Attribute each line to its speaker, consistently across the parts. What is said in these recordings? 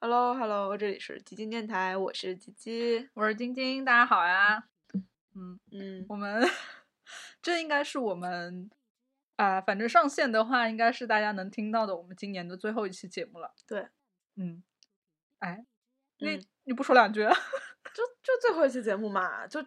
Speaker 1: h e l l o h e l l o 这里是吉金电台，我是吉吉。
Speaker 2: 我是晶晶，大家好呀。嗯，
Speaker 1: 嗯，
Speaker 2: 我们这应该是我们啊、反正上线的话，应该是大家能听到的我们今年的最后一期节目了。
Speaker 1: 对，
Speaker 2: 嗯，哎，你、
Speaker 1: 嗯
Speaker 2: 你不说两 句？啊
Speaker 1: 就就最后一期节目嘛，就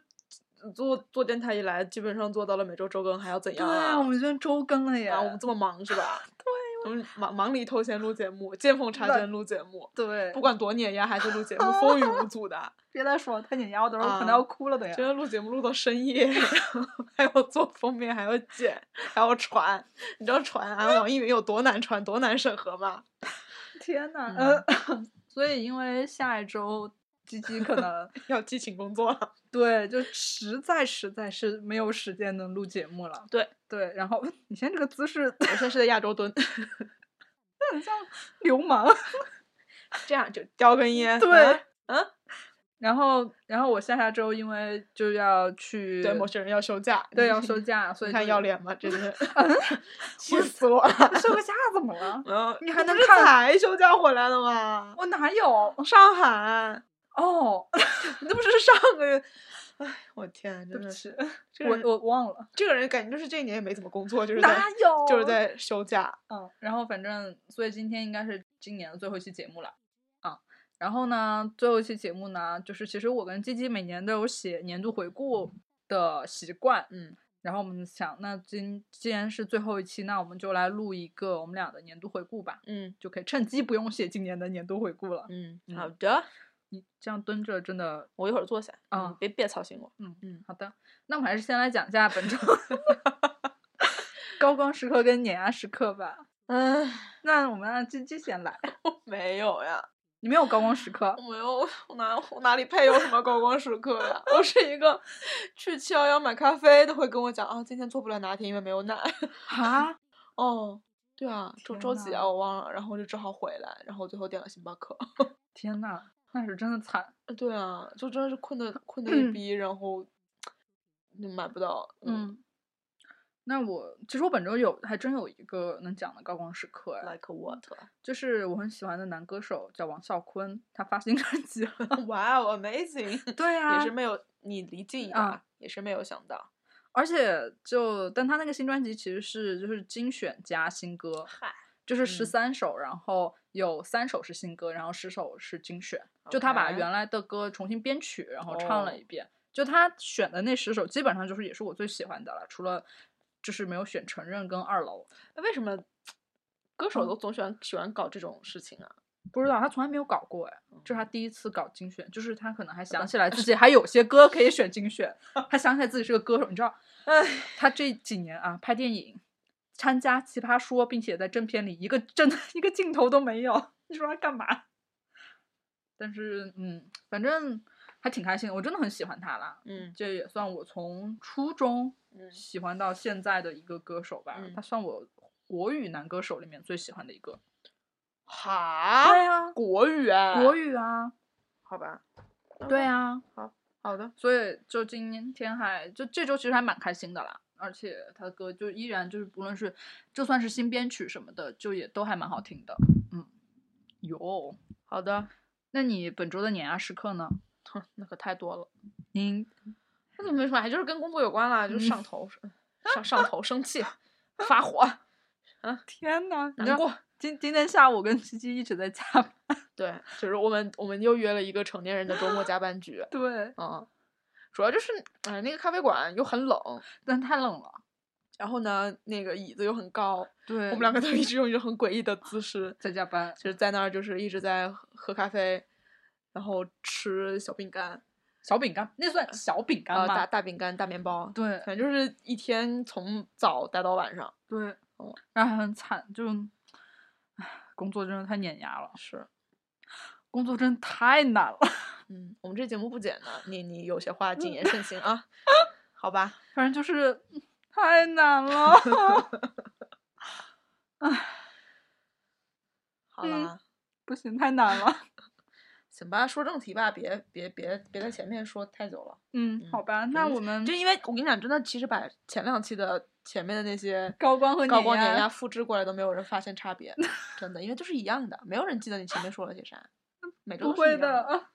Speaker 1: 做做电台以来，基本上做到了每周周更，还要怎样啊？
Speaker 2: 啊，我们居然周更了耶！
Speaker 1: 啊，我们这么忙是吧？ 对，我们忙忙里偷闲录节目，见缝插针录节目，
Speaker 2: 对，
Speaker 1: 不管多碾压还是录节 目，风雨无阻的。
Speaker 2: 别再说了，太碾压我，等会儿可能
Speaker 1: 啊
Speaker 2: 要哭了的呀。
Speaker 1: 真的录节目录到深夜，然后 还要做封面，还要剪，还要传。你知道传啊，网易云有多难传，多难审核吗？
Speaker 2: 天呐，
Speaker 1: 嗯
Speaker 2: 呃，所以因为下一周吉吉可能
Speaker 1: 要激情工作了。
Speaker 2: 对，就实在实在是没有时间能录节目了。
Speaker 1: 对
Speaker 2: 对，然后 你现在这个姿势
Speaker 1: 我现在是在亚洲蹲，
Speaker 2: 流氓，
Speaker 1: 这样就叼根烟。
Speaker 2: 对
Speaker 1: 啊，嗯，
Speaker 2: 然后然后我下下周因为就要去
Speaker 1: 对，某些人要休假，
Speaker 2: 对要休假，所
Speaker 1: 你
Speaker 2: 以
Speaker 1: 看
Speaker 2: 就
Speaker 1: 要脸吗？真 是，嗯气死我 了！
Speaker 2: 休个假怎么了？
Speaker 1: 嗯，
Speaker 2: 你还
Speaker 1: 不
Speaker 2: 能
Speaker 1: 是
Speaker 2: 看
Speaker 1: 才休假回来的吗？
Speaker 2: 我哪有？
Speaker 1: 上海，
Speaker 2: 哦，
Speaker 1: 你这不是上个月？哎，我天，
Speaker 2: 对
Speaker 1: 真
Speaker 2: 不
Speaker 1: 的是
Speaker 2: 起，
Speaker 1: 这个
Speaker 2: 我
Speaker 1: 人
Speaker 2: 我忘了，
Speaker 1: 这个人感觉就是这一年也没怎么工作，就是在
Speaker 2: 哪有？
Speaker 1: 就是在休假。
Speaker 2: 嗯，然后反正，所以今天应该是今年的最后一期节目了，啊、然后呢，最后一期节目呢，就是其实我跟鸡鸡每年都有写年度回顾的习惯，
Speaker 1: 嗯，
Speaker 2: 然后我们想，那今既然是最后一期，那我们就来录一个我们俩的年度回顾吧，
Speaker 1: 嗯
Speaker 2: 就可以趁机不用写今年的年度回顾了。
Speaker 1: 嗯，
Speaker 2: 嗯
Speaker 1: 好的，
Speaker 2: 你这样蹲着真的，
Speaker 1: 我一会儿坐下，
Speaker 2: 啊
Speaker 1: 嗯，别别操心我。
Speaker 2: 嗯
Speaker 1: 嗯
Speaker 2: 好的，那我们还是先来讲一 下本周高光时刻跟碾压时刻吧。
Speaker 1: 嗯，
Speaker 2: 那我们让鸡鸡先来，
Speaker 1: 没有呀，
Speaker 2: 你没有高光时 刻
Speaker 1: 我，没有，我哪我哪里配有什么高光时刻呀？我是一个去七幺幺买咖啡都会跟我讲啊，今天做不了拿铁，因为没有奶。
Speaker 2: 啊？
Speaker 1: 哦，对啊，周
Speaker 2: 天
Speaker 1: 周几啊？
Speaker 2: 呐
Speaker 1: 我忘了。然后我就只好回来，然后最后点了星巴克。
Speaker 2: 天呐，那是真的惨。
Speaker 1: 对啊，就真的是困的困的一逼，然后就买不到。，
Speaker 2: 嗯，那我其实我本周有还真有一个能讲的高光时刻哎，
Speaker 1: ，like what？
Speaker 2: 就是我很喜欢的男歌手叫王啸坤，他发新专辑了。
Speaker 1: 哇哦，amazing！
Speaker 2: 对 呀、
Speaker 1: 也是没有你离近一
Speaker 2: 啊
Speaker 1: 把，也是没有想到。
Speaker 2: 而且就但他那个新专辑其实是就是精选加新歌，
Speaker 1: 嗨，
Speaker 2: 就是十
Speaker 1: 嗯
Speaker 2: 三首，然后有三首是新歌，然后十首是精选。就他把
Speaker 1: OK
Speaker 2: 原来的歌重新编曲，然后唱
Speaker 1: 哦
Speaker 2: 了一遍。就他选的那十首，基本上就是也是我最喜欢的了，除了就是没有选《承认》跟《二楼》。
Speaker 1: 那为什么歌手
Speaker 2: 嗯
Speaker 1: 都总喜欢喜欢搞这种事情啊？
Speaker 2: 不知道，他从来没有搞过哎，这是他第一次搞精选，就是他可能还想
Speaker 1: 的
Speaker 2: 起 来自己还有些歌可以选精选，还想起来自己是个歌手。你知道，
Speaker 1: 哎，
Speaker 2: 他这几年啊拍电影，参加《奇葩说》，并且在正片里一个真的一个镜头都没有，你说他干嘛？但是嗯，反正还挺开心的，我真的很喜欢他啦。
Speaker 1: 嗯
Speaker 2: 这也算我从初中
Speaker 1: 嗯
Speaker 2: 喜欢到现在的一个歌手吧，
Speaker 1: 嗯
Speaker 2: 他算我国语男歌手里面最喜欢的一个。
Speaker 1: 哈，
Speaker 2: 啊，
Speaker 1: 国语哎，
Speaker 2: 国语啊，
Speaker 1: 好吧？
Speaker 2: 对啊，
Speaker 1: 好的，
Speaker 2: 所以就今天还就这周其实还蛮开心的啦，而且他的歌就依然就是不论是就算是新编曲什么的，就也都还蛮好听的。嗯，有。
Speaker 1: 好的。
Speaker 2: 那你本周的碾压时刻呢？
Speaker 1: 哼，那可太多了。
Speaker 2: 您
Speaker 1: 那怎么没什么？就是跟工作有关啦，就
Speaker 2: 嗯
Speaker 1: 是上头，上上头，生气，发火，
Speaker 2: 天呐，你
Speaker 1: 难
Speaker 2: 知道
Speaker 1: 过。
Speaker 2: 今今天下午我跟七七一直在加班。，
Speaker 1: 对，就是我们我们又约了一个成年人的周末加班局
Speaker 2: 对，
Speaker 1: 嗯，主要就是哎、那个咖啡馆又很冷，
Speaker 2: 但太冷了。
Speaker 1: 然后呢那个椅子又很高，
Speaker 2: 对，
Speaker 1: 我们两个都一直用一种很诡异的姿势，
Speaker 2: 在加班。
Speaker 1: 就是在那儿就是一直在喝喝咖啡，然后吃小饼干，
Speaker 2: 小饼干，那算小饼
Speaker 1: 啊、
Speaker 2: 干吗？
Speaker 1: 大大饼干大面包，
Speaker 2: 对
Speaker 1: 反正就是一天从早待到晚上，
Speaker 2: 对
Speaker 1: 哦，
Speaker 2: 然后还很惨，就，唉，工作真的太碾压了，
Speaker 1: 是，
Speaker 2: 工作真的太难了。
Speaker 1: 嗯，我们这节目不简单，你你有些话谨言慎行啊， 好吧，
Speaker 2: 反正就是嗯太 难了。
Speaker 1: 好
Speaker 2: 嗯
Speaker 1: 啦。
Speaker 2: 不行，太难了。
Speaker 1: 行吧，说正题吧，别别别别在前面说太久了。
Speaker 2: 嗯，好吧，那
Speaker 1: 嗯
Speaker 2: 我们
Speaker 1: 就因为我跟你讲，真的，其实把前两期的前面的那些
Speaker 2: 高光和
Speaker 1: 高光
Speaker 2: 碾
Speaker 1: 碾
Speaker 2: 压
Speaker 1: 压复制过来，都没有人发现差别，真的，因为都是一样的，没有人记得你前面说了些啥。每个
Speaker 2: 不
Speaker 1: 都是
Speaker 2: 会
Speaker 1: 一样
Speaker 2: 的
Speaker 1: 的，
Speaker 2: 啊。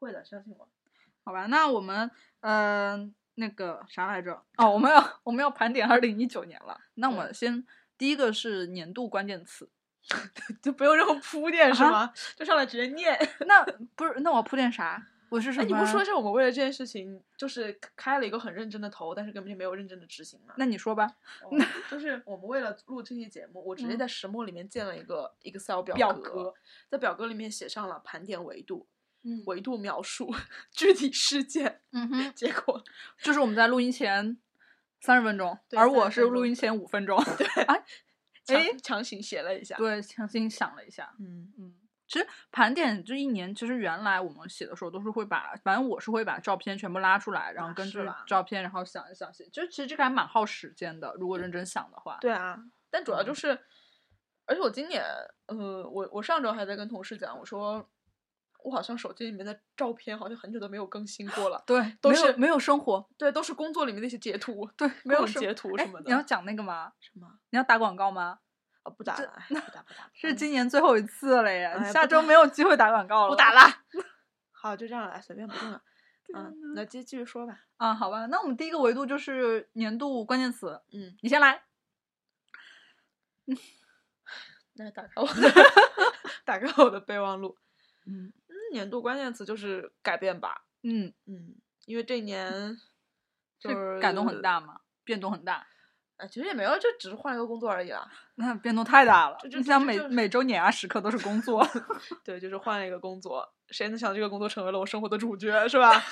Speaker 1: 会的，相信我。
Speaker 2: 好吧，那我们嗯、呃那个啥来着？哦，我们要我们要盘点二零一九年了。那我们先第一个是年度关键词。
Speaker 1: 就不用任何铺垫是
Speaker 2: 啊
Speaker 1: 吗？就上来直接念。
Speaker 2: 那不是那我铺垫啥？我是什
Speaker 1: 哎，
Speaker 2: 么？
Speaker 1: 你不说一？下我们为了这件事情就是开了一个很认真的头，但是根本就没有认真的执行 吗？
Speaker 2: 那你说吧。
Speaker 1: 哦就是我们为了录这期节目，我直接
Speaker 2: 嗯
Speaker 1: 在石墨里面建了一个 Excel 表
Speaker 2: 表
Speaker 1: 格，
Speaker 2: 格
Speaker 1: 在表格里面写上了盘点维度、
Speaker 2: 嗯
Speaker 1: 维度描述、 具体事件。
Speaker 2: 嗯哼，
Speaker 1: 结果
Speaker 2: 就是我们在录音前三十分钟，
Speaker 1: 对
Speaker 2: 而
Speaker 1: 30
Speaker 2: 我是
Speaker 1: 分钟
Speaker 2: 录音前五分钟。 对，
Speaker 1: 强
Speaker 2: 哎
Speaker 1: 强行写了一下，
Speaker 2: 对，强行想了一下。
Speaker 1: 嗯，
Speaker 2: 嗯，其实盘点这一年，其实原来我们写的时候都是会把，反正我是会把照片全部拉出来，然后
Speaker 1: 啊
Speaker 2: 根
Speaker 1: 是
Speaker 2: 据
Speaker 1: 吧
Speaker 2: 照片，然后想一想写。就其实这个还蛮耗时间的，如果认真想的话。
Speaker 1: 对啊，但主要就
Speaker 2: 嗯，
Speaker 1: 是，而且我今年，呃，我我上周还在跟同事讲，我说我好像手机里面的照片好像很久都没有更新过了
Speaker 2: 对，
Speaker 1: 都
Speaker 2: 没有
Speaker 1: 是
Speaker 2: 没有生活，
Speaker 1: 对，都是工作里面的一些截图，
Speaker 2: 对，
Speaker 1: 没有
Speaker 2: 各种
Speaker 1: 截图
Speaker 2: 哎
Speaker 1: 什么的。
Speaker 2: 你要讲那个吗？
Speaker 1: 什么？
Speaker 2: 你要打广告吗？
Speaker 1: 啊，不打
Speaker 2: 这
Speaker 1: 了，哎不打不 打，
Speaker 2: 是
Speaker 1: 嗯
Speaker 2: 今年最后一次了耶，
Speaker 1: 哎不
Speaker 2: 下周
Speaker 1: 打
Speaker 2: 没有机会打广告了。
Speaker 1: 不打
Speaker 2: 了
Speaker 1: 啦。好，就这样了，哎随便不重 要。嗯，那继继续说吧。
Speaker 2: 啊，好吧，那我们第一个维度就是年度关键词，
Speaker 1: 嗯，
Speaker 2: 你先来。
Speaker 1: 那打开我 的，打开我的备忘录。
Speaker 2: 嗯
Speaker 1: 嗯，年度关键词就是改变吧。
Speaker 2: 嗯，
Speaker 1: 嗯，因为这一 年就是是
Speaker 2: 改动很大嘛，变动很大。
Speaker 1: 啊，其实也没有，就只是换了一个工作而已 啦。
Speaker 2: 那变动太大了，
Speaker 1: 这这
Speaker 2: 你
Speaker 1: 这
Speaker 2: 想
Speaker 1: 这
Speaker 2: 每
Speaker 1: 就是
Speaker 2: 每周碾压时刻都是工作，
Speaker 1: 对，就是换了一个工作，谁能想这个工作成为了我生活的主角，是 吧？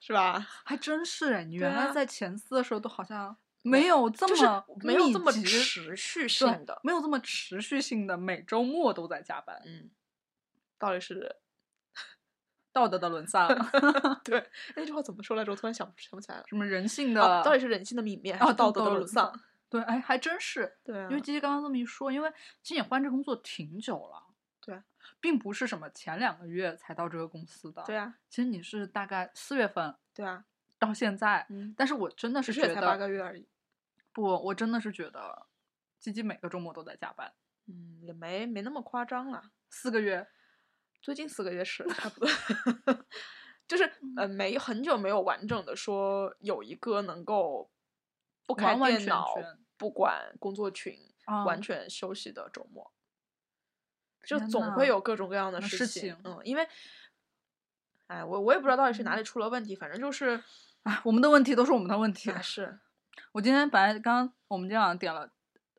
Speaker 1: 是吧？
Speaker 2: 还真是哎，你
Speaker 1: 对
Speaker 2: 原来
Speaker 1: 啊
Speaker 2: 在前四的时候都好像没有这
Speaker 1: 就是
Speaker 2: 么
Speaker 1: 没有这么
Speaker 2: 密集
Speaker 1: 持续
Speaker 2: 对
Speaker 1: 性的，
Speaker 2: 没有这么持续性的每周末都在加班，
Speaker 1: 嗯，到底是
Speaker 2: 道德的沦丧，
Speaker 1: 对那句话怎么说来着？我突然想不想不起来了。
Speaker 2: 什么人性的、
Speaker 1: 啊到底是人性的泯灭还
Speaker 2: 啊
Speaker 1: 是道德的沦
Speaker 2: 沦
Speaker 1: 丧？？
Speaker 2: 对，哎，还真是，
Speaker 1: 对啊
Speaker 2: 因为杰杰刚刚这么一说，因为其实你换这工作挺久了，
Speaker 1: 对啊，
Speaker 2: 并不是什么前两个月才到这个公司的，
Speaker 1: 对，啊，
Speaker 2: 其实你是大概四月份
Speaker 1: 对啊，
Speaker 2: 到现在，
Speaker 1: 嗯，
Speaker 2: 但是我真的
Speaker 1: 只是
Speaker 2: 是觉
Speaker 1: 也
Speaker 2: 得
Speaker 1: 才八个月而已。
Speaker 2: 不，我真的是觉得吉吉每个周末都在加班，
Speaker 1: 嗯，也没没那么夸张啦。
Speaker 2: 四个月，
Speaker 1: 最近四个月是差不多， 就是呃，没很久没有完整的说有一个能够不开
Speaker 2: 完完
Speaker 1: 电
Speaker 2: 全
Speaker 1: 脑、
Speaker 2: 全
Speaker 1: 不管工作群、
Speaker 2: 啊
Speaker 1: 完全休息的周末，就
Speaker 2: 天
Speaker 1: 总
Speaker 2: 呐
Speaker 1: 会有各种各样的
Speaker 2: 那
Speaker 1: 事
Speaker 2: 事
Speaker 1: 情
Speaker 2: 情
Speaker 1: 嗯，因为，哎，我我也不知道到底是哪里出了问题，反正就是
Speaker 2: 哎，我们的问题都是我们的问题
Speaker 1: 啊。是
Speaker 2: 我今天本来刚刚我们今天晚上点了，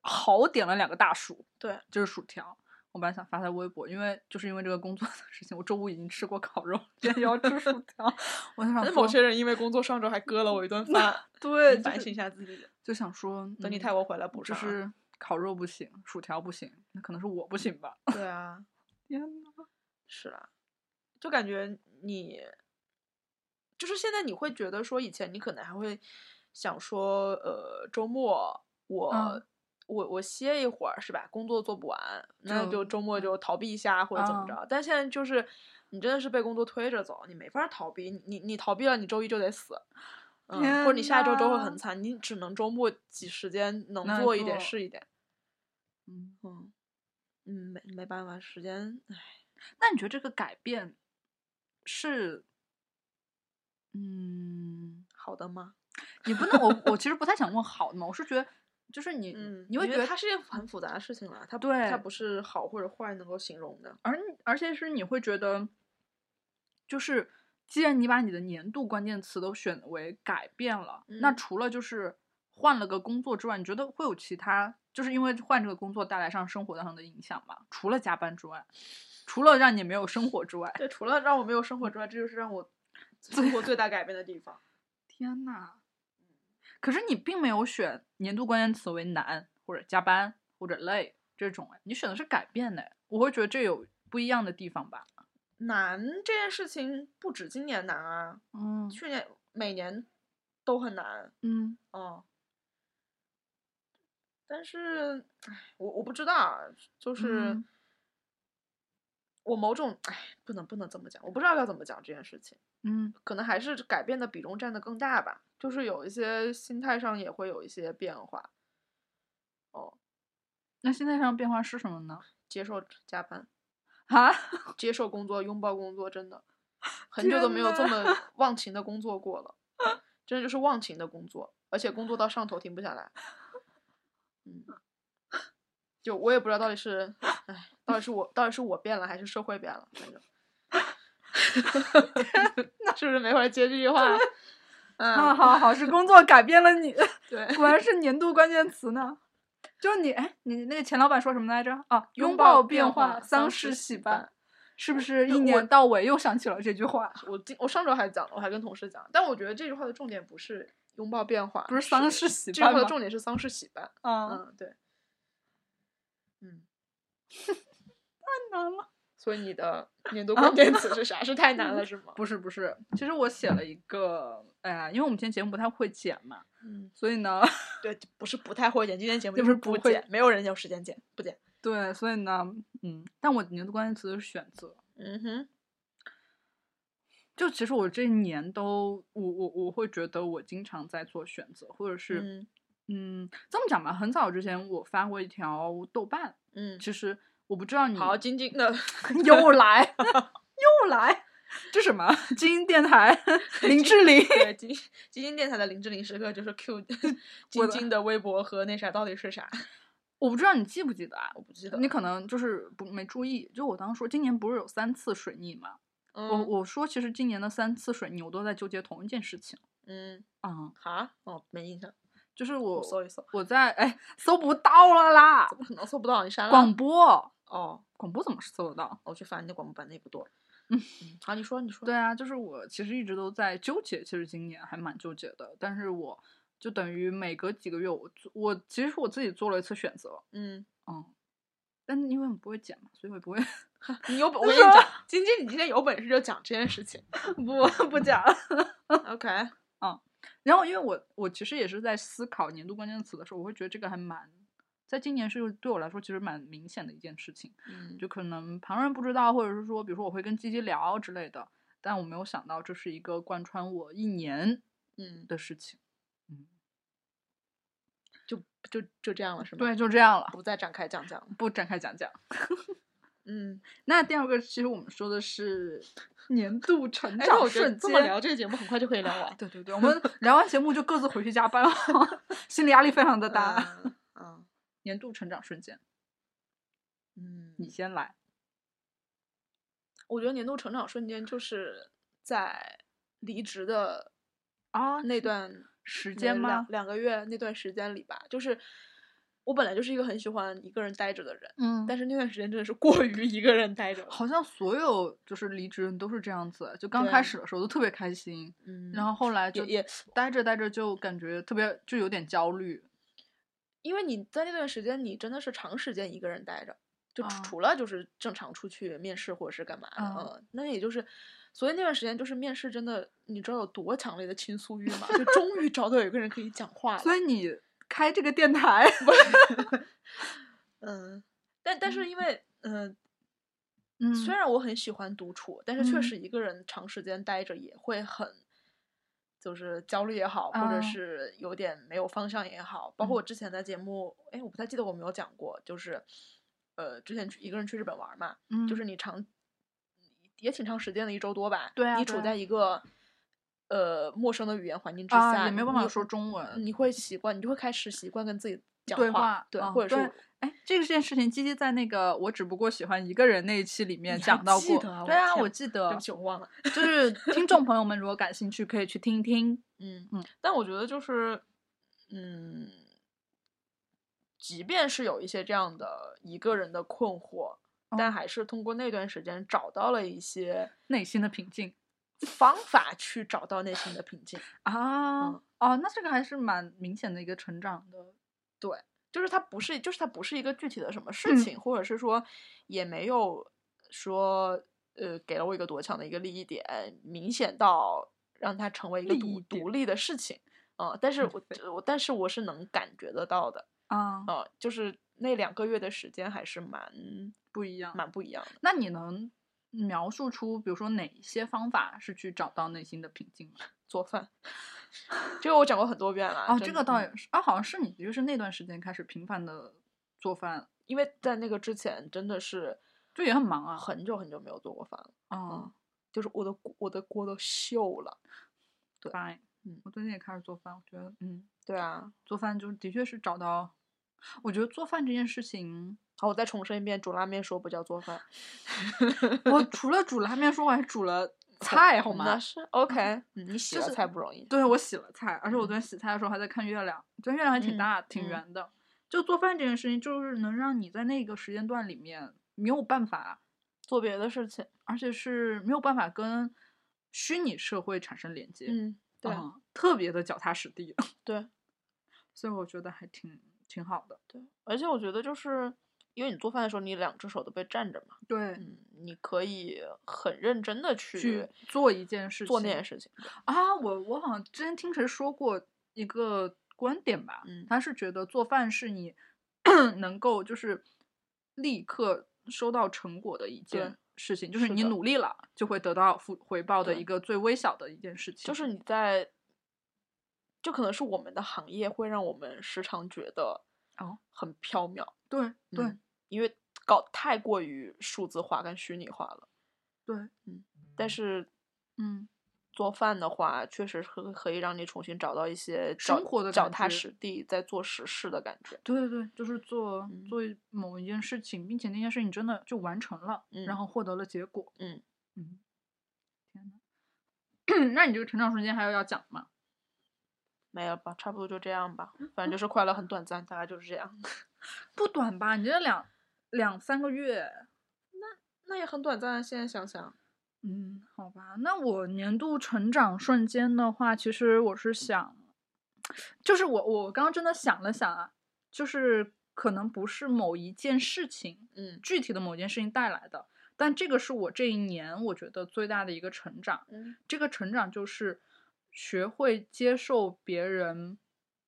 Speaker 2: 好点了两个大薯，
Speaker 1: 对，
Speaker 2: 就是薯条。我本来想发在微博，因为就是因为这个工作的事情，我周五已经吃过烤肉，今天又要 吃薯条， 我就
Speaker 1: 那
Speaker 2: 想说，
Speaker 1: 某些人因为工作上周还割了我一顿饭，
Speaker 2: 对
Speaker 1: 你
Speaker 2: 就
Speaker 1: 反
Speaker 2: 是
Speaker 1: 省一下自己，
Speaker 2: 就想说，
Speaker 1: 等你
Speaker 2: 嗯
Speaker 1: 泰国回来补
Speaker 2: 就
Speaker 1: 上啊。
Speaker 2: 是烤肉不行，薯条不行，那可能是我不行 吧。
Speaker 1: 对啊，
Speaker 2: 天呐，
Speaker 1: 是啦，就感觉你，就是现在你会觉得说，以前你可能还会想说，呃，周末我、
Speaker 2: 嗯
Speaker 1: 我我歇一会儿是吧？工作做不完，那
Speaker 2: 就
Speaker 1: 就周末就逃避一下或者怎么
Speaker 2: 嗯
Speaker 1: 着。但现在就是你真的是被工作推着走，你没法儿逃避，你你你逃避了，你周一就得死。嗯，或者你
Speaker 2: 天
Speaker 1: 下周周会很
Speaker 2: 呐
Speaker 1: 惨，你只能周末挤时间能
Speaker 2: 能
Speaker 1: 做一点
Speaker 2: 做
Speaker 1: 是一点。
Speaker 2: 嗯，
Speaker 1: 嗯嗯，没没办法，时间唉
Speaker 2: 那你觉得这个改变是，嗯，
Speaker 1: 好的吗？
Speaker 2: 也不能，我我其实不太想问好的嘛，我是觉得就是你，
Speaker 1: 嗯，
Speaker 2: 你会
Speaker 1: 因
Speaker 2: 觉
Speaker 1: 为
Speaker 2: 得
Speaker 1: 它是一件很复杂的事情啦， 它不
Speaker 2: 对
Speaker 1: 它不是好或者坏能够形容的。
Speaker 2: 而你而且是你会觉得，就是既然你把你的年度关键词都选为改变了，那
Speaker 1: 嗯
Speaker 2: 除了就是换了个工作之外，你觉得会有其他，就是因为换这个工作带来上生活上的影响吗？除了加班之外，除了让你没有生活之外，
Speaker 1: 对，除了让我没有生活之外，这就是让 我生活最大改变的地方。
Speaker 2: 天呐！嗯可是你并没有选年度关键词为难或者加班或者累这种，哎，你选的是改变呢，我会觉得这有不一样的地方吧。
Speaker 1: 难这件事情不止今年难啊，
Speaker 2: 嗯
Speaker 1: 去年每年都很难。
Speaker 2: 嗯，
Speaker 1: 嗯，但是，唉，我我不知道啊，就是、
Speaker 2: 嗯
Speaker 1: 我某种唉，不能不能这么讲，我不知道该怎么讲这件事情。
Speaker 2: 嗯
Speaker 1: 可能还是改变的比重占的更大吧，就是有一些心态上也会有一些变化，，
Speaker 2: 那心态上的变化是什么呢？
Speaker 1: 接受加班，
Speaker 2: 啊，
Speaker 1: 接受工作，拥抱工作，真的很久都没有这
Speaker 2: 天呐
Speaker 1: 么忘情的工作过了，真的就是忘情的工作，而且工作到上头停不下来。嗯，就我也不知道到底是，哎，到底是我到底是我变了还是社会变了，反 正。是不是没法接这句话？
Speaker 2: 啊，
Speaker 1: 嗯，
Speaker 2: 好好是工作改变了你，
Speaker 1: 对，
Speaker 2: 果然是年度关键词呢。就是你，哎，你那个前老板说什么来着？啊，
Speaker 1: 拥
Speaker 2: 拥
Speaker 1: 抱
Speaker 2: 抱
Speaker 1: 变
Speaker 2: 变
Speaker 1: 化
Speaker 2: 化，
Speaker 1: 丧
Speaker 2: 丧
Speaker 1: 事
Speaker 2: 事
Speaker 1: 喜
Speaker 2: 喜
Speaker 1: 办
Speaker 2: 办，是不是
Speaker 1: 对
Speaker 2: 一
Speaker 1: 我
Speaker 2: 年到尾又想起了这句话？
Speaker 1: 我今我上周还讲了，我还跟同事讲，但我觉得这句话的重点不是拥抱变化，
Speaker 2: 不是丧事喜
Speaker 1: 这句话
Speaker 2: 办
Speaker 1: 的
Speaker 2: 吗？
Speaker 1: 重点是丧事喜办。
Speaker 2: 啊，
Speaker 1: 嗯，对，嗯，
Speaker 2: 太难了。
Speaker 1: 所以你 的年度
Speaker 2: 啊
Speaker 1: 关键词是啥？是太难 了是吗？
Speaker 2: 不是不是，其实我写了一个，哎呀，因为我们今天节目不太会剪嘛，
Speaker 1: 嗯，
Speaker 2: 所以呢，
Speaker 1: 对，不是不太会剪，今天节目
Speaker 2: 就
Speaker 1: 就是是
Speaker 2: 不
Speaker 1: 不
Speaker 2: 会
Speaker 1: 剪，没有人有时间剪，不剪。
Speaker 2: 对，所以呢，嗯，但我年度关键词是选择，
Speaker 1: 嗯哼，
Speaker 2: 就其实我这一年都，我我我会觉得我经常在做选择，或者是
Speaker 1: 嗯
Speaker 2: 嗯这么讲吧，很早之前我发过一条豆瓣，
Speaker 1: 嗯，
Speaker 2: 其实我不知道你
Speaker 1: 好，晶晶 的
Speaker 2: 又来 又来，这什么 精英电台 林 志玲
Speaker 1: 对晶晶晶电台的林志玲时刻就是 Q 晶
Speaker 2: 的
Speaker 1: 晶的微博和那啥到底是啥？
Speaker 2: 我不知道你记不记得啊？
Speaker 1: 我不记得了。
Speaker 2: 你可能就是不没注意，就我当时说今年不是有三次水逆嘛，我
Speaker 1: 嗯
Speaker 2: 我说其实今年的三次水逆我都在纠结同一件事情
Speaker 1: 嗯，
Speaker 2: 啊、
Speaker 1: 哈，哦，没印象，
Speaker 2: 就是
Speaker 1: 我
Speaker 2: 我
Speaker 1: 搜一搜，
Speaker 2: 我在哎搜不到了啦
Speaker 1: 怎，么可 能搜不到？你删了？
Speaker 2: 广播
Speaker 1: 哦，
Speaker 2: 广播怎么搜得到？
Speaker 1: 我去翻你的广播版那不多。
Speaker 2: 嗯
Speaker 1: 嗯，好，你说你说。
Speaker 2: 对啊，就是我其实一直都在纠结，其实今年还蛮纠结的，但是我就等于每隔几个月我，我我其实我自己做了一次选择，
Speaker 1: 嗯，
Speaker 2: 嗯，但因为我不会剪嘛，所以我也不会
Speaker 1: 你有本，我
Speaker 2: 你
Speaker 1: 跟你
Speaker 2: 说
Speaker 1: 讲，晶晶，你今天有本事就讲这件事情。
Speaker 2: 不不讲。
Speaker 1: OK，
Speaker 2: 然后因为我我其实也是在思考年度关键词的时候，我会觉得这个还蛮，在今年是对我来说其实蛮明显的一件事情，
Speaker 1: 嗯，
Speaker 2: 就可能旁人不知道，或者是说，比如说我会跟鸡鸡聊之类的，但我没有想到这是一个贯穿我一年
Speaker 1: 嗯，
Speaker 2: 的事情。
Speaker 1: 就就就这样了，是吗？，
Speaker 2: 对，就这样了。
Speaker 1: 不再展开讲讲了。
Speaker 2: 不展开讲讲。
Speaker 1: 嗯，
Speaker 2: 那第二个，其实我们说的是 年度成
Speaker 1: 哎，那
Speaker 2: 长
Speaker 1: 我觉得
Speaker 2: 瞬
Speaker 1: 这
Speaker 2: 间。。
Speaker 1: 么聊这个节目，很快就可以聊完
Speaker 2: 对对对，我们聊完节目就各自回去加班 了，心理压力非常的大。
Speaker 1: 嗯嗯
Speaker 2: 呃年度成长瞬间，
Speaker 1: 嗯，
Speaker 2: 你先来。
Speaker 1: 我觉得年度成长瞬间就是在离职的
Speaker 2: 啊
Speaker 1: 那
Speaker 2: 是
Speaker 1: 段
Speaker 2: 时
Speaker 1: 那
Speaker 2: 间
Speaker 1: 两
Speaker 2: 吗？
Speaker 1: 两个月那段时间里吧，就是我本来就是一个很喜欢一个人待着的人，
Speaker 2: 嗯
Speaker 1: 但是那段时间真的是过于一个人待着了。
Speaker 2: 好像所有就是离职人都是这样子，就刚
Speaker 1: 对
Speaker 2: 开始的时候都特别开心，
Speaker 1: 嗯
Speaker 2: 然后后来就
Speaker 1: 也
Speaker 2: 待着待着就感觉特别就有点焦虑。
Speaker 1: 因为你在那段时间，你真的是长时间一个人待着，就除
Speaker 2: 啊
Speaker 1: 除了就是正常出去面试或者是干嘛的，
Speaker 2: 啊
Speaker 1: 嗯，那也就是，所以那段时间就是面试真的，你知道有多强烈的倾诉欲吗？就终于找到有一个人可以讲话了，
Speaker 2: 所以你开这个电台，
Speaker 1: 嗯，但但是因为嗯。
Speaker 2: 嗯
Speaker 1: 虽然我很喜欢独处，但是确
Speaker 2: 嗯
Speaker 1: 实一个人长时间待着也会很，就是焦虑也好，或者
Speaker 2: 啊
Speaker 1: 是有点没有方向也好。包括
Speaker 2: 嗯
Speaker 1: 我之前的节目，哎，我不太记得我有没有讲过，就是，呃，之前去一个人去日本玩嘛，
Speaker 2: 嗯
Speaker 1: 就是你长也挺长时间的，一周多吧。
Speaker 2: 对啊
Speaker 1: 你
Speaker 2: 对
Speaker 1: 处
Speaker 2: 啊
Speaker 1: 在一个呃陌生的语言环境之下，
Speaker 2: 啊也没有办
Speaker 1: 你
Speaker 2: 法说中文，
Speaker 1: 你会习惯，你就会开始习惯跟自己讲
Speaker 2: 对
Speaker 1: 话
Speaker 2: 话，
Speaker 1: 对，
Speaker 2: 嗯
Speaker 1: 或者
Speaker 2: 对
Speaker 1: 说
Speaker 2: 哎，这个件事情，鸡鸡在那个我只不过喜欢一个人那一期里面
Speaker 1: 你还
Speaker 2: 讲到
Speaker 1: 记
Speaker 2: 过，
Speaker 1: 得啊我
Speaker 2: 对
Speaker 1: 的
Speaker 2: 啊，
Speaker 1: 天
Speaker 2: 我记得，
Speaker 1: 对不起，我忘了。
Speaker 2: 就是听众朋友们如果感兴趣，可以去听一听。
Speaker 1: 嗯
Speaker 2: 嗯，
Speaker 1: 但我觉得就是，嗯，即便是有一些这样的一个人的困惑，但
Speaker 2: 嗯
Speaker 1: 还是通过那段时间找到了一些
Speaker 2: 内心的平静
Speaker 1: 方法去找到内心的平静。
Speaker 2: 啊、
Speaker 1: 嗯
Speaker 2: 哦，那这个还是蛮明显的一个成长的，
Speaker 1: 就是它不是，就是它不是一个具体的什么
Speaker 2: 嗯
Speaker 1: 事情，或者是说也没有说呃给了我一个多强的一个利益点，明显到让它成为一个
Speaker 2: 利
Speaker 1: 独
Speaker 2: 益点
Speaker 1: 独立的事情。嗯，但是
Speaker 2: 嗯
Speaker 1: 我
Speaker 2: 对
Speaker 1: 我但是我是能感觉得到的。
Speaker 2: 啊、
Speaker 1: 呃，就是那两个月的时间还是蛮
Speaker 2: 嗯不一样。
Speaker 1: 蛮不一样的。
Speaker 2: 那你能描述出，比如说哪一些方法是去找到内心的平静吗？
Speaker 1: 做 饭，这个我讲过很多遍了。
Speaker 2: 哦，
Speaker 1: 真
Speaker 2: 这
Speaker 1: 的
Speaker 2: 个倒
Speaker 1: 嗯
Speaker 2: 也是啊，好像是你就是那段时间开始频繁的做饭
Speaker 1: 因为在那个之前真的是
Speaker 2: 就也很忙啊。
Speaker 1: 很久很久没有做过饭了，
Speaker 2: 哦
Speaker 1: 就是我的锅我的锅都锈了。对
Speaker 2: ，fine。
Speaker 1: 嗯
Speaker 2: 我最近也开始做饭，我觉得，嗯，
Speaker 1: 对 啊，
Speaker 2: 做饭就是的确是找到，我觉得做饭这件事情，
Speaker 1: 好，我再重申一遍，煮拉面说不叫做 饭，
Speaker 2: 我除了煮拉面说，我还煮 了菜，好吗
Speaker 1: 那？是 OK，、嗯、你洗
Speaker 2: 就
Speaker 1: 了
Speaker 2: 是
Speaker 1: 菜不容易。
Speaker 2: 对，我洗了菜，而且我昨天洗菜的时候还在看月亮，昨天月亮还挺
Speaker 1: 嗯
Speaker 2: 大、挺
Speaker 1: 嗯
Speaker 2: 圆的。就做饭这件事情，就是能让你在那个时间段里面没有办法，
Speaker 1: 做别的事情，
Speaker 2: 而且是没有办法跟虚拟社会产生连接，
Speaker 1: 嗯，对、
Speaker 2: 嗯特别的脚踏实地，
Speaker 1: 对
Speaker 2: 所以我觉得还挺挺好的。
Speaker 1: 对，而且我觉得就是因为你做饭的时候，你两只手都被占着嘛，
Speaker 2: 对，
Speaker 1: 嗯，你可以很认真的
Speaker 2: 去
Speaker 1: 去
Speaker 2: 做一件事情，
Speaker 1: 做那件事情，对
Speaker 2: 啊，我我好像之前听谁说过一个观点吧，
Speaker 1: 嗯
Speaker 2: 他是觉得做饭是你 能够就是立刻收到成果的一
Speaker 1: 对
Speaker 2: 件事情，就是
Speaker 1: 是
Speaker 2: 你
Speaker 1: 的
Speaker 2: 努力了就会得到复回报的
Speaker 1: 对
Speaker 2: 一个最微小的一件事情，
Speaker 1: 就是你在，就可能是我们的行业会让我们时常觉得
Speaker 2: 哦
Speaker 1: 很缥缈，
Speaker 2: 对对、
Speaker 1: 嗯因为搞太过于数字化跟虚拟化了。
Speaker 2: 对，
Speaker 1: 但是
Speaker 2: 嗯，
Speaker 1: 做饭的话，确实可可以让你重新找到一些脚
Speaker 2: 生活的
Speaker 1: 脚
Speaker 2: 感
Speaker 1: 踏
Speaker 2: 觉
Speaker 1: 实地在做实事的感觉。
Speaker 2: 对对对，就是做、
Speaker 1: 嗯
Speaker 2: 做某一件事情，并且那件事情真的就完成了，
Speaker 1: 嗯
Speaker 2: 然后获得了结果，
Speaker 1: 嗯
Speaker 2: 嗯，天呐， 那你这个成长瞬间还有要讲吗？
Speaker 1: 没了吧，差不多就这样吧。
Speaker 2: 嗯
Speaker 1: 反正就是快乐很短暂，大概就是这样。
Speaker 2: 不短吧？你这两两三个月，
Speaker 1: 那也很短暂啊，现在想想，
Speaker 2: 嗯，好吧。那我年度成长瞬间的话，其实我是想，就是我我刚刚真的想了想啊，就是可能不是某一件事情，
Speaker 1: 嗯
Speaker 2: 具体的某件事情带来的，但这个是我这一年我觉得最大的一个成长。
Speaker 1: 嗯
Speaker 2: 这个成长就是学会接受别人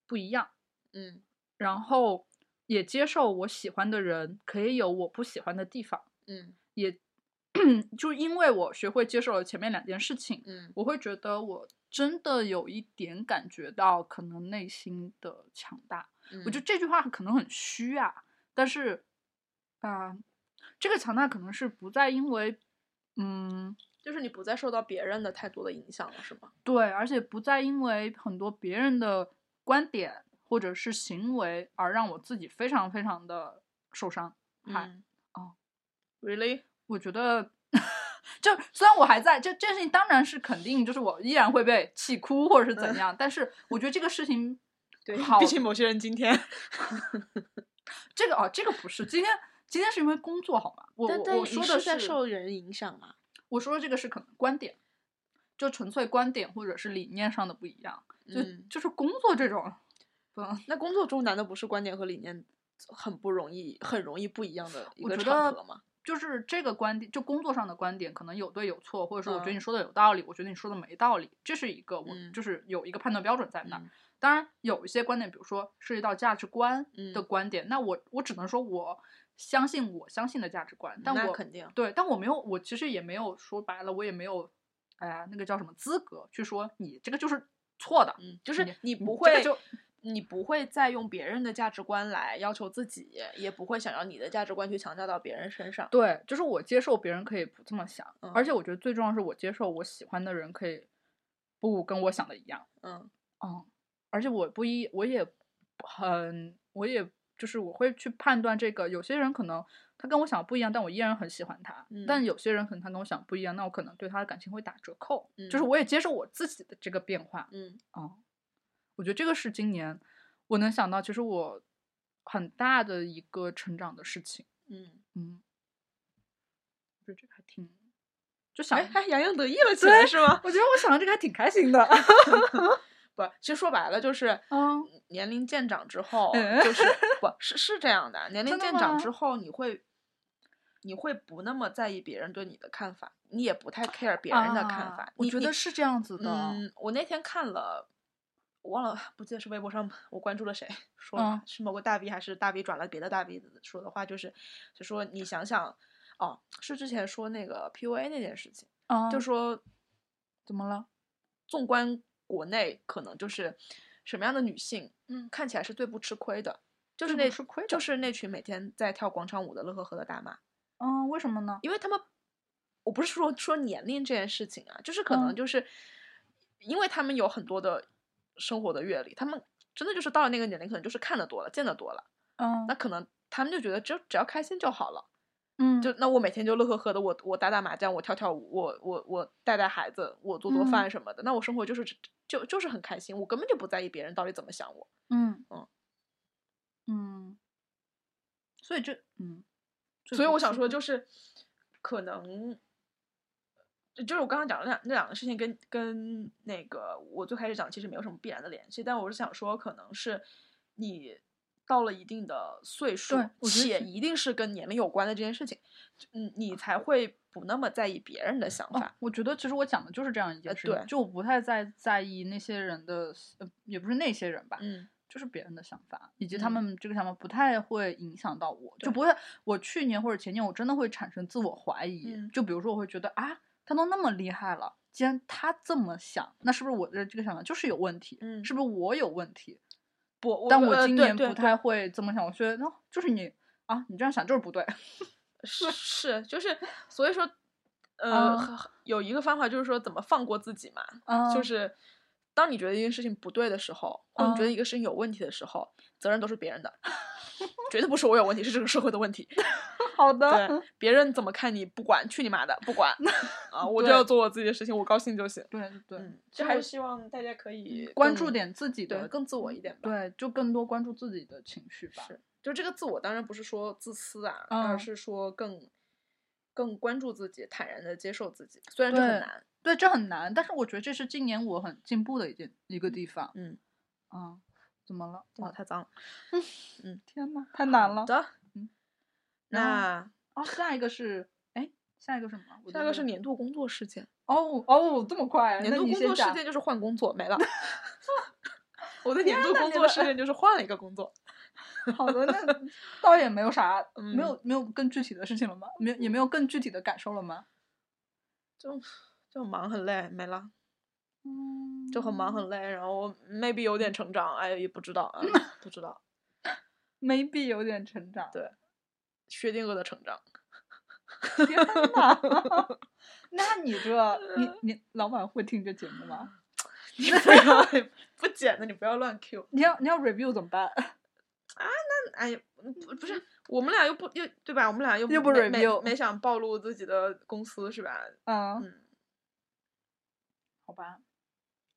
Speaker 2: 不一样。
Speaker 1: 嗯
Speaker 2: 然后也接受我喜欢的人可以有我不喜欢的地方，
Speaker 1: 嗯
Speaker 2: 也 就因为我学会接受了前面两件事情，
Speaker 1: 嗯
Speaker 2: 我会觉得我真的有一点感觉到可能内心的强大。
Speaker 1: 嗯，
Speaker 2: 我觉得这句话可能很虚啊，但是啊、这个强大可能是不再因为嗯
Speaker 1: 就是你不再受到别人的太多的影响了，是吗？
Speaker 2: 对，而且不再因为很多别人的观点或者是行为而让我自己非常非常的受伤。嗨、
Speaker 1: 嗯
Speaker 2: 哦
Speaker 1: ，really，
Speaker 2: 我觉得 就虽然我还在，这这件事情当然是肯定，就是我依然会被气哭或者是怎样，但是我觉得这个事情，好
Speaker 1: 毕竟某些人今天，
Speaker 2: 这个哦，这个不是今天。今天是因为工作好吗？我
Speaker 1: 但
Speaker 2: 我
Speaker 1: 但
Speaker 2: 我
Speaker 1: 你
Speaker 2: 说
Speaker 1: 是
Speaker 2: 的
Speaker 1: 在受人影响嘛？
Speaker 2: 我说的这个是可能观点，就纯粹观点或者是理念上的不一样，就、
Speaker 1: 嗯
Speaker 2: 就是工作这种，嗯不
Speaker 1: 那工作中难道不是观点和理念很不容易、很容易不一样的一
Speaker 2: 我
Speaker 1: 个
Speaker 2: 觉
Speaker 1: 场
Speaker 2: 得
Speaker 1: 合吗？
Speaker 2: 就是这个观点，就工作上的观点，可能有对有错，或者说我觉得
Speaker 1: 嗯
Speaker 2: 你说的有道理，我觉得你说的没道理，这是一个我
Speaker 1: 嗯
Speaker 2: 就是有一个判断标准在那儿。
Speaker 1: 嗯
Speaker 2: 当然，有一些观点，比如说涉及到价值观
Speaker 1: 嗯
Speaker 2: 的观点，那我我只能说我相信我相信的价值观，但
Speaker 1: 那
Speaker 2: 我
Speaker 1: 肯定，
Speaker 2: 对，但我没有，我其实也没有说白了，我也没有，哎呀，那个叫什么资格去说你这个就是错的，
Speaker 1: 嗯，就是
Speaker 2: 你
Speaker 1: 你不
Speaker 2: 这个
Speaker 1: 会
Speaker 2: 就
Speaker 1: 你不会再用别人的价值观来要求自己，也不会想要你的价值观去强加到别人身上。
Speaker 2: 对，就是我接受别人可以不这么想，
Speaker 1: 嗯
Speaker 2: 而且我觉得最重要是我接受我喜欢的人可以不跟我想的一样，
Speaker 1: 嗯
Speaker 2: 嗯，而且我不一我也很我也就是我会去判断这个，有些人可能他跟我想的不一样，但我依然很喜欢他，
Speaker 1: 嗯
Speaker 2: 但有些人可能他跟我想的不一样，那我可能对他的感情会打折扣，就是
Speaker 1: 嗯
Speaker 2: 我也接受我自己的这个变化，
Speaker 1: 嗯
Speaker 2: 嗯，我觉得这个是今年我能想到，其实我很大的一个成长的事情。
Speaker 1: 嗯，
Speaker 2: 嗯，我觉得这个还挺，就想，
Speaker 1: 哎，还洋洋得意了起来是吗？
Speaker 2: 我觉得我想的这个还挺开心的。
Speaker 1: 不，其实说白了就是，
Speaker 2: 嗯，
Speaker 1: 年龄渐长之后，
Speaker 2: 嗯
Speaker 1: 就是不是是这样的，年龄
Speaker 2: 真的
Speaker 1: 渐长
Speaker 2: 吗
Speaker 1: 之后，你会你会不那么在意别人对你的看法，你也不太 care 别人的看法。
Speaker 2: 啊我
Speaker 1: 你
Speaker 2: 觉
Speaker 1: 你
Speaker 2: 得是这样子的。
Speaker 1: 嗯，我那天看了，我忘了，不记得是微博上我关注了谁说、
Speaker 2: 嗯
Speaker 1: 是某个大 V 还是大 V 转了别的大 V 说的话，就是就说你想想，哦，是之前说那个 PUA 那件事情，
Speaker 2: 啊，
Speaker 1: 就说
Speaker 2: 怎么了？
Speaker 1: 纵观国内，可能就是什么样的女性，
Speaker 2: 嗯
Speaker 1: 看起来是最不吃亏的，就是
Speaker 2: 最不
Speaker 1: 那
Speaker 2: 吃亏的
Speaker 1: 就是那群每天在跳广场舞的乐呵呵的大妈，
Speaker 2: 嗯，为什么呢？
Speaker 1: 因为他们，我不是说说年龄这件事情啊，就是可能
Speaker 2: 嗯
Speaker 1: 就是，因为他们有很多的生活的阅历，他们真的就是到了那个年龄，可能就是看得多了，见得多了，
Speaker 2: 嗯
Speaker 1: 那可能他们就觉得只要只要开心就好了。
Speaker 2: 嗯，
Speaker 1: 就那我每天就乐呵呵的，我我打打麻将，我跳跳舞，我我我带带孩子，我做做
Speaker 2: 嗯
Speaker 1: 饭什么的，那我生活就是就就是很开心，我根本就不在意别人到底怎么想我。
Speaker 2: 嗯
Speaker 1: 嗯
Speaker 2: 嗯，所以这嗯，
Speaker 1: 所以我想说，就是可能就是我刚刚讲的那两那两个事情跟跟那个我最开始讲其实没有什么必然的联系，但我是想说，可能是你到了一定的岁数
Speaker 2: 对，我觉得
Speaker 1: 且
Speaker 2: 是
Speaker 1: 一定是跟年龄有关的这件事情，就嗯，你才会不那么在意别人的想
Speaker 2: 哦
Speaker 1: 法。，
Speaker 2: 我觉得其实我讲的就是这样一件
Speaker 1: 呃
Speaker 2: 事情，
Speaker 1: 对
Speaker 2: 就我不太在在意那些人的，呃，也不是那些人吧，
Speaker 1: 嗯
Speaker 2: 就是别人的想法，以及他
Speaker 1: 嗯
Speaker 2: 们这个想法不太会影响到我，就
Speaker 1: 对
Speaker 2: 不会。我去年或者前年，我真的会产生自我怀疑，
Speaker 1: 嗯
Speaker 2: 就比如说我会觉得啊，他都那么厉害了，既然他这么想，那是不是我的这个想法就是有问题？
Speaker 1: 嗯
Speaker 2: 是不是我有问题？
Speaker 1: 不，我
Speaker 2: 但
Speaker 1: 呃
Speaker 2: 我今
Speaker 1: 对
Speaker 2: 年
Speaker 1: 对
Speaker 2: 不
Speaker 1: 对
Speaker 2: 太会这么想，我觉得那、哦就是你啊，你这样想就是 不对。
Speaker 1: 是是，就是所以说，
Speaker 2: 啊
Speaker 1: 呃，很有一个方法就是说怎么放过自己嘛，
Speaker 2: 啊，
Speaker 1: 就是当你觉得一件事情不对的时候，或者你觉
Speaker 2: 啊
Speaker 1: 得一个事情有问题的时候，责任都是别人的，绝对不是我有问题，是这个社会的问题。
Speaker 2: 好的，
Speaker 1: 对，别人怎么看你不管，去你妈的，不 管啊！我就
Speaker 2: 对
Speaker 1: 要做我自己的事情，我高兴就行。
Speaker 2: 对对对，
Speaker 1: 嗯，
Speaker 2: 其
Speaker 1: 就
Speaker 2: 实
Speaker 1: 还
Speaker 2: 我
Speaker 1: 是希望大家可以
Speaker 2: 关注
Speaker 1: 更
Speaker 2: 点自己的，
Speaker 1: 对更自我一点吧。
Speaker 2: 对，就更多关注自己的情绪吧。
Speaker 1: 是，就这个自我当然不是说自私啊，
Speaker 2: 嗯
Speaker 1: 而是说更更关注自己，坦然的接受自己。虽然这
Speaker 2: 对
Speaker 1: 很难，
Speaker 2: 对，这很难，但是我觉得这是今年我很进步的一件一个地方。
Speaker 1: 嗯，
Speaker 2: 啊，怎么了？
Speaker 1: 哇，
Speaker 2: 哇，
Speaker 1: 太脏了。
Speaker 2: 天呐，太嗯难
Speaker 1: 好
Speaker 2: 了。
Speaker 1: 的，
Speaker 2: 嗯然
Speaker 1: 那
Speaker 2: 哦，下一个是，哎，下一个什么？我
Speaker 1: 下
Speaker 2: 觉
Speaker 1: 一个
Speaker 2: 得
Speaker 1: 是年度工作事件，
Speaker 2: 哦哦，这么快？
Speaker 1: 啊年
Speaker 2: 那
Speaker 1: 度
Speaker 2: 你
Speaker 1: 工
Speaker 2: 先
Speaker 1: 作事
Speaker 2: 讲
Speaker 1: 件就是换工作， 没了。 我的年
Speaker 2: 天
Speaker 1: 度
Speaker 2: 呐
Speaker 1: 工
Speaker 2: 你
Speaker 1: 作
Speaker 2: 的
Speaker 1: 事件就是换了一个工 作，
Speaker 2: 好的，那倒也没有啥，没
Speaker 1: 嗯
Speaker 2: 有没有更具体的事情了吗？没有也没有更具体的感受了吗？
Speaker 1: 就就忙很累，没了，
Speaker 2: 嗯
Speaker 1: 就很忙很累，然后 maybe 有点成长，哎，也不知道 啊，不知道，
Speaker 2: ，maybe 有点成长。
Speaker 1: 对薛定谔的成 长。
Speaker 2: 天呐， 那你这你 你老板会听这节目吗？
Speaker 1: 你不要 不剪的，你不要乱 Q。
Speaker 2: 你要你要 review 怎么办？
Speaker 1: 哎呀，嗯不不是，我们俩又不又对吧？我们俩又
Speaker 2: 又不
Speaker 1: 没没
Speaker 2: review
Speaker 1: 没想暴露自己的公司是吧？
Speaker 2: 嗯，
Speaker 1: 嗯，
Speaker 2: 好吧，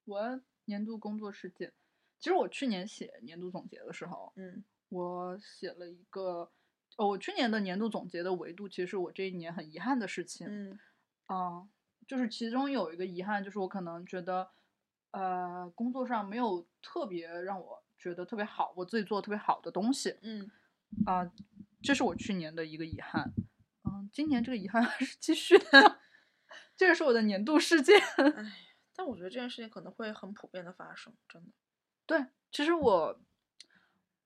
Speaker 2: 我年度工作事件，其实我去年写年度总结的时候，
Speaker 1: 嗯
Speaker 2: 我写了一个，哦，我去年的年度总结的维度，其实是我这一年很遗憾的事情，
Speaker 1: 嗯
Speaker 2: 啊，就是其中有一个遗憾，就是我可能觉得，呃，工作上没有特别让我觉得特别好，我自己做的特别好的东西，
Speaker 1: 嗯，
Speaker 2: 啊，这是我去年的一个遗憾，嗯，今年这个遗憾还是继续的， 这个是我的年度事件。
Speaker 1: 但我觉得这件事情可能会很普遍的发生，真的。
Speaker 2: 对，其实我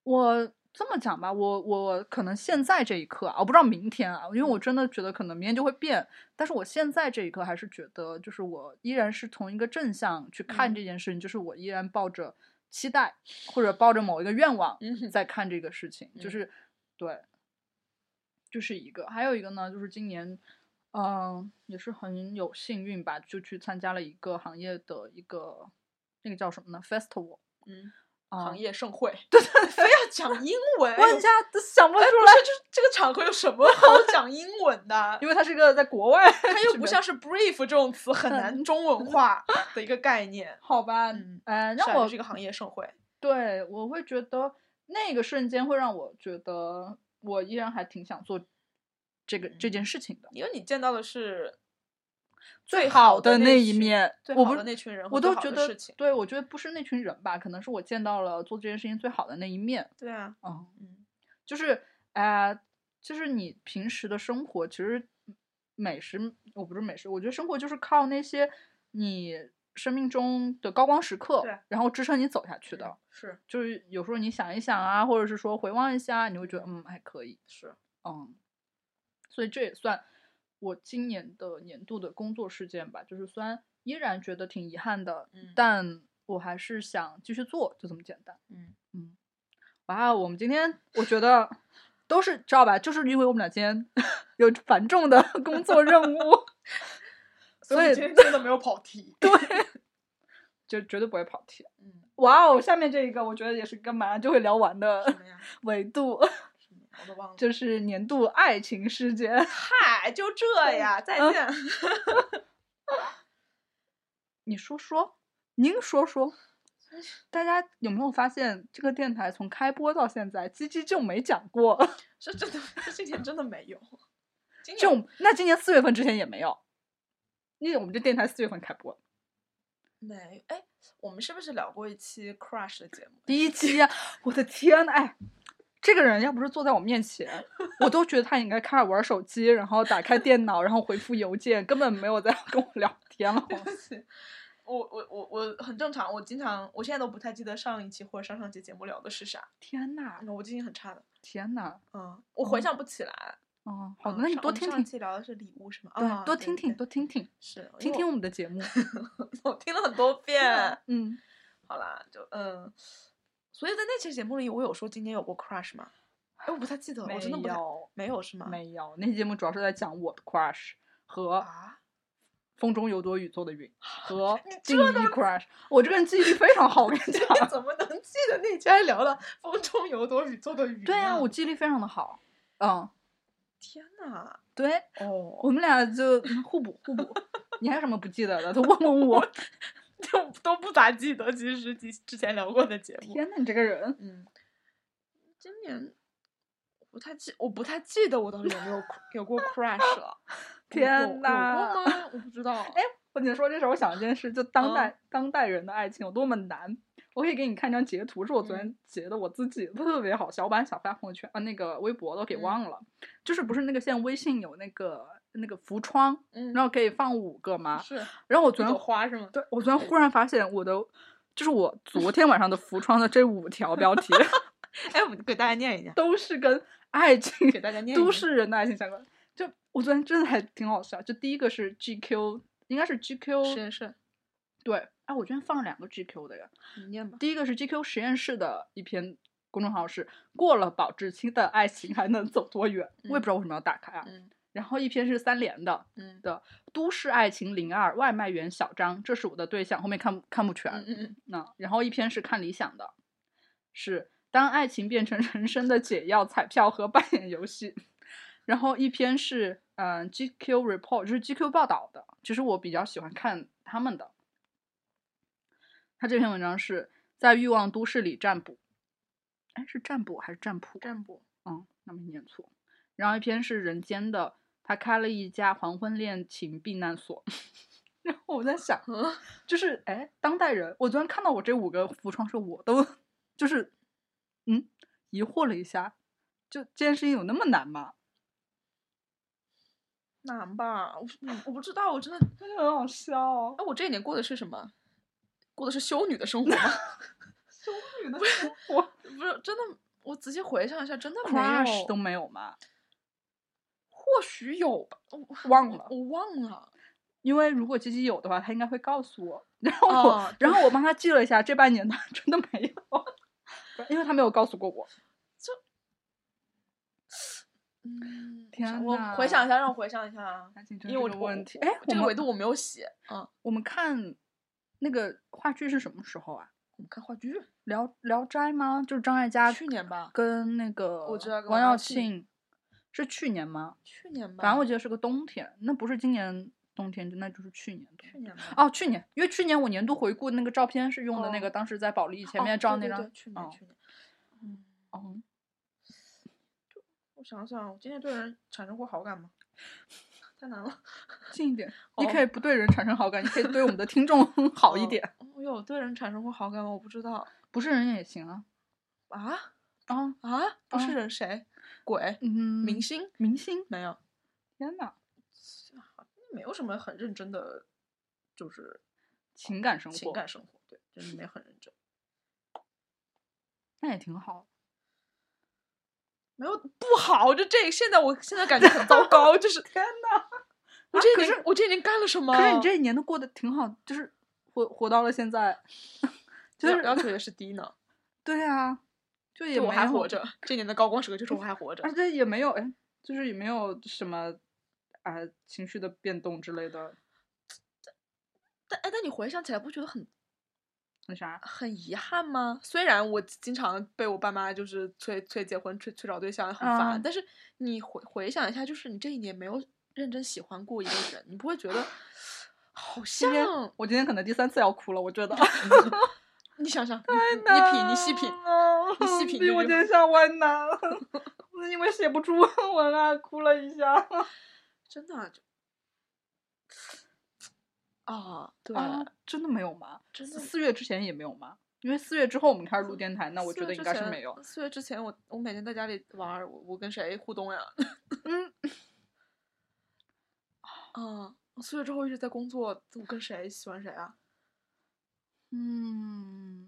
Speaker 2: 我这么讲吧，我我可能现在这一刻啊，我不知道明天啊，因为我
Speaker 1: 嗯
Speaker 2: 真的觉得可能明天就会变，但是我现在这一刻还是觉得，就是我依然是从一个正向去看
Speaker 1: 嗯
Speaker 2: 这件事情，就是我依然抱着期待或者抱着某一个愿望
Speaker 1: 嗯
Speaker 2: 在看这个事情，就
Speaker 1: 嗯
Speaker 2: 是对，就是一个，还有一个呢，就是今年。嗯，也是很有幸运吧，就去参加了一个行业的一个那个叫什么呢？festival，
Speaker 1: 嗯，
Speaker 2: 啊
Speaker 1: 行业盛会，对对对，非要讲英文，
Speaker 2: 我一下都想不出
Speaker 1: 哎，不
Speaker 2: 来，
Speaker 1: 是，就是这个 场合有什么好讲英文的？
Speaker 2: 因为它是一个在国外，。
Speaker 1: 它又不像是 brief 这种词很难中文化的一个概念
Speaker 2: 好吧，
Speaker 1: 嗯
Speaker 2: 呃，让
Speaker 1: 上海
Speaker 2: 我
Speaker 1: 是一个行业盛会，
Speaker 2: 对我会觉得那个瞬间会让我觉得我依然还挺想做这个这件
Speaker 1: 嗯
Speaker 2: 事情的，
Speaker 1: 因为你见到的是
Speaker 2: 最
Speaker 1: 好
Speaker 2: 的
Speaker 1: 那
Speaker 2: 一
Speaker 1: 群，
Speaker 2: 面
Speaker 1: 最，
Speaker 2: 我
Speaker 1: 好
Speaker 2: 不
Speaker 1: 的那群人和
Speaker 2: 我
Speaker 1: 最
Speaker 2: 都
Speaker 1: 好
Speaker 2: 觉
Speaker 1: 的
Speaker 2: 得
Speaker 1: 事情，
Speaker 2: 对我觉得不是那群人吧，可能是我见到了做这件事情最好的那一面，
Speaker 1: 对啊，
Speaker 2: 嗯，
Speaker 1: 嗯。
Speaker 2: 就是呃，就是你平时的生活，其实美食，我不是美食，我觉得生活就是靠那些你生命中的高光时刻
Speaker 1: 对，
Speaker 2: 然后支撑你走下去的。
Speaker 1: 嗯是
Speaker 2: 就是有时候你想一想啊，或者是说回望一下，你会觉得嗯还可以，
Speaker 1: 是，
Speaker 2: 嗯，所以这也算我今年的年度的工作事件吧。就是虽然依然觉得挺遗憾的，
Speaker 1: 嗯
Speaker 2: 但我还是想继续做，就这么简单。
Speaker 1: 嗯
Speaker 2: 哇，我们今天我觉得都都是知道吧？就是因为我们俩今天 有繁重 的工作任务，所
Speaker 1: 以我
Speaker 2: 以
Speaker 1: 今天真的没有跑题。
Speaker 2: 就绝对不会跑题。
Speaker 1: 嗯，
Speaker 2: 哇哦，下面这一个我觉得也是干嘛就会聊完
Speaker 1: 什
Speaker 2: 的
Speaker 1: 么呀？
Speaker 2: 维度，
Speaker 1: 什么呀我都忘了。
Speaker 2: 就是年度爱情事件。
Speaker 1: 嗨，就这呀，再见。
Speaker 2: 你说说，您说说，大家有没有发现这个电台从开播到现在，鸡鸡就没讲过？
Speaker 1: 这真的，这今年真的没有。今年
Speaker 2: 就那今年四月份之前也没有，因为我们这电台四月份开播
Speaker 1: 没哎，我们是不是聊过一期 crush 的 节目？
Speaker 2: 第一期啊，我的天呐，哎，这个人要不是坐在我面前，我都觉得他应该开始玩手机，然后打开电脑，然后回复邮件，根本没有 在跟我聊天了。
Speaker 1: 对不起，我我我我很正常，我经常，我现在都不太记得上一期或者上上期节目聊的是啥，
Speaker 2: 天呐，
Speaker 1: 我记性很差的，
Speaker 2: 天呐，
Speaker 1: 嗯，我回想不起来。
Speaker 2: 哦，好
Speaker 1: 嗯
Speaker 2: 的，那你
Speaker 1: 上
Speaker 2: 多
Speaker 1: 我们
Speaker 2: 听
Speaker 1: 上一
Speaker 2: 听，
Speaker 1: 期聊的是礼物是吗？啊，
Speaker 2: 对，多
Speaker 1: 对
Speaker 2: 听听，，
Speaker 1: 对
Speaker 2: 多听听，
Speaker 1: 是
Speaker 2: 听听我，们的 节目。
Speaker 1: 因为我我听了 很多遍。
Speaker 2: 嗯，
Speaker 1: 好啦，就嗯，所以在那期节目里，我有说今年有过 crush 吗？哎，我不太记得了，我真的不太
Speaker 2: 有，
Speaker 1: 没有是吗？
Speaker 2: 没有。那期节目主要是在讲我的 crush 和
Speaker 1: 啊，
Speaker 2: 风中有朵雨做的云和
Speaker 1: 你
Speaker 2: 记忆
Speaker 1: 这都
Speaker 2: crush，我这个人记忆力非常好，我跟 你讲。
Speaker 1: 你怎么能记得那期还聊了风中有朵雨做的云、
Speaker 2: 对啊，
Speaker 1: 啊，
Speaker 2: 我记忆力非常的好。嗯，
Speaker 1: 天哪！
Speaker 2: 对，
Speaker 1: 哦，
Speaker 2: 我们俩就嗯互补互 补。你还有什么不记得的？都问问我。
Speaker 1: 就都不咋记得，其实之之前聊过的节目。
Speaker 2: 天呐，你这个人，
Speaker 1: 嗯，今年我不太记，我不太记得我到底有没 有有过 crush 了。
Speaker 2: 天
Speaker 1: 有有过
Speaker 2: 哪
Speaker 1: 吗？我不知道。
Speaker 2: 哎我你说这时候我想一件事，就当
Speaker 1: 嗯
Speaker 2: 代、当代人的爱情有多么难。我可以给你看张截图，是我昨
Speaker 1: 嗯
Speaker 2: 天截的，我自己特别好笑，我本来想发朋友圈啊，那个微博都给
Speaker 1: 嗯
Speaker 2: 忘了。就是不是那个现在微信有那个那个浮窗，
Speaker 1: 嗯，
Speaker 2: 然后可以放五个吗？
Speaker 1: 是
Speaker 2: 然后我
Speaker 1: 一
Speaker 2: 昨天
Speaker 1: 朵花是吗？
Speaker 2: 对，我昨天忽然发现我的，就是我昨天晚上的浮窗的这五条 标题
Speaker 1: 哎，我给大家念一念，
Speaker 2: 都是跟爱情、
Speaker 1: 给大家念一
Speaker 2: 都
Speaker 1: 念
Speaker 2: 市人的爱情相关。就我昨天真的还挺好笑，就第一个是 GQ，应该是 GQ
Speaker 1: 实验室，
Speaker 2: 对，哎，我昨天放了两个 GQ 的呀。
Speaker 1: 你念吧。
Speaker 2: 第一个是 GQ 实验室的一篇公众号是“过了保质期的爱情还能走多远”，我也
Speaker 1: 嗯
Speaker 2: 不知道为什么要打开啊。
Speaker 1: 嗯
Speaker 2: 然后一篇是三联的
Speaker 1: 嗯
Speaker 2: 的《都市爱情零二》，外卖员小张，这是我的对象，后面看不看不全。
Speaker 1: 嗯嗯
Speaker 2: 那、然后一篇是看理想的，是当爱情变成人生的解药，彩票和扮演游戏。 然后一篇是嗯、呃 GQ report，就是 GQ 报道的，其实我比较喜欢看他们的。他这篇文章是在欲望都市里占卜，哎，是占卜还是占卜？
Speaker 1: 占卜。
Speaker 2: 嗯，那没念错。然后一篇是人间的，他开了一家黄昏恋情避难所。 然后我在想，
Speaker 1: 嗯
Speaker 2: 就是哎，当代人，我昨天看到我这五个服装是我都就是嗯疑惑了一下，就这件事情有那么 难吗？
Speaker 1: 难吧？我我我不知道，我真的，
Speaker 2: 真的很好笑、哦。
Speaker 1: 哎，我这一年过的是什么？过的是修女的生活吗？
Speaker 2: 修女的生活
Speaker 1: 不是，真的，我仔细回想一下，真的没
Speaker 2: ，crush
Speaker 1: 有，
Speaker 2: 都没有吗？
Speaker 1: 啊或许有吧，我
Speaker 2: 忘
Speaker 1: 我
Speaker 2: 了，
Speaker 1: 我忘了。
Speaker 2: 因为如果吉吉有的话，他应该会告诉我。然后我，
Speaker 1: 哦
Speaker 2: 然后我帮他记了一下，这半年他 真的没有， 因为他没有告诉过我。
Speaker 1: 嗯，
Speaker 2: 天
Speaker 1: 想我
Speaker 2: 呐
Speaker 1: 回想一下，让我回想一下 啊。因为我这
Speaker 2: 这个
Speaker 1: 我
Speaker 2: 问
Speaker 1: 我
Speaker 2: 题，哎，
Speaker 1: 这个
Speaker 2: 我
Speaker 1: 维
Speaker 2: 们
Speaker 1: 度我没有写。嗯，
Speaker 2: 我们看那个话剧是什么时候啊？
Speaker 1: 我们看话剧，
Speaker 2: 聊聊斋吗？就是张艾嘉
Speaker 1: 去年吧，
Speaker 2: 跟那个
Speaker 1: 知道跟
Speaker 2: 王
Speaker 1: 王
Speaker 2: 耀
Speaker 1: 耀庆嗯
Speaker 2: 庆，是去年吗？
Speaker 1: 去年吧，
Speaker 2: 反正我记得是个冬天，那不是今年冬天，那就是去年冬
Speaker 1: 去。年吧。
Speaker 2: 哦，去年，因为去年我年度回顾那个照片是用的那个
Speaker 1: 哦
Speaker 2: 当时在保利前
Speaker 1: 哦
Speaker 2: 面照
Speaker 1: 对
Speaker 2: 那
Speaker 1: 对
Speaker 2: 张，
Speaker 1: 对去
Speaker 2: 哦
Speaker 1: 年去年。嗯，
Speaker 2: 嗯，
Speaker 1: 我想想，我今年对人产生过好感吗？ 太难了。
Speaker 2: 近一点，你
Speaker 1: 哦
Speaker 2: 可以不对人产生好感，你可以对我们的听众 好一
Speaker 1: 哦
Speaker 2: 点，
Speaker 1: 我有对人产生过好感吗？我不知道。
Speaker 2: 不是人也行啊
Speaker 1: 啊
Speaker 2: 啊，
Speaker 1: 啊，不是
Speaker 2: 嗯
Speaker 1: 人谁？鬼？
Speaker 2: 嗯，
Speaker 1: 明星？
Speaker 2: 明星，
Speaker 1: 没有，
Speaker 2: 天呐，
Speaker 1: 没有什么很认真的，就是
Speaker 2: 情感生活，
Speaker 1: 情感生活，对，真的没很认真。
Speaker 2: 那也挺好，
Speaker 1: 没有不好，就这现在我现在感觉很糟糕，就是
Speaker 2: 天呐，
Speaker 1: 我
Speaker 2: 啊
Speaker 1: 这一
Speaker 2: 可
Speaker 1: 年、
Speaker 2: 是
Speaker 1: 我这一年干了什么？
Speaker 2: 可是你这一年都过得挺好，就是活活到了现在，就
Speaker 1: 要
Speaker 2: 是
Speaker 1: 要求也是低呢。
Speaker 2: 对啊，就也
Speaker 1: 就
Speaker 2: 没
Speaker 1: 我还
Speaker 2: 有
Speaker 1: 活着，这年的高光时刻就是我还活着
Speaker 2: 而。且也没有，哎，就是也没有什么啊、情绪的变动之类的，
Speaker 1: 但哎，但你回想起来不觉得很
Speaker 2: 那啥，
Speaker 1: 很遗憾吗？虽然我经常被我爸妈就是催催结婚、催催找对象，很烦，
Speaker 2: 啊
Speaker 1: 但是你回回想一下，就是你这一年没有认真喜欢过一个人，你不会觉得好
Speaker 2: 今天
Speaker 1: 像
Speaker 2: 我今天可能第三次要哭了，我觉 得。
Speaker 1: 你想想，你你品，你细品，你细品
Speaker 2: 比
Speaker 1: 这
Speaker 2: 我
Speaker 1: 句
Speaker 2: 今
Speaker 1: 话
Speaker 2: 天下弯难，我因为写不出 文案，哭了一下。
Speaker 1: 真的就啊，对，
Speaker 2: 啊，真的没有吗？
Speaker 1: 真的
Speaker 2: 四四月之前也没有吗？因为四月之后我们开始录电台，那我
Speaker 1: 四
Speaker 2: 觉
Speaker 1: 月
Speaker 2: 得
Speaker 1: 之
Speaker 2: 应该是
Speaker 1: 前
Speaker 2: 没有。
Speaker 1: 四月之前我，我每天在家里玩儿，我我跟谁互动呀？ 嗯，啊，我四月之后一直在工作，我跟谁喜欢谁啊？
Speaker 2: 嗯，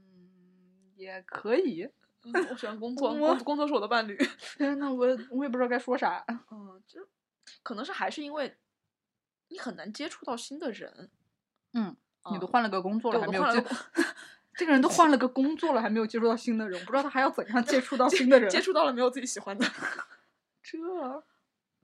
Speaker 2: 也可以。
Speaker 1: 嗯我喜欢工作，
Speaker 2: 我
Speaker 1: 工工作是我的伴侣。
Speaker 2: 天呐，我我也不知道该说啥。
Speaker 1: 嗯，就可能是还是因为你很难接触到新的人。
Speaker 2: 嗯，你
Speaker 1: 啊
Speaker 2: 都换了个工作
Speaker 1: 对
Speaker 2: 了，还
Speaker 1: 我
Speaker 2: 没
Speaker 1: 都
Speaker 2: 有
Speaker 1: 换了
Speaker 2: 接
Speaker 1: 个工。
Speaker 2: 这个人都换了个工作了，还没有接触到新的人，不知道他还要怎样接触到新的 人。
Speaker 1: 接触到了没有自己喜欢的。
Speaker 2: 这，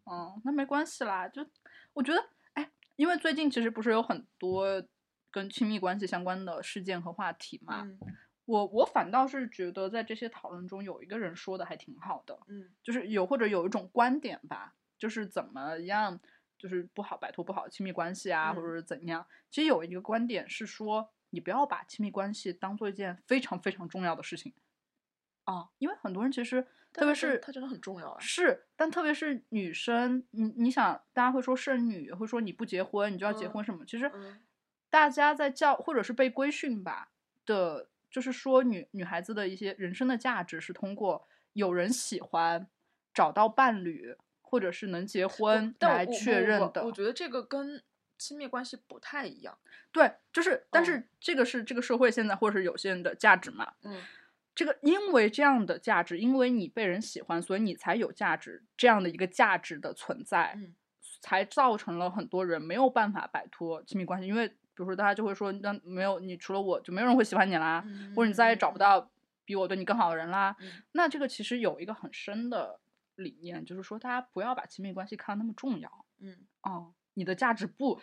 Speaker 2: 嗯，那没关系啦。就我觉得，哎，因为最近其实不是有很多跟亲密关系相关的事件和话题嘛，
Speaker 1: 嗯
Speaker 2: 我我反倒是觉得在这些讨论中，有一个人说的还挺好的，
Speaker 1: 嗯
Speaker 2: 就是有或者有一种观点吧，就是怎么样，就是不好摆脱不好的亲密关系啊，或
Speaker 1: 嗯
Speaker 2: 者是怎样。其实有一个观点是说，你不要把亲密关系当做一件非常非常重要的事情啊，因为很多人其实，
Speaker 1: 但
Speaker 2: 特别
Speaker 1: 它真
Speaker 2: 是
Speaker 1: 它真的很重要哎
Speaker 2: 是，但特别是女生，你你想，大家会说剩女，会说你不结婚，你就要结
Speaker 1: 嗯
Speaker 2: 婚什么？其实
Speaker 1: 嗯
Speaker 2: 大家在教或者是被规训吧的，就是说女女孩子的一些人生的价值是通过有人喜欢，找到伴侣，或者是能结
Speaker 1: 我
Speaker 2: 婚
Speaker 1: 但
Speaker 2: 来
Speaker 1: 我
Speaker 2: 确
Speaker 1: 不
Speaker 2: 认
Speaker 1: 我
Speaker 2: 的
Speaker 1: 我。觉得这个跟亲密关系不太一样。
Speaker 2: 对，就是，但
Speaker 1: 嗯
Speaker 2: 是这个是这个社会现在或者是有些人的价值嘛，
Speaker 1: 嗯
Speaker 2: 这个因为这样的价值，因为你被人喜欢，所以你才有价值，这样的一个价值的存在，
Speaker 1: 嗯
Speaker 2: 才造成了很多人没有办法摆脱亲密关系。因为比如说大家就会说，那没有你，除了我就没有人会喜欢你啦，啊或者你再也找不。到比我对你更好的人啦。
Speaker 1: 嗯
Speaker 2: 那这个其实有一个很深的理念，就是说大家不要把亲密关系看得那么重要。
Speaker 1: 嗯
Speaker 2: 哦，你的价值不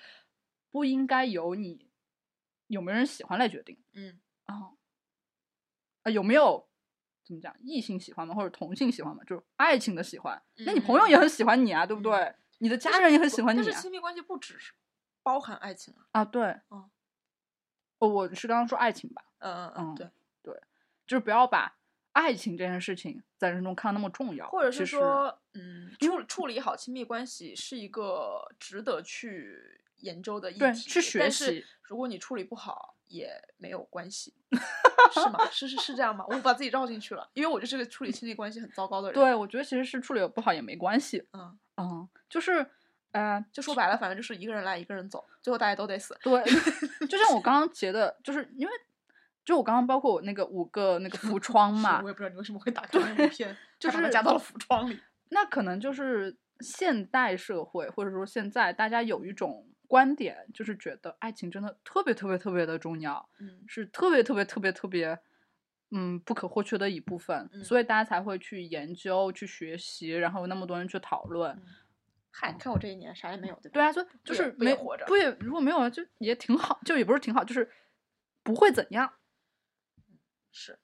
Speaker 2: 不应该由你有没有人喜欢来决定。
Speaker 1: 嗯
Speaker 2: 哦，啊，有没有怎么讲异性喜欢吗？或者同性喜欢吗？就是爱情的喜欢。那你朋友也很喜欢你啊，对不
Speaker 1: 嗯
Speaker 2: 对？你的
Speaker 1: 但
Speaker 2: 家
Speaker 1: 是
Speaker 2: 人也很
Speaker 1: 不
Speaker 2: 喜欢你
Speaker 1: 但
Speaker 2: 啊
Speaker 1: 是。亲密关系不只是包含爱情啊。
Speaker 2: 啊，对，
Speaker 1: 嗯
Speaker 2: 哦，我是刚刚说爱情吧，
Speaker 1: 嗯嗯
Speaker 2: 嗯
Speaker 1: 嗯，对。
Speaker 2: 就是不要把爱情这件事情在人中看得那么重要，
Speaker 1: 或者
Speaker 2: 其
Speaker 1: 是
Speaker 2: 实
Speaker 1: 说，嗯，处处理好亲密关系是一个值得去研究的议题，
Speaker 2: 对去学
Speaker 1: 但是
Speaker 2: 习
Speaker 1: 如果你处理不好也没有关系，是吗？是是是这样吗？我把自己绕进去了，因为我就是个处理亲密关系很糟糕的人。，
Speaker 2: 对，我觉得其实是处理得不好也没关系。
Speaker 1: 嗯，
Speaker 2: 嗯，就是，呃，
Speaker 1: 就说白了，反正就是一个人来，一个人走，最后大家都得死。
Speaker 2: 对，就像我刚刚截的，就是因为，就我刚刚包括我那个五个那个浮 窗
Speaker 1: 是
Speaker 2: 嘛
Speaker 1: 我，也不知道你为什么会打开那部片，
Speaker 2: 就
Speaker 1: 还把它
Speaker 2: 是
Speaker 1: 加到了服装里。嗯
Speaker 2: 那可能就是现代社会，或者说现在大家有一种观点，就是觉得爱情真的特别特别特别的重要，
Speaker 1: 嗯
Speaker 2: 是特别特别特别特别，嗯，不可或缺的一部分，
Speaker 1: 嗯
Speaker 2: 所以大家才会去研究、去学习，然后有那么多人去讨论。
Speaker 1: 嗯，嗨，你看我这一年啥也没有，对吧？
Speaker 2: 对啊，所以
Speaker 1: 不
Speaker 2: 就
Speaker 1: 也
Speaker 2: 是
Speaker 1: 不也
Speaker 2: 没
Speaker 1: 活着
Speaker 2: 不也如果没有啊，就也挺好，就也不是挺好，就是不会怎样。
Speaker 1: 是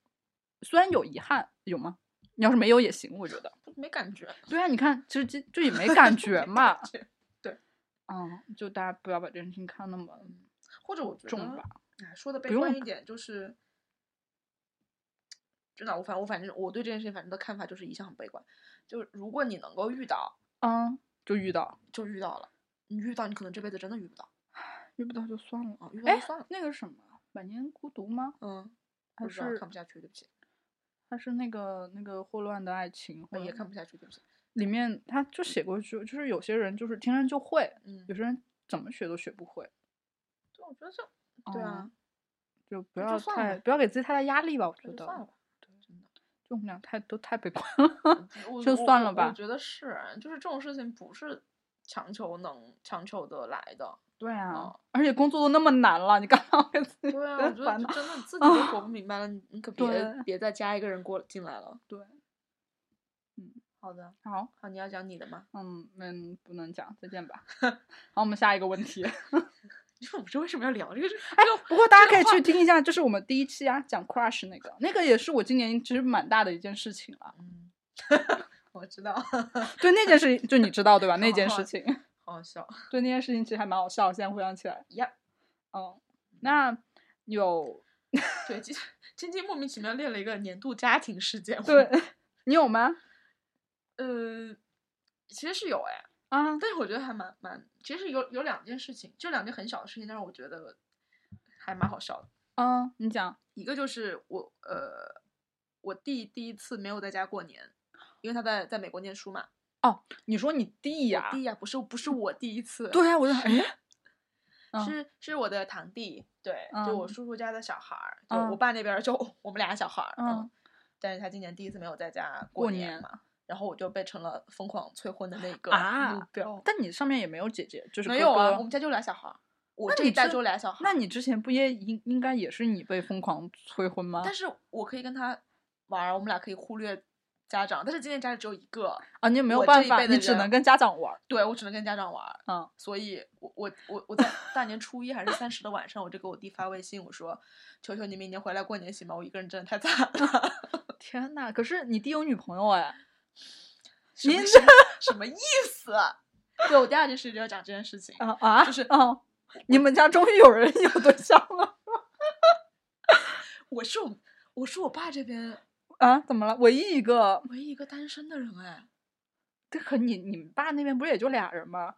Speaker 2: 虽然有遗憾，有吗？你要是没有也行，我觉得。
Speaker 1: 没感觉，
Speaker 2: 对啊，你看，其实这就也 没感觉
Speaker 1: 没
Speaker 2: 嘛
Speaker 1: 感。觉
Speaker 2: 嗯，就大家不要把这件事情看那么
Speaker 1: 或者我觉
Speaker 2: 重
Speaker 1: 得
Speaker 2: 吧。。
Speaker 1: 哎，说的
Speaker 2: 不
Speaker 1: 悲观
Speaker 2: 用
Speaker 1: 一点就是，真的，我反我反正我对这件事情反正的看法就是一向很悲观，就是如果你能够遇到，
Speaker 2: 嗯，就遇到
Speaker 1: 就遇到了，你遇到你可能这辈子真的遇不到
Speaker 2: 遇不到就算了。
Speaker 1: 啊，遇到
Speaker 2: 哎
Speaker 1: 就算了，，
Speaker 2: 那个什么，《百年孤独》吗？
Speaker 1: 嗯，
Speaker 2: 还
Speaker 1: 不知道
Speaker 2: 是
Speaker 1: 看不下去，对不起，
Speaker 2: 还是那个那个霍乱的爱情？
Speaker 1: 我也
Speaker 2: 或者
Speaker 1: 看不下去，对不起，
Speaker 2: 里面他就写过一句，就是有些人就是天生就会，
Speaker 1: 嗯
Speaker 2: 有，些人怎么学都学不会。
Speaker 1: 对，我觉得就对啊
Speaker 2: 嗯，，就不
Speaker 1: 那就
Speaker 2: 要
Speaker 1: 算
Speaker 2: 太
Speaker 1: 了
Speaker 2: 不要给自己太大压力吧，我觉
Speaker 1: 那就
Speaker 2: 得。
Speaker 1: 算了吧，
Speaker 2: 就我们俩太都太悲观了。
Speaker 1: 我
Speaker 2: 就
Speaker 1: 我
Speaker 2: 算了
Speaker 1: 我
Speaker 2: 吧
Speaker 1: 啊我觉得是，就是这种事情不是强求能强求得来的。
Speaker 2: 对啊
Speaker 1: 哦，
Speaker 2: 而且工作都那么难了，你干嘛给自己
Speaker 1: 对啊，我觉得
Speaker 2: 烦
Speaker 1: 就
Speaker 2: 恼？
Speaker 1: 真的自己都 活不明白了，你你可别
Speaker 2: 对
Speaker 1: 别再加一个人过进来了。
Speaker 2: 对，
Speaker 1: 好的，
Speaker 2: 好，
Speaker 1: 好，你要讲你的吗？
Speaker 2: 嗯嗯，不能讲，再见吧。好，我们下一个问 题。
Speaker 1: 你说我们这为什么要聊这个事？
Speaker 2: 哎，不过大家可以去听一下，就是我们第一期啊讲 crush 那个，那个也是我今年其实蛮大的一件事情了。
Speaker 1: 嗯， 我知道，
Speaker 2: 对那件事情，就你知道对吧？那件
Speaker 1: 好
Speaker 2: 事情，
Speaker 1: 好好笑。
Speaker 2: 对那件事情其实还蛮好笑，现在回想起来。
Speaker 1: Yep
Speaker 2: 嗯，那 有
Speaker 1: 对，今今天莫名其妙列了一个年度家庭事件。
Speaker 2: 对，，你有吗？
Speaker 1: 呃，其实是有哎，
Speaker 2: 啊，
Speaker 1: 但是我觉得还蛮蛮，其实有有两件事情，就两件很小的事情，但是我觉得还蛮好笑的。
Speaker 2: 嗯，你讲。
Speaker 1: 一个就是我呃，我弟第一次没有在家过年，因为他在在美国念书嘛。
Speaker 2: 你说你弟呀、
Speaker 1: 我弟呀、不是不是我第一次，
Speaker 2: 对啊，我就哎，嗯
Speaker 1: 嗯是是我的堂弟，对，就我
Speaker 2: 嗯
Speaker 1: 叔叔家的小孩儿，就
Speaker 2: 嗯
Speaker 1: 我爸那边儿就 我们俩小孩儿，
Speaker 2: 嗯
Speaker 1: 嗯，但是他今年第一次没有在家
Speaker 2: 过
Speaker 1: 年
Speaker 2: 年
Speaker 1: 嘛，然后我就被成了疯狂催婚的那个
Speaker 2: 啊
Speaker 1: 目标，
Speaker 2: 但你上面也没有姐姐，就是
Speaker 1: 没
Speaker 2: 哥
Speaker 1: 有啊，
Speaker 2: 哥
Speaker 1: 我们家就俩小孩儿，我
Speaker 2: 那
Speaker 1: 这
Speaker 2: 你
Speaker 1: 一代
Speaker 2: 这
Speaker 1: 就俩小孩儿，
Speaker 2: 那你之前不也应应该也是你被疯狂催婚吗？
Speaker 1: 但是我可以跟他玩儿，我们俩可以忽略家长，但是今天家里只有一个，
Speaker 2: 啊，你也没有
Speaker 1: 我这
Speaker 2: 办
Speaker 1: 一
Speaker 2: 法，
Speaker 1: 辈的
Speaker 2: 你只
Speaker 1: 人
Speaker 2: 能跟家长玩儿。
Speaker 1: 对我只能跟家长玩儿，
Speaker 2: 嗯
Speaker 1: 所以我我我我在大年初一还是三十的晚上，我就给我弟发微信，我说：“求求你明年回来过年行吗？我一个人真的太惨了。
Speaker 2: 天呐，可是你弟有女朋友哎，
Speaker 1: 什么
Speaker 2: 您
Speaker 1: 什么什么意思？啊 对我第二件事就要讲这件事情，
Speaker 2: 啊啊，
Speaker 1: 就是
Speaker 2: 啊，你们家终于有人 有对象了
Speaker 1: 我是我我是我爸这边
Speaker 2: 啊？怎么了？唯一一个，
Speaker 1: 唯一一个单身的人哎，
Speaker 2: 这可你你们爸那边不是也就俩人吗？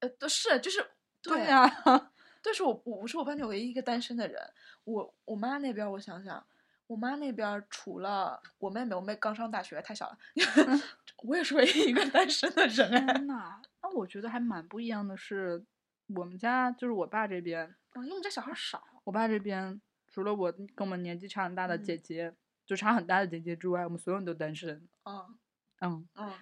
Speaker 1: 呃，都是就是对
Speaker 2: 呀、 啊，
Speaker 1: 但是我我我是我班里唯一一个单身的人。我我妈那边儿，我想想，我妈那边儿除了我妹妹，我妹刚上大学，太小了， 我也是唯一一个单身的人哎。
Speaker 2: 天呐，那我觉得还蛮不一样的是，我们家就是我爸这边，
Speaker 1: 嗯，因为我们家小孩儿少，
Speaker 2: 我爸这边除了我跟我们年纪差很大的姐
Speaker 1: 嗯
Speaker 2: 姐，就差很大的姐姐之外，我们所有人都单身。
Speaker 1: 嗯
Speaker 2: 嗯，
Speaker 1: 嗯，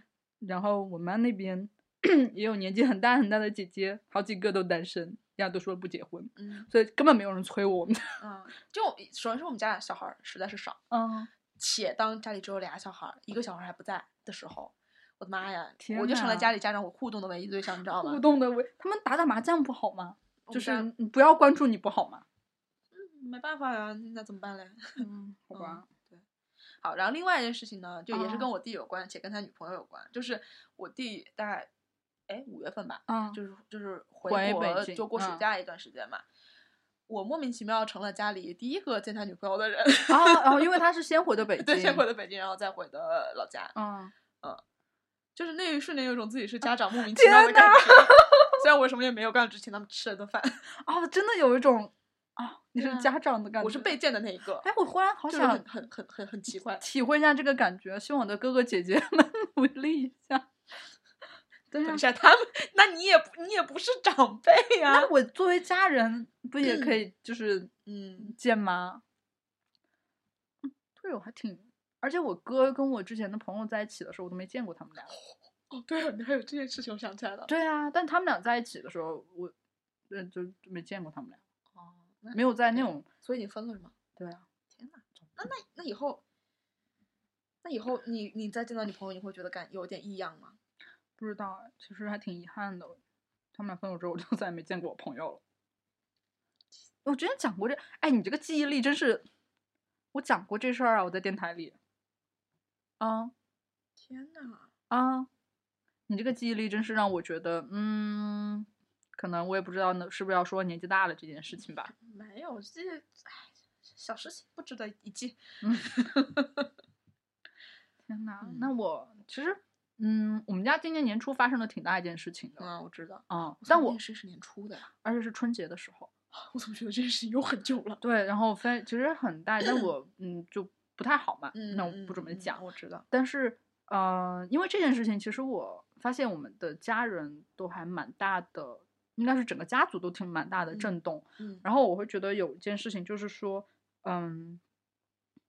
Speaker 2: 然后我妈那边 也有年纪很大很大的姐姐，好几个都单身，人家都说不结婚，
Speaker 1: 嗯
Speaker 2: 所以根本没有人催我们。
Speaker 1: 嗯，就首先是我们家小孩儿实在是少，
Speaker 2: 嗯，
Speaker 1: 且当家里只有俩小孩儿，一个小孩儿还不在的时候，我的妈呀，
Speaker 2: 天
Speaker 1: 我就成了
Speaker 2: 呐
Speaker 1: 家里家长我互动的唯一对象，你知道吗
Speaker 2: 互？动的为他们打打麻将不好吗？
Speaker 1: 我
Speaker 2: 就
Speaker 1: 们家
Speaker 2: 是你不要关注你不好吗？
Speaker 1: 没办法呀，那怎么办嘞？
Speaker 2: 嗯，好吧。
Speaker 1: 好，然后另外一件事情呢，就也是跟
Speaker 2: 哦
Speaker 1: 我弟有关，且跟他女朋友有关。就是我弟大概，哎，五月份吧，
Speaker 2: 啊，
Speaker 1: 就是就是回
Speaker 2: 回北
Speaker 1: 国
Speaker 2: 京
Speaker 1: 就过暑
Speaker 2: 嗯
Speaker 1: 假一段时间嘛。我莫名其妙成了家里第一个见他女朋友的人，
Speaker 2: 啊，然后因为他是先回的北 京，
Speaker 1: 对，先回的北京，然后再回的老家，
Speaker 2: 嗯，
Speaker 1: 就是那一瞬间有一种自己是家长莫名其
Speaker 2: 天
Speaker 1: 妙的感
Speaker 2: 哪
Speaker 1: 觉。虽然我什么也没有干，只请他们吃了顿饭，
Speaker 2: 啊，真的有一种啊，你
Speaker 1: 对
Speaker 2: 是
Speaker 1: 啊
Speaker 2: 家长的感觉，
Speaker 1: 我是被见的那一个，
Speaker 2: 哎，我忽然好
Speaker 1: 就是很
Speaker 2: 想
Speaker 1: 很很很很奇怪。
Speaker 2: 体会一下这个感觉，希望我的哥哥姐姐 们努力一下。对
Speaker 1: 等
Speaker 2: 啊
Speaker 1: 一，下他们，那你也不你也不是长辈呀、
Speaker 2: 那我作为家人不也可以就是
Speaker 1: 嗯，
Speaker 2: 见吗？对，我还挺，而且我哥跟我之前的朋友在一起的时候，我都没见过他们俩。
Speaker 1: 哦，对、啊，你还有这件事情，我想起来了。
Speaker 2: 对啊，但他们俩在一起的时候，我嗯就就没见过他们俩，
Speaker 1: 哦，那
Speaker 2: 没有在那种
Speaker 1: 所以你分了是吗？
Speaker 2: 对啊，
Speaker 1: 天哪，那那那以后，那以后你你再见到你朋友，你会觉得感有点异样吗？
Speaker 2: 不知道哎，其实还挺遗憾的。他们俩分手之后，我就再也没见过我朋友了。我之前讲过这，哎，你这个记忆力真是，我讲过这事儿啊，我在电台里。啊
Speaker 1: 天哪，
Speaker 2: 啊，你这个记忆力真是让我觉得，嗯，可能我也不知道呢，是不是要说年纪大了这件事情吧。
Speaker 1: 没有这，哎，小事情不值得一记。
Speaker 2: 天呐，那我其实，嗯，我们家今年年初发生了挺大一件事情的，
Speaker 1: 啊，我知道。
Speaker 2: 啊、
Speaker 1: 但
Speaker 2: 但
Speaker 1: 我
Speaker 2: 我
Speaker 1: 也是是年初的呀，
Speaker 2: 而且是春节的时候，
Speaker 1: 我怎么觉得这件事情有很久了？
Speaker 2: 对，然后非其实很大，但 我嗯就不太好嘛，
Speaker 1: 嗯，
Speaker 2: 那我
Speaker 1: 嗯
Speaker 2: 不准备
Speaker 1: 嗯
Speaker 2: 讲。
Speaker 1: 我知道。
Speaker 2: 但是呃，因为这件事情，其实我发现我们的家人都还蛮大的，应该是整个家族都挺蛮大的
Speaker 1: 嗯
Speaker 2: 震动。
Speaker 1: 嗯，
Speaker 2: 然后我会觉得有一件事情就是说，嗯，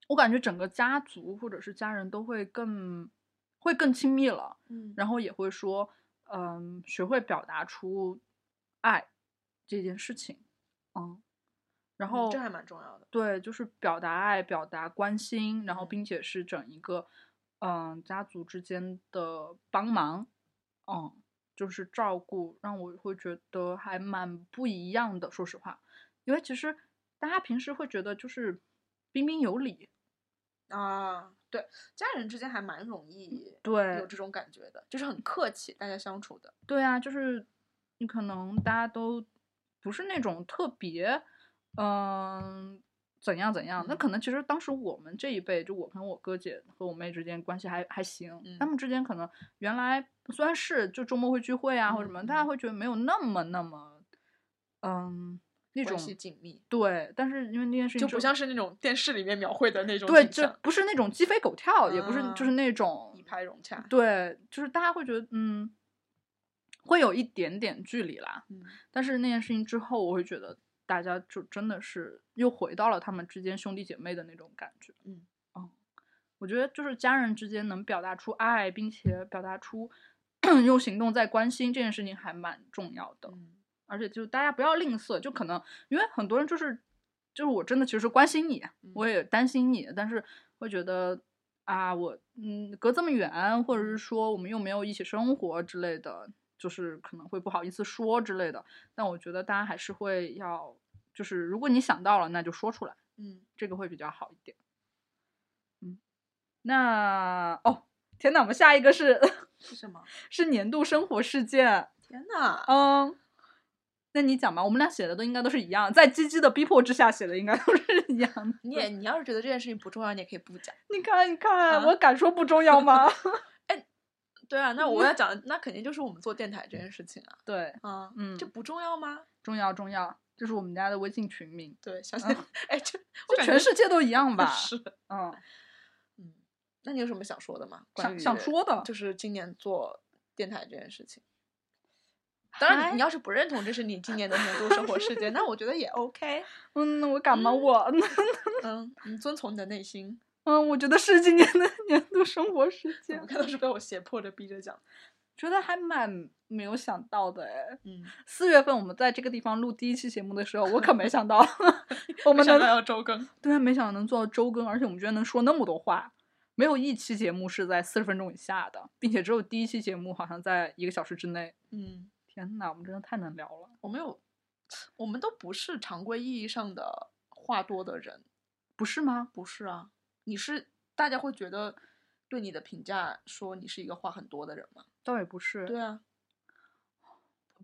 Speaker 2: 我感觉整个家族或者是家人都会更会更亲密了。
Speaker 1: 嗯，
Speaker 2: 然后也会说，嗯，学会表达出爱这件事情，嗯，然后、
Speaker 1: 嗯这还蛮重要的。
Speaker 2: 对，就是表达爱、表达关心，然后
Speaker 1: 嗯
Speaker 2: 并且是整一个嗯家族之间的帮忙，嗯，就是照顾，让我会觉得还蛮不一样的。说实话，因为其实大家平时会觉得就是彬彬有礼，
Speaker 1: 啊，对，家人之间还蛮容易有
Speaker 2: 对
Speaker 1: 这种感觉的，就是很客气，大家相处的。
Speaker 2: 对啊，就是你可能大家都不是那种特别嗯、怎样怎样，那
Speaker 1: 嗯
Speaker 2: 可能其实当时我们这一辈，就我跟我哥姐和我妹之间关系还还行，他
Speaker 1: 嗯
Speaker 2: 们之间可能原来虽然是就周末会聚会啊或者什么，
Speaker 1: 嗯
Speaker 2: 大家
Speaker 1: 嗯
Speaker 2: 会觉得没有那么那么嗯那
Speaker 1: 关
Speaker 2: 种
Speaker 1: 系紧密，
Speaker 2: 对，但是因为那件事情
Speaker 1: 就
Speaker 2: 之
Speaker 1: 不
Speaker 2: 后
Speaker 1: 像是那种电视里面描绘的那种
Speaker 2: 对，
Speaker 1: 景
Speaker 2: 就
Speaker 1: 象
Speaker 2: 不是那种鸡飞狗跳，也不是就是
Speaker 1: 啊
Speaker 2: 那种
Speaker 1: 一拍融洽。
Speaker 2: 对，就是大家会觉得嗯，会有一点点距离啦。
Speaker 1: 嗯
Speaker 2: 但是那件事情之后，我会觉得大家就真的是又回到了他们之间兄弟姐妹的那种感觉。
Speaker 1: 嗯
Speaker 2: 嗯我觉得就是家人之间能表达出爱，并且表达出 用行动在关心这件事情还蛮重要的。
Speaker 1: 嗯
Speaker 2: 而且就大家不要吝啬，就可能因为很多人就是就是我真的其实关心你，我
Speaker 1: 嗯
Speaker 2: 也担心你，但是会觉得啊，我嗯隔这么远，或者是说我们又没有一起生活之类的，就是可能会不好意思说之类的。但我觉得大家还是会要，就是如果你想到了，那就说出来，
Speaker 1: 嗯，
Speaker 2: 这个会比较好一点。嗯，那哦，天呐，我们下一个是
Speaker 1: 是什么？
Speaker 2: 是年度生活事件。
Speaker 1: 天呐，
Speaker 2: 嗯，那你讲吧，我们俩写的都应该都是一样，在鸡鸡的逼迫之下写的应该都是一样的。
Speaker 1: 你也你要是觉得这件事情不重要，你也可以不讲。
Speaker 2: 你看，你看，
Speaker 1: 啊
Speaker 2: 我敢说不重要吗？
Speaker 1: 对啊，那我要讲的，那肯定就是我们做电台这件事情啊。
Speaker 2: 对，
Speaker 1: 啊，
Speaker 2: 嗯
Speaker 1: 这不重要吗？
Speaker 2: 重要重要，这是我们家的微信群名，
Speaker 1: 对，想 起
Speaker 2: 嗯
Speaker 1: 来，哎，这我
Speaker 2: 就
Speaker 1: 感
Speaker 2: 全
Speaker 1: 觉
Speaker 2: 世界都一样 吧？
Speaker 1: 是，
Speaker 2: 嗯，
Speaker 1: 嗯，那你有什么想说的吗？关
Speaker 2: 想
Speaker 1: 于
Speaker 2: 想说的，
Speaker 1: 就是今年做电台这件事情。当然你，你要是不认同这是你今年的年度生活事件，那我觉得也 OK。
Speaker 2: 嗯，那我敢吗？ 我，
Speaker 1: 嗯，你遵从你的内心。
Speaker 2: 嗯，我觉得是今年的 年度生活事
Speaker 1: 我
Speaker 2: 件
Speaker 1: 们，看都是被我胁迫着逼着讲。
Speaker 2: 嗯觉得还蛮没有想到的哎。
Speaker 1: 嗯，
Speaker 2: 四月份我们在这个地方录第一期节目的时候，我可没想到 我
Speaker 1: 我
Speaker 2: 们能
Speaker 1: 要周 更。
Speaker 2: 对啊，没想到能做到周更，而且我们居然能说那么多话。没有一期节目是在四十分钟以下的，并且只有第一期节目好像在一个小时之内。
Speaker 1: 嗯，
Speaker 2: 天呐，我们真的太能聊了，
Speaker 1: 我没有，我们都不是常规意义上的话多的人。
Speaker 2: 不是吗？
Speaker 1: 不是啊，你是大家会觉得对你的评价说你是一个话很多的人吗？
Speaker 2: 倒也不是。
Speaker 1: 对啊，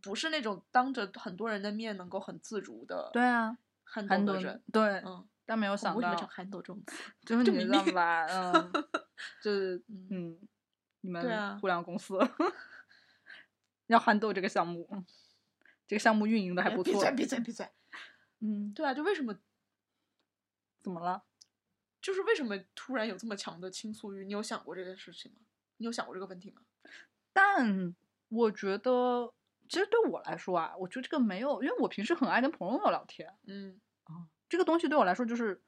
Speaker 1: 不是那种当着很多人的面能够很自如的
Speaker 2: 对啊，
Speaker 1: 憨
Speaker 2: 很
Speaker 1: 豆
Speaker 2: 多
Speaker 1: 的人。
Speaker 2: 对，
Speaker 1: 嗯，
Speaker 2: 但没有
Speaker 1: 我
Speaker 2: 想
Speaker 1: 为什
Speaker 2: 到
Speaker 1: 么叫，憨豆这种词？
Speaker 2: 就是
Speaker 1: 这
Speaker 2: 你
Speaker 1: 明
Speaker 2: 知道
Speaker 1: 明
Speaker 2: 吧？嗯，就是
Speaker 1: 嗯
Speaker 2: 嗯，你
Speaker 1: 对啊
Speaker 2: 们互联网公司 要憨豆这个项目，嗯这个项目运营的还
Speaker 1: 哎
Speaker 2: 不
Speaker 1: 闭
Speaker 2: 错
Speaker 1: 嘴，。闭嘴，闭嘴。
Speaker 2: 嗯，
Speaker 1: 对啊，就为什么，
Speaker 2: 怎么了？
Speaker 1: 就是为什么突然有这么强的倾诉欲？你有想过这件事情吗？你有想过这个问题吗？
Speaker 2: 但我觉得，其实对我来说啊，我觉得这个没有，因为我平时很爱跟朋友聊天
Speaker 1: 嗯
Speaker 2: 啊，这个东西对我来说就是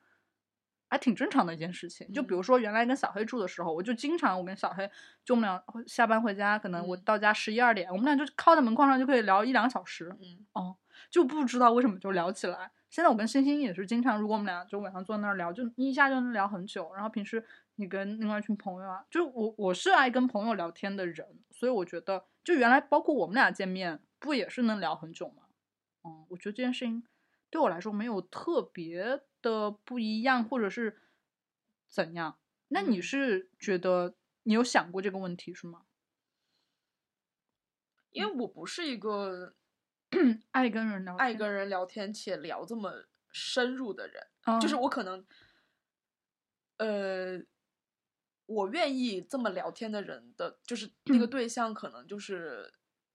Speaker 2: 还挺正常的一件事情。就比如说原来跟小黑住的时候，我就经常我跟小黑，就我们俩会下班回家，可能我
Speaker 1: 嗯
Speaker 2: 到家十一二点，我们俩就靠在门框上就可以聊一两个小时，
Speaker 1: 嗯
Speaker 2: 就不知道为什么就聊起来。现在我跟星星也是经常，如果我们俩就晚上坐那儿聊，就一下就能聊很久。然后平时你跟另外一群朋友啊，就我我是爱跟朋友聊天的人，所以我觉得就原来包括我们俩见面，不也是能聊很久吗？嗯，我觉得这件事情对我来说没有特别的不一样，或者是怎样。那你
Speaker 1: 嗯
Speaker 2: 是觉得你有想过这个问题是吗？
Speaker 1: 因为我不是一个
Speaker 2: 爱跟人聊天，
Speaker 1: 爱跟人聊天且聊这么深入的人。
Speaker 2: 嗯、
Speaker 1: 就是我可能，呃，我愿意这么聊天的人的，就是那
Speaker 2: 嗯
Speaker 1: 个对象，可能就是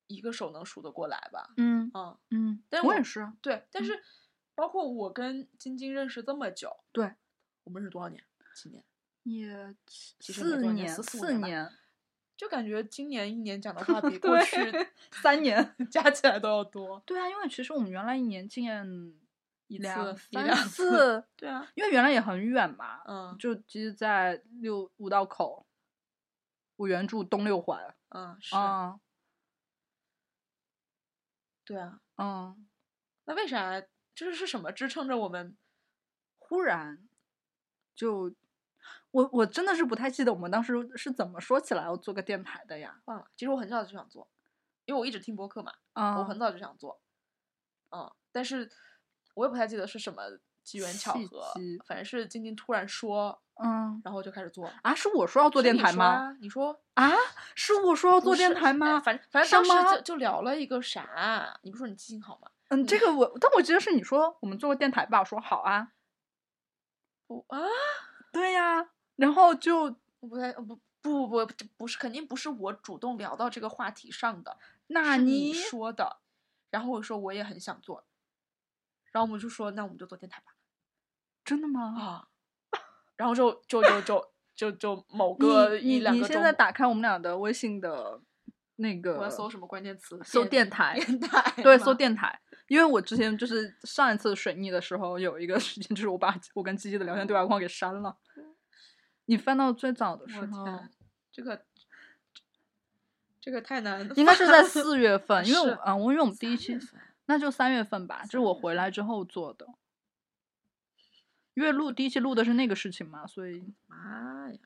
Speaker 1: 一个手能数得过来吧。
Speaker 2: 嗯
Speaker 1: 嗯，
Speaker 2: 嗯，
Speaker 1: 但
Speaker 2: 我
Speaker 1: 我
Speaker 2: 也是啊，
Speaker 1: 对。但
Speaker 2: 嗯
Speaker 1: 是，包括我跟晶晶认识这么久，
Speaker 2: 对
Speaker 1: 我们认识多少年？几年？
Speaker 2: 也
Speaker 1: 其实没多
Speaker 2: 四
Speaker 1: 少年
Speaker 2: 年，
Speaker 1: 四四五
Speaker 2: 四
Speaker 1: 年吧
Speaker 2: 年，
Speaker 1: 就感觉今年一年讲的话 比过去
Speaker 2: 三年。
Speaker 1: 加起来都要多。
Speaker 2: 对啊，因为其实我们原来一年见
Speaker 1: 一
Speaker 2: 两
Speaker 1: 次一
Speaker 2: 三
Speaker 1: 两次
Speaker 2: 次，
Speaker 1: 对啊，
Speaker 2: 因为原来也很远嘛，
Speaker 1: 嗯
Speaker 2: 就其实在六五道口，我原住东六环
Speaker 1: 嗯，是。
Speaker 2: 啊、
Speaker 1: 对啊，
Speaker 2: 嗯，
Speaker 1: 那为啥这是什么支撑着我们？
Speaker 2: 忽然就我我真的是不太记得我们当时是怎么说起来要做个电台的呀？
Speaker 1: 忘了，其实我很早就想做，因为我一直听播客嘛，
Speaker 2: 啊、
Speaker 1: 我很早就想做，嗯，但是我也不太记得是什么机缘巧
Speaker 2: 契
Speaker 1: 合
Speaker 2: 机，
Speaker 1: 反正是晶晶突然说，
Speaker 2: 嗯
Speaker 1: 然后就开始做。
Speaker 2: 啊，是我说要做
Speaker 1: 是
Speaker 2: 电
Speaker 1: 你
Speaker 2: 台
Speaker 1: 说
Speaker 2: 吗？
Speaker 1: 啊？你说
Speaker 2: 啊，是我说要
Speaker 1: 不
Speaker 2: 做电
Speaker 1: 是
Speaker 2: 台
Speaker 1: 哎
Speaker 2: 吗？
Speaker 1: 反正反正
Speaker 2: 什
Speaker 1: 当时
Speaker 2: 么
Speaker 1: 就就聊了一个啥？你不是说你记性好吗？
Speaker 2: 嗯，这个我，但我记得是你说我们做个电台吧，我说好啊，
Speaker 1: 不啊，
Speaker 2: 对呀、然后就
Speaker 1: 我不太不不不不，这不是肯定不是我主动聊到这个话题上的，
Speaker 2: 那
Speaker 1: 是你
Speaker 2: 啊你
Speaker 1: 说的。然后我说我也很想做，然后我们就说那我们就做电台吧
Speaker 2: 真的吗？
Speaker 1: 啊， 然后就就就就就就某个
Speaker 2: 你
Speaker 1: 一
Speaker 2: 你
Speaker 1: 两
Speaker 2: 你
Speaker 1: 个
Speaker 2: 现
Speaker 1: 周
Speaker 2: 在
Speaker 1: 末
Speaker 2: 打开我们俩的微信的那个，
Speaker 1: 我要搜什么关键词？
Speaker 2: 搜电台，
Speaker 1: 电台吗，
Speaker 2: 对，搜电台。因为我之前就是上一次水逆的时候，有一个 事情，就是我把我跟鸡鸡的聊天对话框给删了。你翻到最早的时
Speaker 1: 嗯我
Speaker 2: 候，
Speaker 1: 天，这个这个太难，
Speaker 2: 应该是在四 月份，因为我
Speaker 1: 是
Speaker 2: 啊，我因为我们第一
Speaker 1: 三
Speaker 2: 期
Speaker 1: 月份
Speaker 2: 那就三月份吧，就是
Speaker 1: 三
Speaker 2: 我
Speaker 1: 月
Speaker 2: 回来之后做的。因为录第一期录的是那个事情嘛，所以
Speaker 1: 妈呀，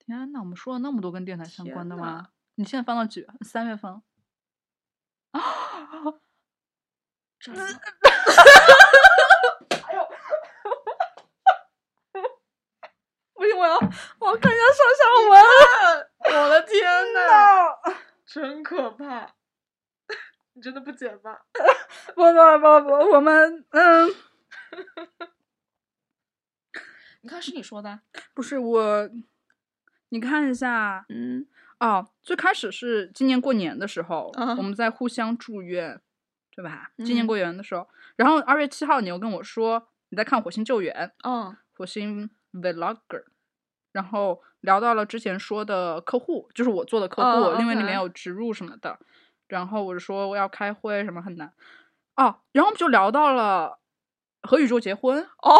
Speaker 2: 天呐，我们说了那么多跟电台相
Speaker 1: 天
Speaker 2: 关的
Speaker 1: 呐
Speaker 2: 吗？你现在翻到几月？三月份啊？
Speaker 1: 这儿呢
Speaker 2: 不 行，我要我要看一下
Speaker 1: 我的天
Speaker 2: 上
Speaker 1: 呐，
Speaker 2: 下文。
Speaker 1: 真可怕！ 你真的不剪吧？
Speaker 2: 不不不不，我们嗯，
Speaker 1: 你看是你说的，啊
Speaker 2: 不是我，你看一下
Speaker 1: 嗯，
Speaker 2: 哦，最开始是今年过年的时候，
Speaker 1: 啊
Speaker 2: 我们在互相祝愿，对吧？今年
Speaker 1: 嗯
Speaker 2: 过年的时候，然后二月七号你又跟我说你在看《火星救援》，
Speaker 1: 哦，
Speaker 2: 火星 vlogger，然后聊到了之前说的客户，就是我做的客户，
Speaker 1: 哦
Speaker 2: 因为里
Speaker 1: OK
Speaker 2: 面有植入什么的。然后我就说我要开会，什么很难。哦，然后我们就聊到了和宇宙结婚。
Speaker 1: 哦，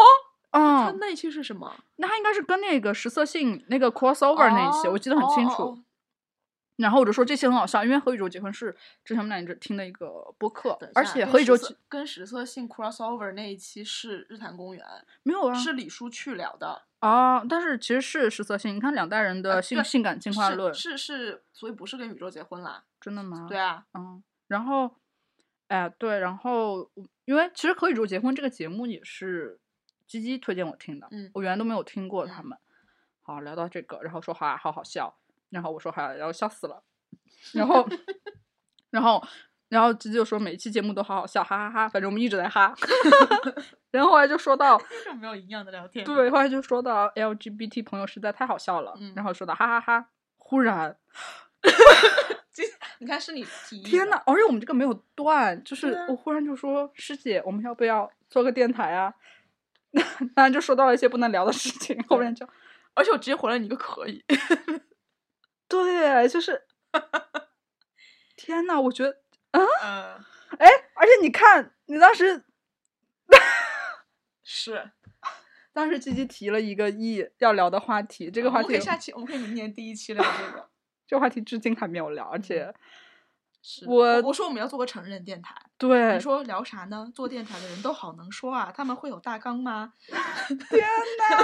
Speaker 1: 他
Speaker 2: 嗯，
Speaker 1: 那期是什么？
Speaker 2: 那他应该是跟那个食色性那个 crossover 那一期，
Speaker 1: 哦
Speaker 2: 我记得很清
Speaker 1: 哦
Speaker 2: 楚。
Speaker 1: 哦哦
Speaker 2: 然后我就说这期很好笑，因为和宇宙结婚是之前我们俩一直听的一个播客
Speaker 1: 哦等一，
Speaker 2: 而
Speaker 1: 下
Speaker 2: 且
Speaker 1: 跟
Speaker 2: 和
Speaker 1: 食
Speaker 2: 宇宙
Speaker 1: 色
Speaker 2: 结
Speaker 1: 跟实色性 crossover 那一期是日坛公园，
Speaker 2: 没有啊
Speaker 1: 是李书去聊的，
Speaker 2: 哦，但是其实是食色性，你看两代人的
Speaker 1: 呃
Speaker 2: 性、
Speaker 1: 对
Speaker 2: 性感进化
Speaker 1: 是
Speaker 2: 论，
Speaker 1: 是是，所以不是跟宇宙结婚啦，
Speaker 2: 真的吗？
Speaker 1: 对啊，
Speaker 2: 嗯，然后，哎，对，然后因为其实《可以如结婚》这个节目也是鸡鸡推荐我听的，
Speaker 1: 嗯
Speaker 2: 我原来都没有听过他
Speaker 1: 嗯
Speaker 2: 们。好，聊到这个，然后说好啊，好好笑，然后我说好啊，然后笑死了， 然后，然后，然后鸡鸡就说每一期节目都好好笑，哈哈哈，反正我们一直在 哈。然后后来就说到，
Speaker 1: 这种没有营养的聊天，
Speaker 2: 对，后来就说到 LGBT 朋友实在太好笑了，
Speaker 1: 嗯
Speaker 2: 然后说到哈哈哈，忽然，
Speaker 1: 你看是你提议
Speaker 2: 天
Speaker 1: 的
Speaker 2: 呐！，而且我们这个没有断，就是
Speaker 1: 对啊
Speaker 2: 我忽然就说：“师姐，我们要不要做个电台啊？” 当然就说到了一些不能聊的事情，后面就
Speaker 1: 而且我直接回了你一个可以，
Speaker 2: 对，就是 天呐！我觉得，
Speaker 1: 嗯，
Speaker 2: 哎，而且你看，你当时
Speaker 1: 是
Speaker 2: 当时积极提了一个亿要聊的话题，这
Speaker 1: 这
Speaker 2: 个话题
Speaker 1: 下期哦我们可以明年第一期聊这个。
Speaker 2: 这个话题至今还没有
Speaker 1: 嗯
Speaker 2: 聊，而且
Speaker 1: 是
Speaker 2: 我
Speaker 1: 我说我们要做个成人电台，
Speaker 2: 对
Speaker 1: 你，说聊啥呢？做电台的人都好能说啊，他们会有大纲吗？
Speaker 2: 天呐！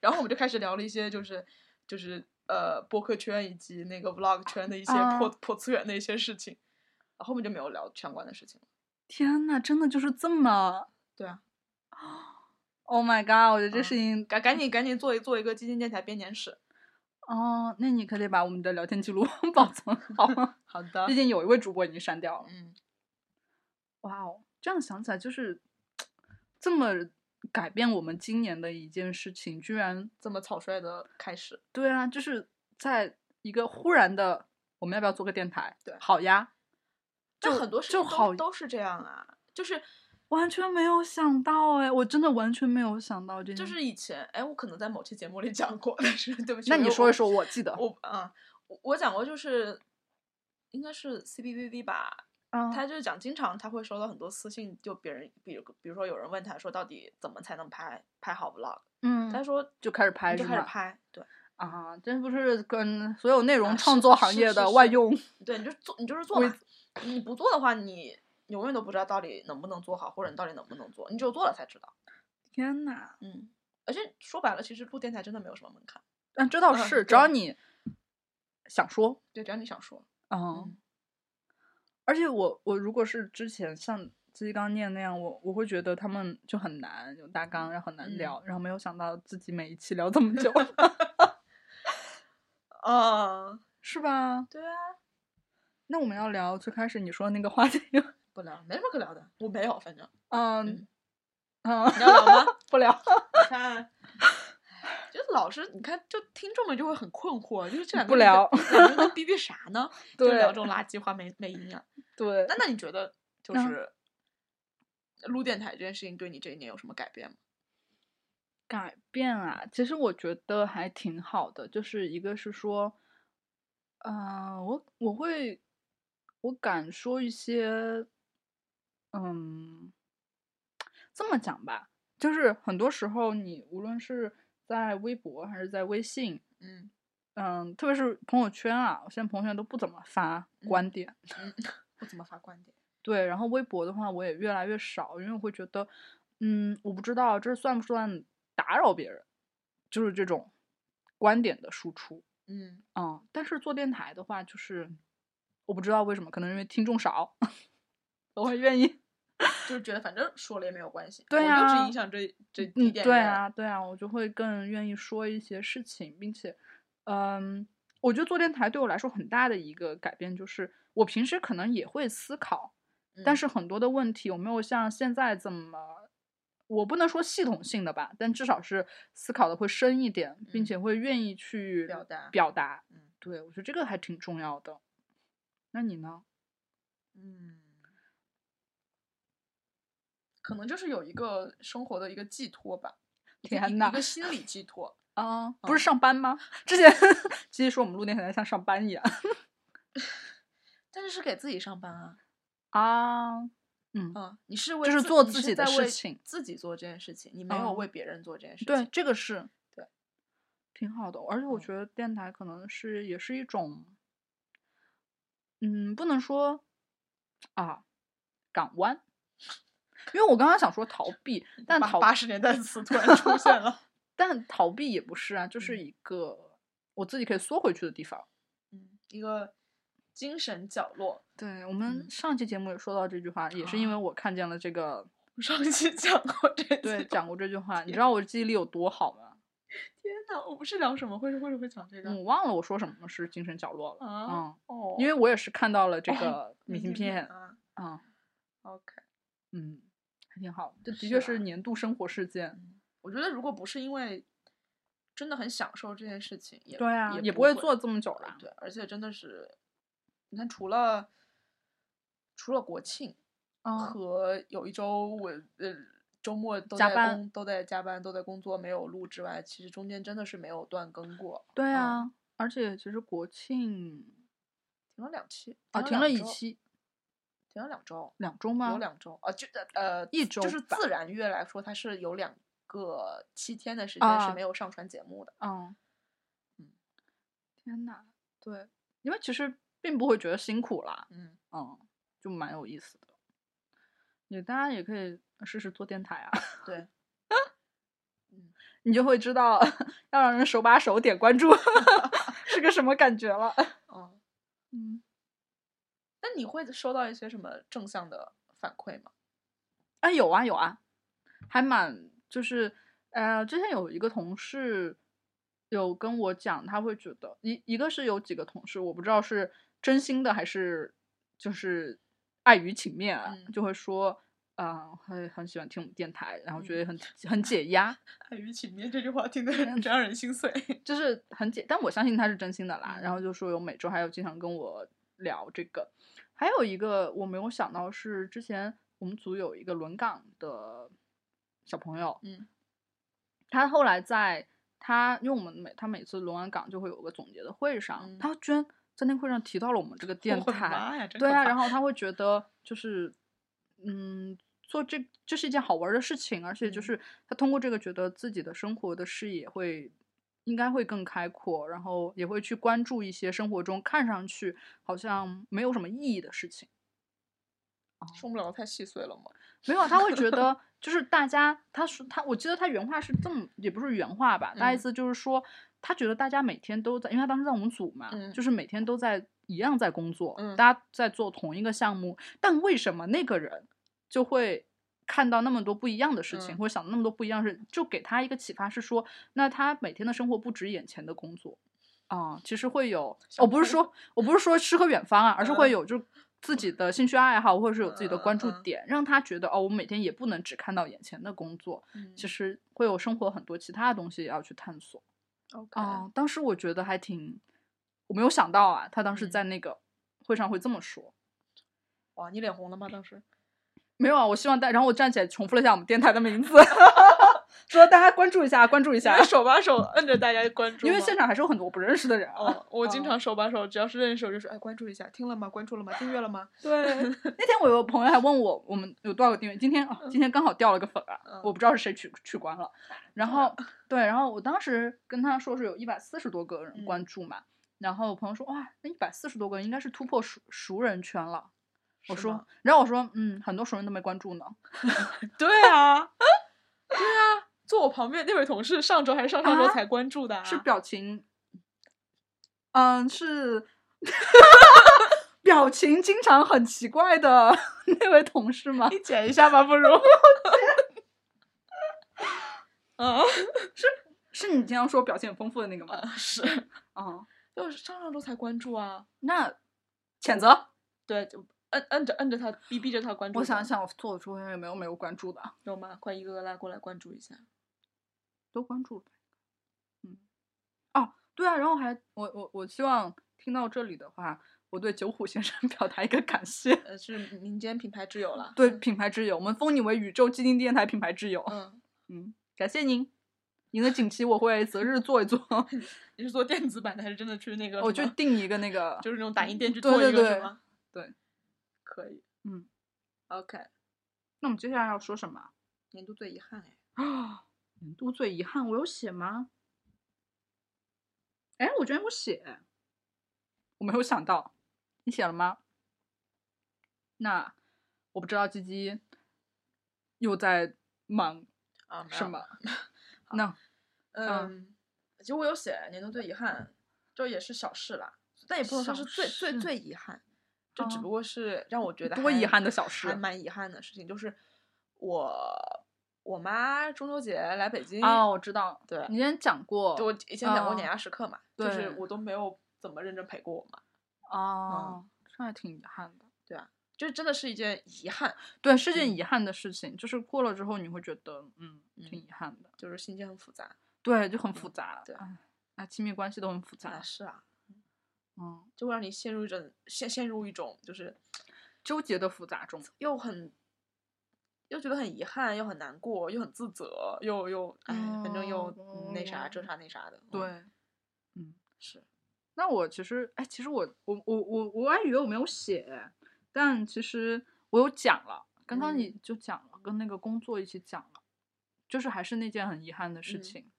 Speaker 1: 然后我们就开始聊了一些就是就是呃播客圈以及那个 vlog 圈的一些
Speaker 2: 啊
Speaker 1: 破、破次元的一些事情，然后后面就没有聊相关的事情了。
Speaker 2: 天呐，真的就是这么
Speaker 1: 对啊，
Speaker 2: ，Oh my god！我觉得这
Speaker 1: 嗯
Speaker 2: 事情
Speaker 1: 赶赶紧赶紧做一做一个基金电台编年史。
Speaker 2: 哦，那你可得把我们的聊天记录 保存好吗？
Speaker 1: 好的
Speaker 2: 毕竟有一位主播已经删掉了。
Speaker 1: 嗯，
Speaker 2: 哇哦，这样想起来就是这么改变我们今年的一件事情，居然
Speaker 1: 这么草率的开始，
Speaker 2: 对啊，就是在一个忽然的，我们要不要做个电台？
Speaker 1: 对
Speaker 2: 好呀，
Speaker 1: 但
Speaker 2: 就
Speaker 1: 很多事
Speaker 2: 就
Speaker 1: 情都
Speaker 2: 好
Speaker 1: 都是这样啊，就是
Speaker 2: 完全没有想到哎，我真的完全没有想到这件
Speaker 1: 就
Speaker 2: 事。
Speaker 1: 是以前，哎，我可能在某期节目里讲过，但是对不起，
Speaker 2: 那
Speaker 1: 因
Speaker 2: 你
Speaker 1: 为
Speaker 2: 说一说，我记得
Speaker 1: 我啊，我我讲过，就是应该是 C B B B 吧，
Speaker 2: 啊
Speaker 1: 他就是讲，经常他会收到很多私信，就别人，比如比如说有人问他说，到底怎么才能拍拍好 vlog？、
Speaker 2: 嗯
Speaker 1: 他说
Speaker 2: 就开始拍
Speaker 1: 你就是开始
Speaker 2: 吗
Speaker 1: 拍，对，
Speaker 2: 啊，真不是跟所有内容
Speaker 1: 啊
Speaker 2: 创
Speaker 1: 是
Speaker 2: 作行
Speaker 1: 是
Speaker 2: 业
Speaker 1: 是
Speaker 2: 的
Speaker 1: 是
Speaker 2: 外用。
Speaker 1: 对，你就做，你就是做
Speaker 2: 我
Speaker 1: 嘛。你不做的话，你永远都不知道到底能不能做好，或者你到底能不能做。你只有做了才知道。
Speaker 2: 天呐，
Speaker 1: 嗯，而且说白了，其实录电台真的没有什么门槛，
Speaker 2: 嗯，这倒
Speaker 1: 嗯
Speaker 2: 是，只要
Speaker 1: 对
Speaker 2: 你想说，
Speaker 1: 对，只要你想说。哦
Speaker 2: 嗯，而且我我如果是之前像自己刚念那样，我我会觉得他们就很难有大纲，然后很难
Speaker 1: 嗯
Speaker 2: 聊，然后没有想到自己每一期聊这么 久，
Speaker 1: 啊，
Speaker 2: 是吧？
Speaker 1: 对啊，
Speaker 2: 那我们要聊最开始你说的那个话题吗，
Speaker 1: 不聊，没什么可聊的。我没有，反正
Speaker 2: 嗯
Speaker 1: 嗯
Speaker 2: 嗯
Speaker 1: 你，要聊吗？
Speaker 2: 不聊，
Speaker 1: 你看。就是老是你看，就听众们就会很困惑，就是这两个
Speaker 2: 不
Speaker 1: 人在
Speaker 2: 聊
Speaker 1: 两个人 在逼逼啥呢？就
Speaker 2: 对
Speaker 1: 聊这种垃圾话没没营养。
Speaker 2: 对
Speaker 1: 那，那你觉得就
Speaker 2: 嗯
Speaker 1: 是录电台这件事情对你这一年有什么改变吗？
Speaker 2: 改变啊，其实我觉得还挺好的，就是一个是说，呃，我我会我敢说一些，嗯，这么讲吧，就是很多时候你无论是在微博还是在微信，
Speaker 1: 嗯
Speaker 2: 嗯，特别是朋友圈啊，我现在朋友圈都不怎么发观
Speaker 1: 嗯
Speaker 2: 点，
Speaker 1: 嗯，不怎么发观点。
Speaker 2: 对，然后微博的话，我也越来越少，因为我会觉得，嗯，我不知道这算不算打扰别人，就是这种观点的输出
Speaker 1: 嗯，
Speaker 2: 嗯。但是做电台的话，就是我不知道为什么，可能因为听众少， 我会愿意。
Speaker 1: 就是觉得反正说了也没有关系，
Speaker 2: 对
Speaker 1: 我就
Speaker 2: 啊
Speaker 1: 只影响这这一
Speaker 2: 嗯，
Speaker 1: 点
Speaker 2: 对
Speaker 1: 人
Speaker 2: 啊，对啊，我就会更愿意说一些事情，并且，嗯，我觉得做电台对我来说很大的一个改变就是，我平时可能也会思考，但
Speaker 1: 嗯
Speaker 2: 是很多的问题有没有像现在这么，我不能说系统性的吧，但至少是思考的会深一点，并
Speaker 1: 嗯
Speaker 2: 且会愿意去
Speaker 1: 表达
Speaker 2: 表达。
Speaker 1: 嗯
Speaker 2: 对，我觉得这个还挺重要的。那你呢？
Speaker 1: 嗯，可能就是有一个生活的一个寄托吧，一个
Speaker 2: 天
Speaker 1: 一
Speaker 2: 呐
Speaker 1: 一个心理寄托。
Speaker 2: 啊、不
Speaker 1: 嗯
Speaker 2: 是上班吗？ 之前之前说我们录电台像上班一样
Speaker 1: 但是是给自己上班啊，
Speaker 2: 啊，嗯，
Speaker 1: 嗯，你是为
Speaker 2: 就是
Speaker 1: 自
Speaker 2: 做
Speaker 1: 你
Speaker 2: 自
Speaker 1: 是
Speaker 2: 己的
Speaker 1: 在
Speaker 2: 事
Speaker 1: 为
Speaker 2: 情
Speaker 1: 自己做这件事情，你没有
Speaker 2: 嗯
Speaker 1: 为别人做这件事情。
Speaker 2: 对，这个是
Speaker 1: 对，
Speaker 2: 挺好的。而且我
Speaker 1: 嗯
Speaker 2: 觉得电台可能是也是一种，嗯，不能说啊，港湾， 因为我刚刚想说逃避，但
Speaker 1: 八
Speaker 2: 逃
Speaker 1: 八十年代的词突然出现了。
Speaker 2: 但逃避也不是啊，就是
Speaker 1: 嗯
Speaker 2: 一个我自己可以缩回去的地方。
Speaker 1: 嗯，一个精神角落。
Speaker 2: 对我们
Speaker 1: 嗯
Speaker 2: 上期节目也说到这句话，也是因为我看见了这个，
Speaker 1: 上期讲过这次
Speaker 2: 对，讲过这句话。 你知道我记忆力有多好吗？嗯
Speaker 1: 天呐，我们是聊什么？会会会讲这个？
Speaker 2: 我忘了我说什么是精神角落了。
Speaker 1: 啊，
Speaker 2: 嗯，
Speaker 1: 哦，
Speaker 2: 因为我也是看到了这
Speaker 1: 哦
Speaker 2: 个明信片，
Speaker 1: 啊
Speaker 2: 啊，
Speaker 1: ，OK。
Speaker 2: 嗯，还挺好。这的
Speaker 1: 是
Speaker 2: 确是
Speaker 1: 啊
Speaker 2: 年度生活事件，
Speaker 1: 我觉得如果不是因为真的很享受这件事情，也
Speaker 2: 对啊，
Speaker 1: 也
Speaker 2: 也
Speaker 1: 不
Speaker 2: 不会做这么久
Speaker 1: 呃
Speaker 2: 了。
Speaker 1: 对，而且真的是，你看，除了除了国庆
Speaker 2: 嗯，
Speaker 1: 和有一周我呃周末都
Speaker 2: 加
Speaker 1: 在
Speaker 2: 班
Speaker 1: 工都在加班都在工作没有录之外，其实中间真的是没有断更过，
Speaker 2: 对
Speaker 1: 嗯
Speaker 2: 啊，而且其实国庆
Speaker 1: 停了两期
Speaker 2: 啊停
Speaker 1: 了
Speaker 2: 了
Speaker 1: 两
Speaker 2: 一
Speaker 1: 周，
Speaker 2: 期，
Speaker 1: 停了两周，
Speaker 2: 两周
Speaker 1: 有
Speaker 2: 吗？
Speaker 1: 两周啊，就呃
Speaker 2: 一周
Speaker 1: 就是
Speaker 2: 吧
Speaker 1: 自然月来说，它是有两个七天的时间
Speaker 2: 啊
Speaker 1: 是没有上传节目的。
Speaker 2: 嗯
Speaker 1: 嗯，
Speaker 2: 天呐，对，因为其实并不会觉得辛苦啦，
Speaker 1: 嗯，
Speaker 2: 嗯，就蛮有意思的。也大家也可以试试做电台啊，
Speaker 1: 对，
Speaker 2: 嗯你就会知道 要让人手把手点关注 是个什么感觉了。
Speaker 1: 嗯，
Speaker 2: 嗯。
Speaker 1: 那你会收到一些什么正向的反馈吗？
Speaker 2: 啊，有啊有啊，还蛮就是呃，之前有一个同事有跟我讲，他会觉得一一个是有几个同事，我不知道是真心的还是就是碍于情面啊，
Speaker 1: 嗯
Speaker 2: 就会说。嗯，很很喜欢听我们电台，然后觉
Speaker 1: 嗯
Speaker 2: 得很很解压，
Speaker 1: 碍于情面这句话听得
Speaker 2: 嗯
Speaker 1: 真让人心碎。
Speaker 2: 就是很解。但我相信他是真心的啦。
Speaker 1: 嗯
Speaker 2: 然后就说有每周还有经常跟我聊这个，还有一个我没有想到是之前我们组有一个轮岗的小朋友，
Speaker 1: 嗯
Speaker 2: 他后来在他，因为我们每他每次轮完岗就会有个总结的会上，
Speaker 1: 嗯
Speaker 2: 他居然在那个会上提到了我们这个电
Speaker 1: 我的
Speaker 2: 台，
Speaker 1: 妈呀，真
Speaker 2: 对
Speaker 1: 可
Speaker 2: 啊，
Speaker 1: 怕
Speaker 2: 然后他会觉得就是，嗯，做这这是一件好玩儿的事情，而且就
Speaker 1: 嗯
Speaker 2: 是他通过这个觉得自己的生活的视野会应该会更开阔，然后也会去关注一些生活中看上去好像没有什么意义的事情。
Speaker 1: 说我们聊的太细碎了吗？
Speaker 2: 没有啊，他会觉得就是大家，他说他，我记得他原话是这么，也不是原话吧，大概意
Speaker 1: 嗯
Speaker 2: 思就是说，他觉得大家每天都在，因为他当时在我们组嘛，
Speaker 1: 嗯
Speaker 2: 就是每天都在一样在工作，
Speaker 1: 嗯
Speaker 2: 大家在做同一个项目，但为什么那个人就会看到那么多不一样的事情，
Speaker 1: 嗯
Speaker 2: 或者想到那么多不一样的事，就给他一个启发是说，那他每天的生活不止眼前的工作。啊、其实会有，我
Speaker 1: 想
Speaker 2: 不是
Speaker 1: 通
Speaker 2: 说我不是说诗和远方啊，而是
Speaker 1: 嗯
Speaker 2: 会有就是自己的兴趣爱好，或者是有自己的关
Speaker 1: 嗯
Speaker 2: 注
Speaker 1: 嗯嗯
Speaker 2: 点，让他觉得哦，我每天也不能只看到眼前的工作，
Speaker 1: 嗯
Speaker 2: 其实会有生活很多其他的东西也要去探索。
Speaker 1: 嗯，OK，
Speaker 2: 啊、当时我觉得还挺，我没有想到啊，他当时
Speaker 1: 嗯
Speaker 2: 在那个会上会这么说。
Speaker 1: 哇，你脸红了吗？当 时
Speaker 2: 没有啊，我希望大，然后我站起来重复了一下我们电台的名字， 说大家关注一下，关注一下
Speaker 1: 因为，手把手摁着大家关注
Speaker 2: 因
Speaker 1: 吗，
Speaker 2: 为现场还是有很多我不认识的人啊。
Speaker 1: 哦，我经
Speaker 2: 嗯
Speaker 1: 常手把手，只要是认识我就说，哎，关注一下，听了吗？关注了吗？订阅了吗？
Speaker 2: 对，那天我有个朋友还问我，我们有多少个订阅？今天啊，今天刚好掉了个粉啊，
Speaker 1: 嗯
Speaker 2: 我不知道是谁取取关了。然
Speaker 1: 当然
Speaker 2: 后对，然后我当时跟他说是有一百四十多个人
Speaker 1: 嗯
Speaker 2: 关注嘛，然后我朋友说哇，那一百四十多个人应该是突破熟熟人圈了。我
Speaker 1: 是
Speaker 2: 说
Speaker 1: 吗，
Speaker 2: 然后我说，嗯，很多熟人都没关注呢。
Speaker 1: 对啊， 对啊， 坐我旁边那位同事上周还是上上周
Speaker 2: 啊
Speaker 1: 才关注的、啊
Speaker 2: 是表情，嗯， 是表情经常很奇怪的那位同事吗？
Speaker 1: 你剪一下吧，不如。 嗯，
Speaker 2: 是你经常说表情很丰富的那个吗？
Speaker 1: 是，
Speaker 2: 啊，
Speaker 1: 就是上上周才关注啊。
Speaker 2: 那谴责。
Speaker 1: 对，就摁摁着摁着他，逼逼着他关注。
Speaker 2: 我想，想，我做我周围有没有没有关注的啊？
Speaker 1: 有吗？快一个个拉过来关注一下。
Speaker 2: 都关注了呗。嗯，哦，对啊，然后还我我我希望听到这里的话，我对九虎先生 表达一个感谢。
Speaker 1: 呃，是民间品牌之友了。
Speaker 2: 对品牌挚友，我们封你为宇宙基金电台品牌挚友。
Speaker 1: 嗯，
Speaker 2: 嗯，感谢您，您的锦旗我会择日做一 做，
Speaker 1: 你是做电子版的，还是真的去那个什么？
Speaker 2: 我哦就定一个那个，嗯
Speaker 1: 就是那种打印店去
Speaker 2: 对
Speaker 1: 做一
Speaker 2: 对
Speaker 1: 个
Speaker 2: 对
Speaker 1: 是吗？
Speaker 2: 对，
Speaker 1: 可以。
Speaker 2: 嗯。
Speaker 1: OK，
Speaker 2: 那我们接下来要说什么啊？
Speaker 1: 年度最遗憾哎，
Speaker 2: 啊，年度最遗憾，我有写吗？哎，我居然有写，我没有想到，你写了吗？那我不知道鸡鸡又在忙
Speaker 1: 啊，没有
Speaker 2: 什么？那啊
Speaker 1: 嗯，其实我有写年度最遗憾，就也是小事啦，但也不能说
Speaker 2: 小
Speaker 1: 是最最
Speaker 2: 事
Speaker 1: 最遗憾，这只
Speaker 2: 哦
Speaker 1: 不过是让我觉得
Speaker 2: 多遗
Speaker 1: 还
Speaker 2: 憾的小事
Speaker 1: 还蛮遗憾的事情，就是我我妈中秋节来北京
Speaker 2: 哦，我知道，
Speaker 1: 对
Speaker 2: 你之前讲过，
Speaker 1: 就我以前讲过碾
Speaker 2: 哦
Speaker 1: 压时刻嘛，就是
Speaker 2: 对
Speaker 1: 我都没有怎么认真陪过我妈，嗯
Speaker 2: 哦，这还挺遗憾的。
Speaker 1: 这真的是一件遗憾，
Speaker 2: 对，是件
Speaker 1: 嗯
Speaker 2: 遗憾的事情，就是过了之后你会觉得，嗯，挺
Speaker 1: 嗯
Speaker 2: 遗憾的。
Speaker 1: 就是心情很复杂
Speaker 2: 对，就很复杂。
Speaker 1: 对
Speaker 2: 哎，啊，亲密关系都很复
Speaker 1: 啊，
Speaker 2: 杂。
Speaker 1: 是啊，
Speaker 2: 嗯，
Speaker 1: 就会让你陷入一种陷陷入一种就是
Speaker 2: 纠结的复杂中。
Speaker 1: 又很又觉得很遗憾，又很难过，又很自责，又又哎，反正又
Speaker 2: 哦
Speaker 1: 嗯那啥这啥那啥的。嗯，
Speaker 2: 对，嗯，
Speaker 1: 是
Speaker 2: 那我其实，哎，其实我我我我我还以为我没有写，但其实我有讲了，刚刚你就讲了，跟那个工作一起讲了，就是还是那件很遗憾的事
Speaker 1: 嗯
Speaker 2: 情，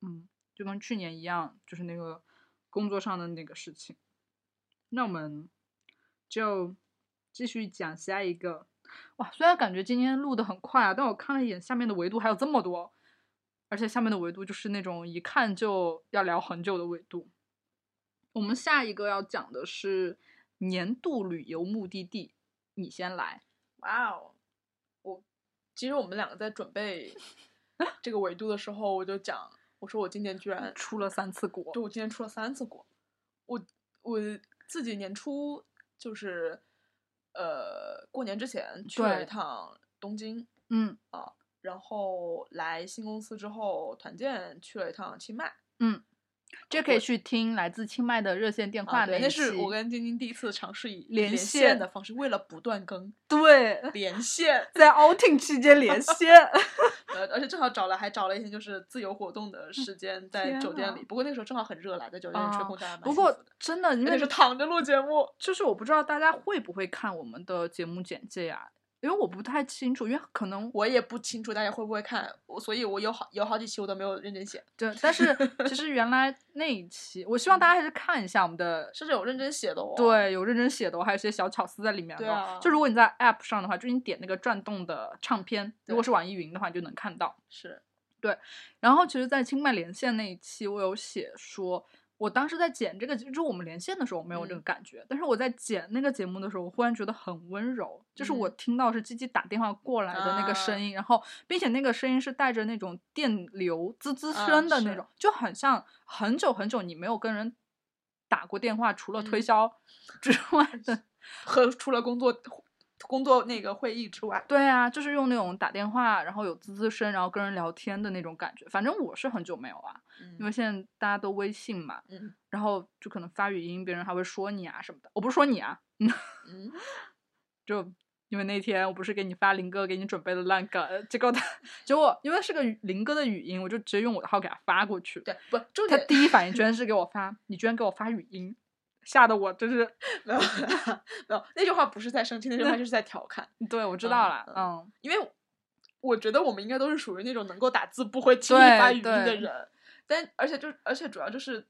Speaker 2: 嗯，就跟去年一样，就是那个工作上的那个事情。那我们就继续讲下一个。哇，虽然感觉今天录的很快啊，但我看了一眼下面的维度还有这么多，而且下面的维度就是那种一看就要聊很久的维度。我们下一个要讲的是年度旅游目的地，你先来。
Speaker 1: 哇哦，我其实我们两个在准 备这个维度的时候，我就讲，我说我今年居然
Speaker 2: 出了三次国，
Speaker 1: 对我今年出了三次国，我我自己年初就是呃过年之前去了
Speaker 2: 对
Speaker 1: 一趟东京。
Speaker 2: 嗯
Speaker 1: 然后来新公司之后，团建去了一趟清迈，啊
Speaker 2: 嗯，这可以
Speaker 1: 我
Speaker 2: 去听来自清迈的热线电话
Speaker 1: 啊、对，
Speaker 2: 一
Speaker 1: 那是我
Speaker 2: 期
Speaker 1: 跟晶晶第一次尝试以
Speaker 2: 连
Speaker 1: 线
Speaker 2: 线
Speaker 1: 的方式，为了不断更
Speaker 2: 对
Speaker 1: 连线，
Speaker 2: 在 outing 期间连线。
Speaker 1: 呃，而且正好找了，还找了一天就是自由活动的时间，在
Speaker 2: 嗯天
Speaker 1: 酒店
Speaker 2: 呐
Speaker 1: 里。不过那个时候正好很热啦，在酒店里吹
Speaker 2: 啊
Speaker 1: 空调还蛮
Speaker 2: 不
Speaker 1: 舒服
Speaker 2: 过
Speaker 1: 的
Speaker 2: 真的，因
Speaker 1: 那
Speaker 2: 为
Speaker 1: 是躺着录节目，
Speaker 2: 就是我不知道大家会不会看我们的节目简介呀、因为我不太清楚，因为可能
Speaker 1: 我也不清楚大家会不会看，我所以我有好有好几期我都没有认真写，
Speaker 2: 对，但是其实原来那一期，我希望大家还是看一下我们的，
Speaker 1: 甚至有认真写的哦。，
Speaker 2: 对，有认真写的哦，还有一些小巧思在里面的
Speaker 1: 对
Speaker 2: 哦。
Speaker 1: 啊
Speaker 2: 就如果你在 App 上的话，就你点那个转动的唱片，如果
Speaker 1: 对
Speaker 2: 是网易云的话，你就能看到。
Speaker 1: 是
Speaker 2: 然后其实，在清迈连线那一期，我有写说，我当时在剪这个，就是我们连线的时候没有这
Speaker 1: 嗯
Speaker 2: 个感觉，但是我在剪那个节目的时候，我忽然觉得很温柔，就是我
Speaker 1: 嗯
Speaker 2: 听到是鸡鸡打电话过来的那个声
Speaker 1: 啊
Speaker 2: 音，然后并且那个声音是带着那种电流滋滋
Speaker 1: 啊
Speaker 2: 声的那
Speaker 1: 是
Speaker 2: 种，就很像很久很久你没有跟人打过电话，除了推
Speaker 1: 嗯
Speaker 2: 销 之外的。
Speaker 1: 和除了工作工作那个会议之外，
Speaker 2: 对啊，就是用那种打电话，然后有滋滋声，然后跟人聊天的那种感觉。反正我是很久没有啊，因为
Speaker 1: 嗯
Speaker 2: 现在大家都微信嘛，
Speaker 1: 嗯
Speaker 2: 然后就可能发语音，别人还会说你啊什么的。我不是说你啊，
Speaker 1: 嗯，
Speaker 2: 就因为那天我不是给你发林哥给你准备的烂梗，结果他 结果因为是个语林哥的语音，我就直接用我的号给他发过去。
Speaker 1: 对，不重
Speaker 2: 他
Speaker 1: 点
Speaker 2: 第一反应 居然是给我发，你居然给我发语音，吓得我真是，
Speaker 1: 没有 没有那句话不是在生气，那句话就是在调侃，
Speaker 2: 对我知
Speaker 1: 嗯
Speaker 2: 道了，嗯，
Speaker 1: 因为我觉得我们应该都是属于那种能够打字不会轻易
Speaker 2: 对
Speaker 1: 发语音的
Speaker 2: 对
Speaker 1: 人，但而且就而且主要就是。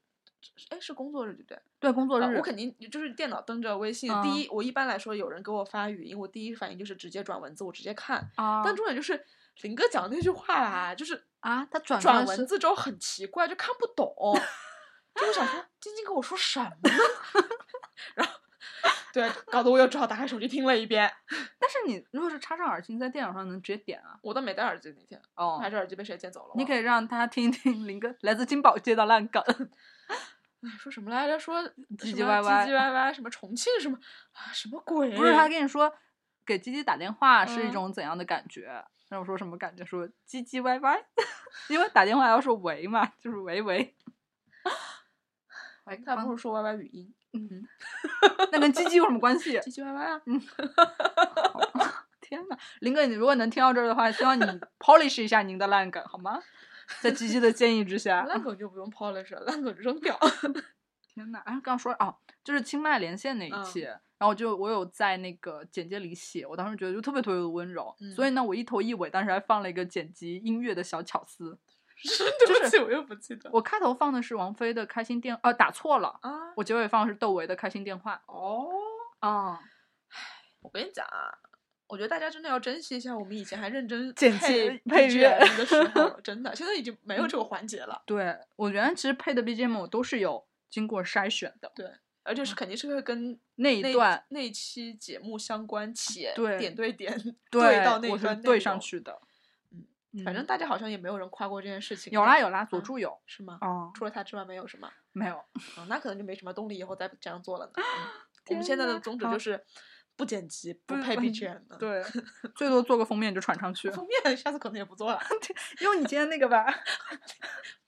Speaker 1: 哎，是工作日对不对？
Speaker 2: 对，工作
Speaker 1: 啊
Speaker 2: 日，
Speaker 1: 我肯定就是电脑登着微信。
Speaker 2: 嗯
Speaker 1: 第一，我一般来说有人给我发语音，我第一反应就是直接转文字，我直接看。
Speaker 2: 啊，
Speaker 1: 但重点就是林哥讲的那句话啊，就是
Speaker 2: 啊，他转
Speaker 1: 转
Speaker 2: 发是
Speaker 1: 文字之后很奇怪，就看不 懂，就我想说晶晶跟我说什么呢？ 然后对，搞得我又只好打开手机听了一遍。
Speaker 2: 但是你如果是插上耳机，你在电脑上能直接点啊，
Speaker 1: 我都没戴耳机那天，
Speaker 2: 哦
Speaker 1: 还，是耳机被谁捡走了？
Speaker 2: 你可
Speaker 1: 以
Speaker 2: 以让他听一听林哥来自金宝街的烂梗，
Speaker 1: 哎说什么来着？说
Speaker 2: 唧
Speaker 1: 什
Speaker 2: 唧
Speaker 1: 么
Speaker 2: 歪歪
Speaker 1: 唧唧歪歪，什么重庆什么啊，什么鬼？
Speaker 2: 不是他跟你说给鸡鸡打电话是一
Speaker 1: 嗯
Speaker 2: 种怎样的感觉？然后我说什么感觉？说唧唧歪 歪，因为打电话要说喂嘛，就是喂喂。
Speaker 1: 哎他不嗯是说歪歪语音，
Speaker 2: 嗯那跟鸡鸡有什么关系？
Speaker 1: 唧唧歪歪啊。
Speaker 2: 嗯天呐，林哥，你如果能听到这儿的话，希望你 polish 一下您的烂梗好吗？在鸡鸡的建议之下，
Speaker 1: 啊烂梗就不用 polish 了，烂梗扔 掉。
Speaker 2: 天呐，哎，刚说哦，就是清迈连线那一
Speaker 1: 嗯
Speaker 2: 期，然后就我有在那个简介里写，我当时觉得就特别特别的温柔，所
Speaker 1: 嗯
Speaker 2: 以呢，我一头一尾当时还放了一个剪辑音乐的小巧思。
Speaker 1: 对不起，我又不记得。
Speaker 2: 我开头放的是王菲的《开心电》，呃，打错了，
Speaker 1: 啊
Speaker 2: 我结尾放的是窦唯的《开心电话》。
Speaker 1: 哦，
Speaker 2: 啊，
Speaker 1: 我跟你讲啊，我觉得大家真的要珍惜一下我们以前还认真
Speaker 2: 剪
Speaker 1: 配
Speaker 2: 辑配乐嗯
Speaker 1: BGM 的时候 了，真的，现在已经没有这个环节了。
Speaker 2: 对我原来其实配的 BGM 我都是有经过筛选的，
Speaker 1: 而且是肯定是会跟
Speaker 2: 嗯那一
Speaker 1: 那
Speaker 2: 段
Speaker 1: 那期节目相关且
Speaker 2: 对
Speaker 1: 点对点
Speaker 2: 对
Speaker 1: 到那
Speaker 2: 我
Speaker 1: 一
Speaker 2: 是
Speaker 1: 段
Speaker 2: 对
Speaker 1: 内
Speaker 2: 上
Speaker 1: 容。
Speaker 2: 去的。
Speaker 1: 嗯
Speaker 2: 嗯
Speaker 1: 反正大家好像也没有人夸过这件事情。
Speaker 2: 有啦有啦，佐
Speaker 1: 嗯
Speaker 2: 助有
Speaker 1: 是吗？
Speaker 2: 哦，
Speaker 1: 除了他之外没有什么，
Speaker 2: 没有
Speaker 1: 哦那可能就没什么动力以后再这样做了 呢。嗯我
Speaker 2: 天
Speaker 1: 们现在
Speaker 2: 呐
Speaker 1: 的宗旨
Speaker 2: 好
Speaker 1: 就是不剪辑、不
Speaker 2: 不
Speaker 1: 配
Speaker 2: 嗯
Speaker 1: BGM 了。
Speaker 2: 对，最多做个封面就传上 去，
Speaker 1: 封面下次可能也不做了，
Speaker 2: 用你今天那个吧，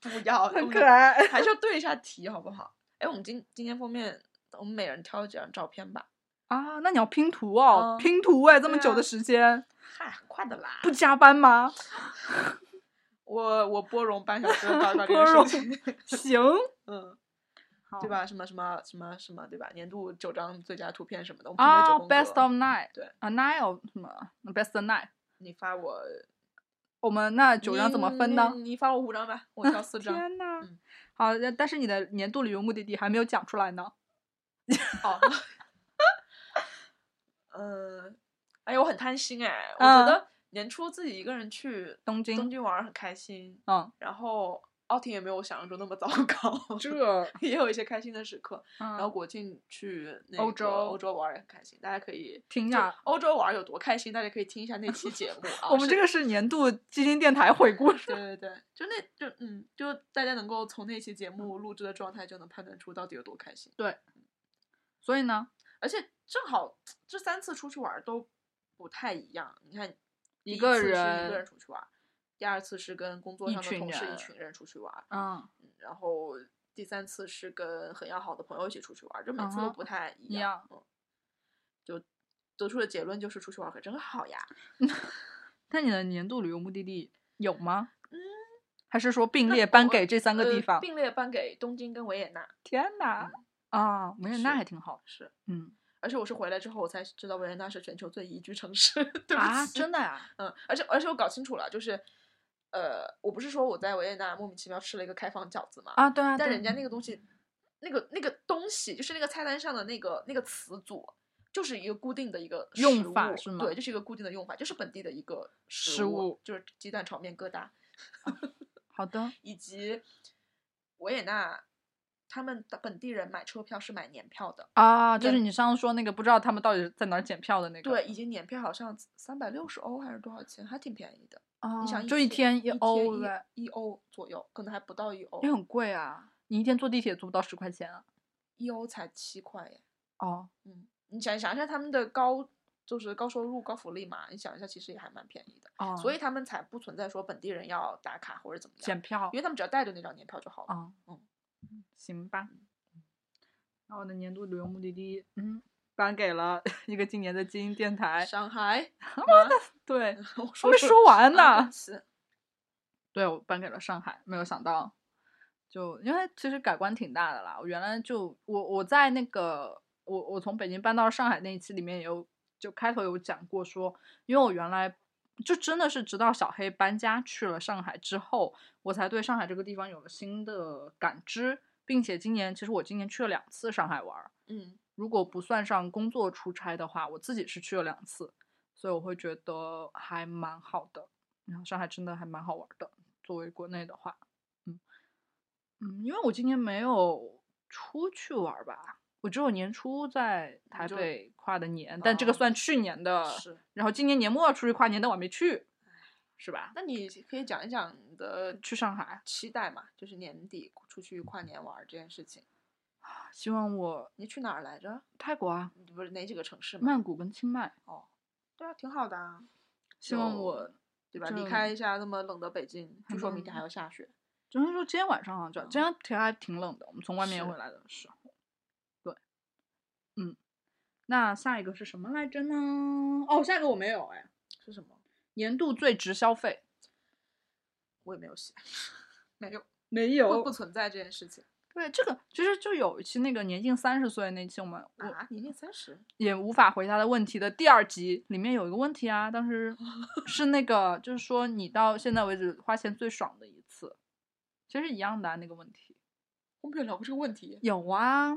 Speaker 1: 不要，我
Speaker 2: 很
Speaker 1: 们
Speaker 2: 可爱。
Speaker 1: 还是要对一下题好不好？哎，我们今今天封面，我们每人挑几张照片吧。
Speaker 2: 啊，那你要拼图哦，
Speaker 1: 嗯
Speaker 2: 拼图哎，这么
Speaker 1: 对
Speaker 2: 久的
Speaker 1: 啊
Speaker 2: 时间，
Speaker 1: 嗨，很快的啦。
Speaker 2: 不加班吗？
Speaker 1: 我我拨容半小时的报告
Speaker 2: 包
Speaker 1: 这
Speaker 2: 容
Speaker 1: 件事情，
Speaker 2: 行，
Speaker 1: 嗯，
Speaker 2: 好
Speaker 1: 对吧？什么什么什么什么，对吧？年度九张最佳图片什么的，我们平时
Speaker 2: 啊
Speaker 1: 九宫格
Speaker 2: ，Best of Nine，
Speaker 1: 对
Speaker 2: 啊，Nine of 什么？Best of Nine，
Speaker 1: 你发我
Speaker 2: 我们那九张怎么分呢？
Speaker 1: 嗯
Speaker 2: 啊
Speaker 1: 你？你发我五张吧，我挑四张。
Speaker 2: 天呐，
Speaker 1: 嗯
Speaker 2: 好，那但是你的年度旅游目的地还没有讲出来呢。
Speaker 1: 哦，嗯，哎呀，我很贪心哎，我觉
Speaker 2: 嗯
Speaker 1: 得年初自己一个人去
Speaker 2: 东
Speaker 1: 东
Speaker 2: 京，
Speaker 1: 京玩儿很开心，
Speaker 2: 嗯，
Speaker 1: 然后奥汀也没有我想象中那么糟糕，
Speaker 2: 这，
Speaker 1: 也有一些开心的时刻。然后
Speaker 2: 嗯，
Speaker 1: 国庆去那
Speaker 2: 欧
Speaker 1: 个
Speaker 2: 洲
Speaker 1: 欧洲玩儿也很开心，大家可以
Speaker 2: 听一
Speaker 1: 就
Speaker 2: 下
Speaker 1: 欧洲玩儿有多开心，大家可以听一下那 期节目啊。
Speaker 2: 我们
Speaker 1: 是
Speaker 2: 这个是年度基金电台回顾，
Speaker 1: 对对对，就那就嗯，就大家能够从那期节目录制的状态就能判断出到底有多开心，
Speaker 2: 所以呢，
Speaker 1: 而且正好这三次出去玩儿都不太一样。你看，第
Speaker 2: 一
Speaker 1: 一
Speaker 2: 个
Speaker 1: 次是一
Speaker 2: 人
Speaker 1: 个人出去玩儿，第二次是跟工作
Speaker 2: 一
Speaker 1: 上的
Speaker 2: 群
Speaker 1: 同事
Speaker 2: 人
Speaker 1: 一群人出去玩儿，
Speaker 2: 嗯，
Speaker 1: 嗯然后第三次是跟很要好的朋友一起出去玩儿，就每次都
Speaker 2: 嗯哼
Speaker 1: 不太一
Speaker 2: 一
Speaker 1: 样。嗯、就得出的结论就是出去玩儿可真好呀！
Speaker 2: 那你的年度旅游目的地有吗？
Speaker 1: 嗯，
Speaker 2: 还是说并
Speaker 1: 那
Speaker 2: 列
Speaker 1: 我
Speaker 2: 颁给这三个地
Speaker 1: 呃
Speaker 2: 方？
Speaker 1: 并列颁给东京跟维也纳，
Speaker 2: 天呐，啊，维也纳
Speaker 1: 嗯是
Speaker 2: 还挺好的，
Speaker 1: 是
Speaker 2: 嗯，
Speaker 1: 而且我是回来之后我才知道维也纳是全球最宜居城市。 对不起，
Speaker 2: 啊，真的呀、
Speaker 1: 嗯，而且而且我搞清楚了，就是，呃，我不是说我在维也纳莫名其妙吃了一个开放饺子嘛，
Speaker 2: 啊，对啊，
Speaker 1: 但
Speaker 2: 对
Speaker 1: 人家那个东西，那个那个东西，就是那个菜单上的那个那个词组，就是一个固定的一个食
Speaker 2: 用法
Speaker 1: 物
Speaker 2: 是吗
Speaker 1: 对，就是一个固定的用法，就是本地的一个
Speaker 2: 食物
Speaker 1: 物，就是鸡蛋炒面疙瘩，
Speaker 2: 好的，
Speaker 1: 以及维也纳，他们的本地人买车票是买年票的，
Speaker 2: 啊，就是
Speaker 1: 也
Speaker 2: 你上次说那个不知道他们到底是在哪儿检票的那个，
Speaker 1: 对，以及年票好像三百六十欧还是多少钱，还挺便宜的。
Speaker 2: 啊，
Speaker 1: 你想
Speaker 2: 就一
Speaker 1: 次
Speaker 2: 天
Speaker 1: 一
Speaker 2: 欧
Speaker 1: 一
Speaker 2: 呗，
Speaker 1: 一欧左右，可能还不到一欧
Speaker 2: 也，很贵啊，你一天坐地铁也坐不到十块钱啊，
Speaker 1: 一欧才七块耶。
Speaker 2: 哦，
Speaker 1: 嗯，你想想一下他们的高，就是高收入、高福利嘛，你想一下，其实也还蛮便宜的，
Speaker 2: 哦，
Speaker 1: 所以他们才不存在说本地人要打卡或者怎么样
Speaker 2: 检，票
Speaker 1: 因为他们只要带着那张年票就好了。
Speaker 2: 啊，
Speaker 1: 嗯
Speaker 2: 嗯，行吧。然后我的年度旅游目的地，嗯，颁给了 一个今年的金鹰电台。
Speaker 1: 上海，
Speaker 2: 对，
Speaker 1: 我
Speaker 2: 哦还没说完呢
Speaker 1: 啊对不起
Speaker 2: 对我颁给了上海，没有想到，就因为其实改观挺大的啦。我原来就我我在那个我我从北京搬到上海那一期里面也有就开头有讲过说，因为我原来就真的是直到小黑搬家去了上海之后，我才对上海这个地方有了新的感知，并且今年其实我今年去了两次上海玩儿，
Speaker 1: 嗯，
Speaker 2: 如果不算上工作出差的话，我自己是去了两次，所以我会觉得还蛮好的。然后上海真的还蛮好玩的，作为国内的话，嗯嗯，因为我今年没有出去玩儿吧，我只有年初在台
Speaker 1: 就
Speaker 2: 北跨的年，但这个
Speaker 1: 哦
Speaker 2: 算去年的。
Speaker 1: 是。
Speaker 2: 然后今年年末要出去跨年，但我还没去，是吧？
Speaker 1: 那你可以讲一讲你的
Speaker 2: 去上海，
Speaker 1: 期待嘛，就是年底出去跨年玩儿这件事情。
Speaker 2: 希望我
Speaker 1: 你去哪儿来着？
Speaker 2: 泰国啊、
Speaker 1: 你不是哪几个城市吗？
Speaker 2: 曼谷跟清迈，
Speaker 1: 哦，对啊，挺好的啊，
Speaker 2: 希望
Speaker 1: 就
Speaker 2: 我
Speaker 1: 对吧？离
Speaker 2: 就
Speaker 1: 开一下那么冷的北京，
Speaker 2: 还
Speaker 1: 据说
Speaker 2: 蛮
Speaker 1: 明天还要下雪。
Speaker 2: 只能说今天晚上好像就今天天还挺冷的，我们从外面
Speaker 1: 是
Speaker 2: 回来的时候，对，嗯，那下一个是什么来着呢？哦，下一个我没有哎，
Speaker 1: 是什么？
Speaker 2: 年度最值消费
Speaker 1: 我也没有写， 没有，
Speaker 2: 没
Speaker 1: 不不存在这件事情
Speaker 2: 对，这个其实就有一期那个年近三十岁那期，我们我
Speaker 1: 啊！年近三十，
Speaker 2: 也无法回答的问题的第二集里面有一个问题啊，当时是那个就是说你到现在为止花钱最爽的一次，其实一样的、啊、那个问题
Speaker 1: 我们有聊过这个问题
Speaker 2: 有啊，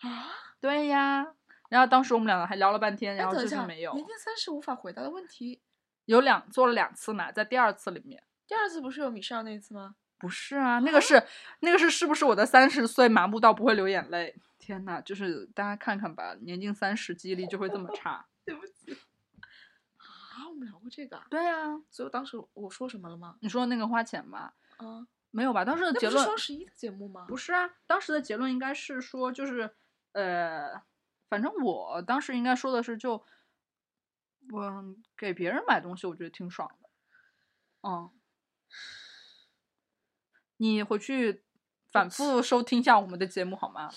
Speaker 1: 啊？
Speaker 2: 对呀，然后当时我们两个还聊了半天，
Speaker 1: 哎
Speaker 2: 然后
Speaker 1: 等
Speaker 2: 就
Speaker 1: 一
Speaker 2: 是
Speaker 1: 下
Speaker 2: 没有，
Speaker 1: 年近三十无法回答的问题，
Speaker 2: 有两做了两次嘛，在第二次里面
Speaker 1: 第二次不是有米少那一次吗？
Speaker 2: 不是啊，那个是那个是是不是我的三十岁麻木到不会流眼泪？天呐，就是大家看看吧，年近三十记忆力就会这么差。
Speaker 1: 对不起啊，我们聊过这个啊，
Speaker 2: 对啊，
Speaker 1: 所以我当时我说什么了吗？
Speaker 2: 你说那个花钱吗？
Speaker 1: 啊，
Speaker 2: 没有吧？当时的
Speaker 1: 那
Speaker 2: 结
Speaker 1: 不是
Speaker 2: 论
Speaker 1: 双十一的节目吗？
Speaker 2: 不
Speaker 1: 是，
Speaker 2: 是啊，当时的结论应该是说，就是呃，反正我当时应该说的是就，我给别人买东西，我觉得挺爽的。嗯，你回去反复收听一下我们的节目好吗？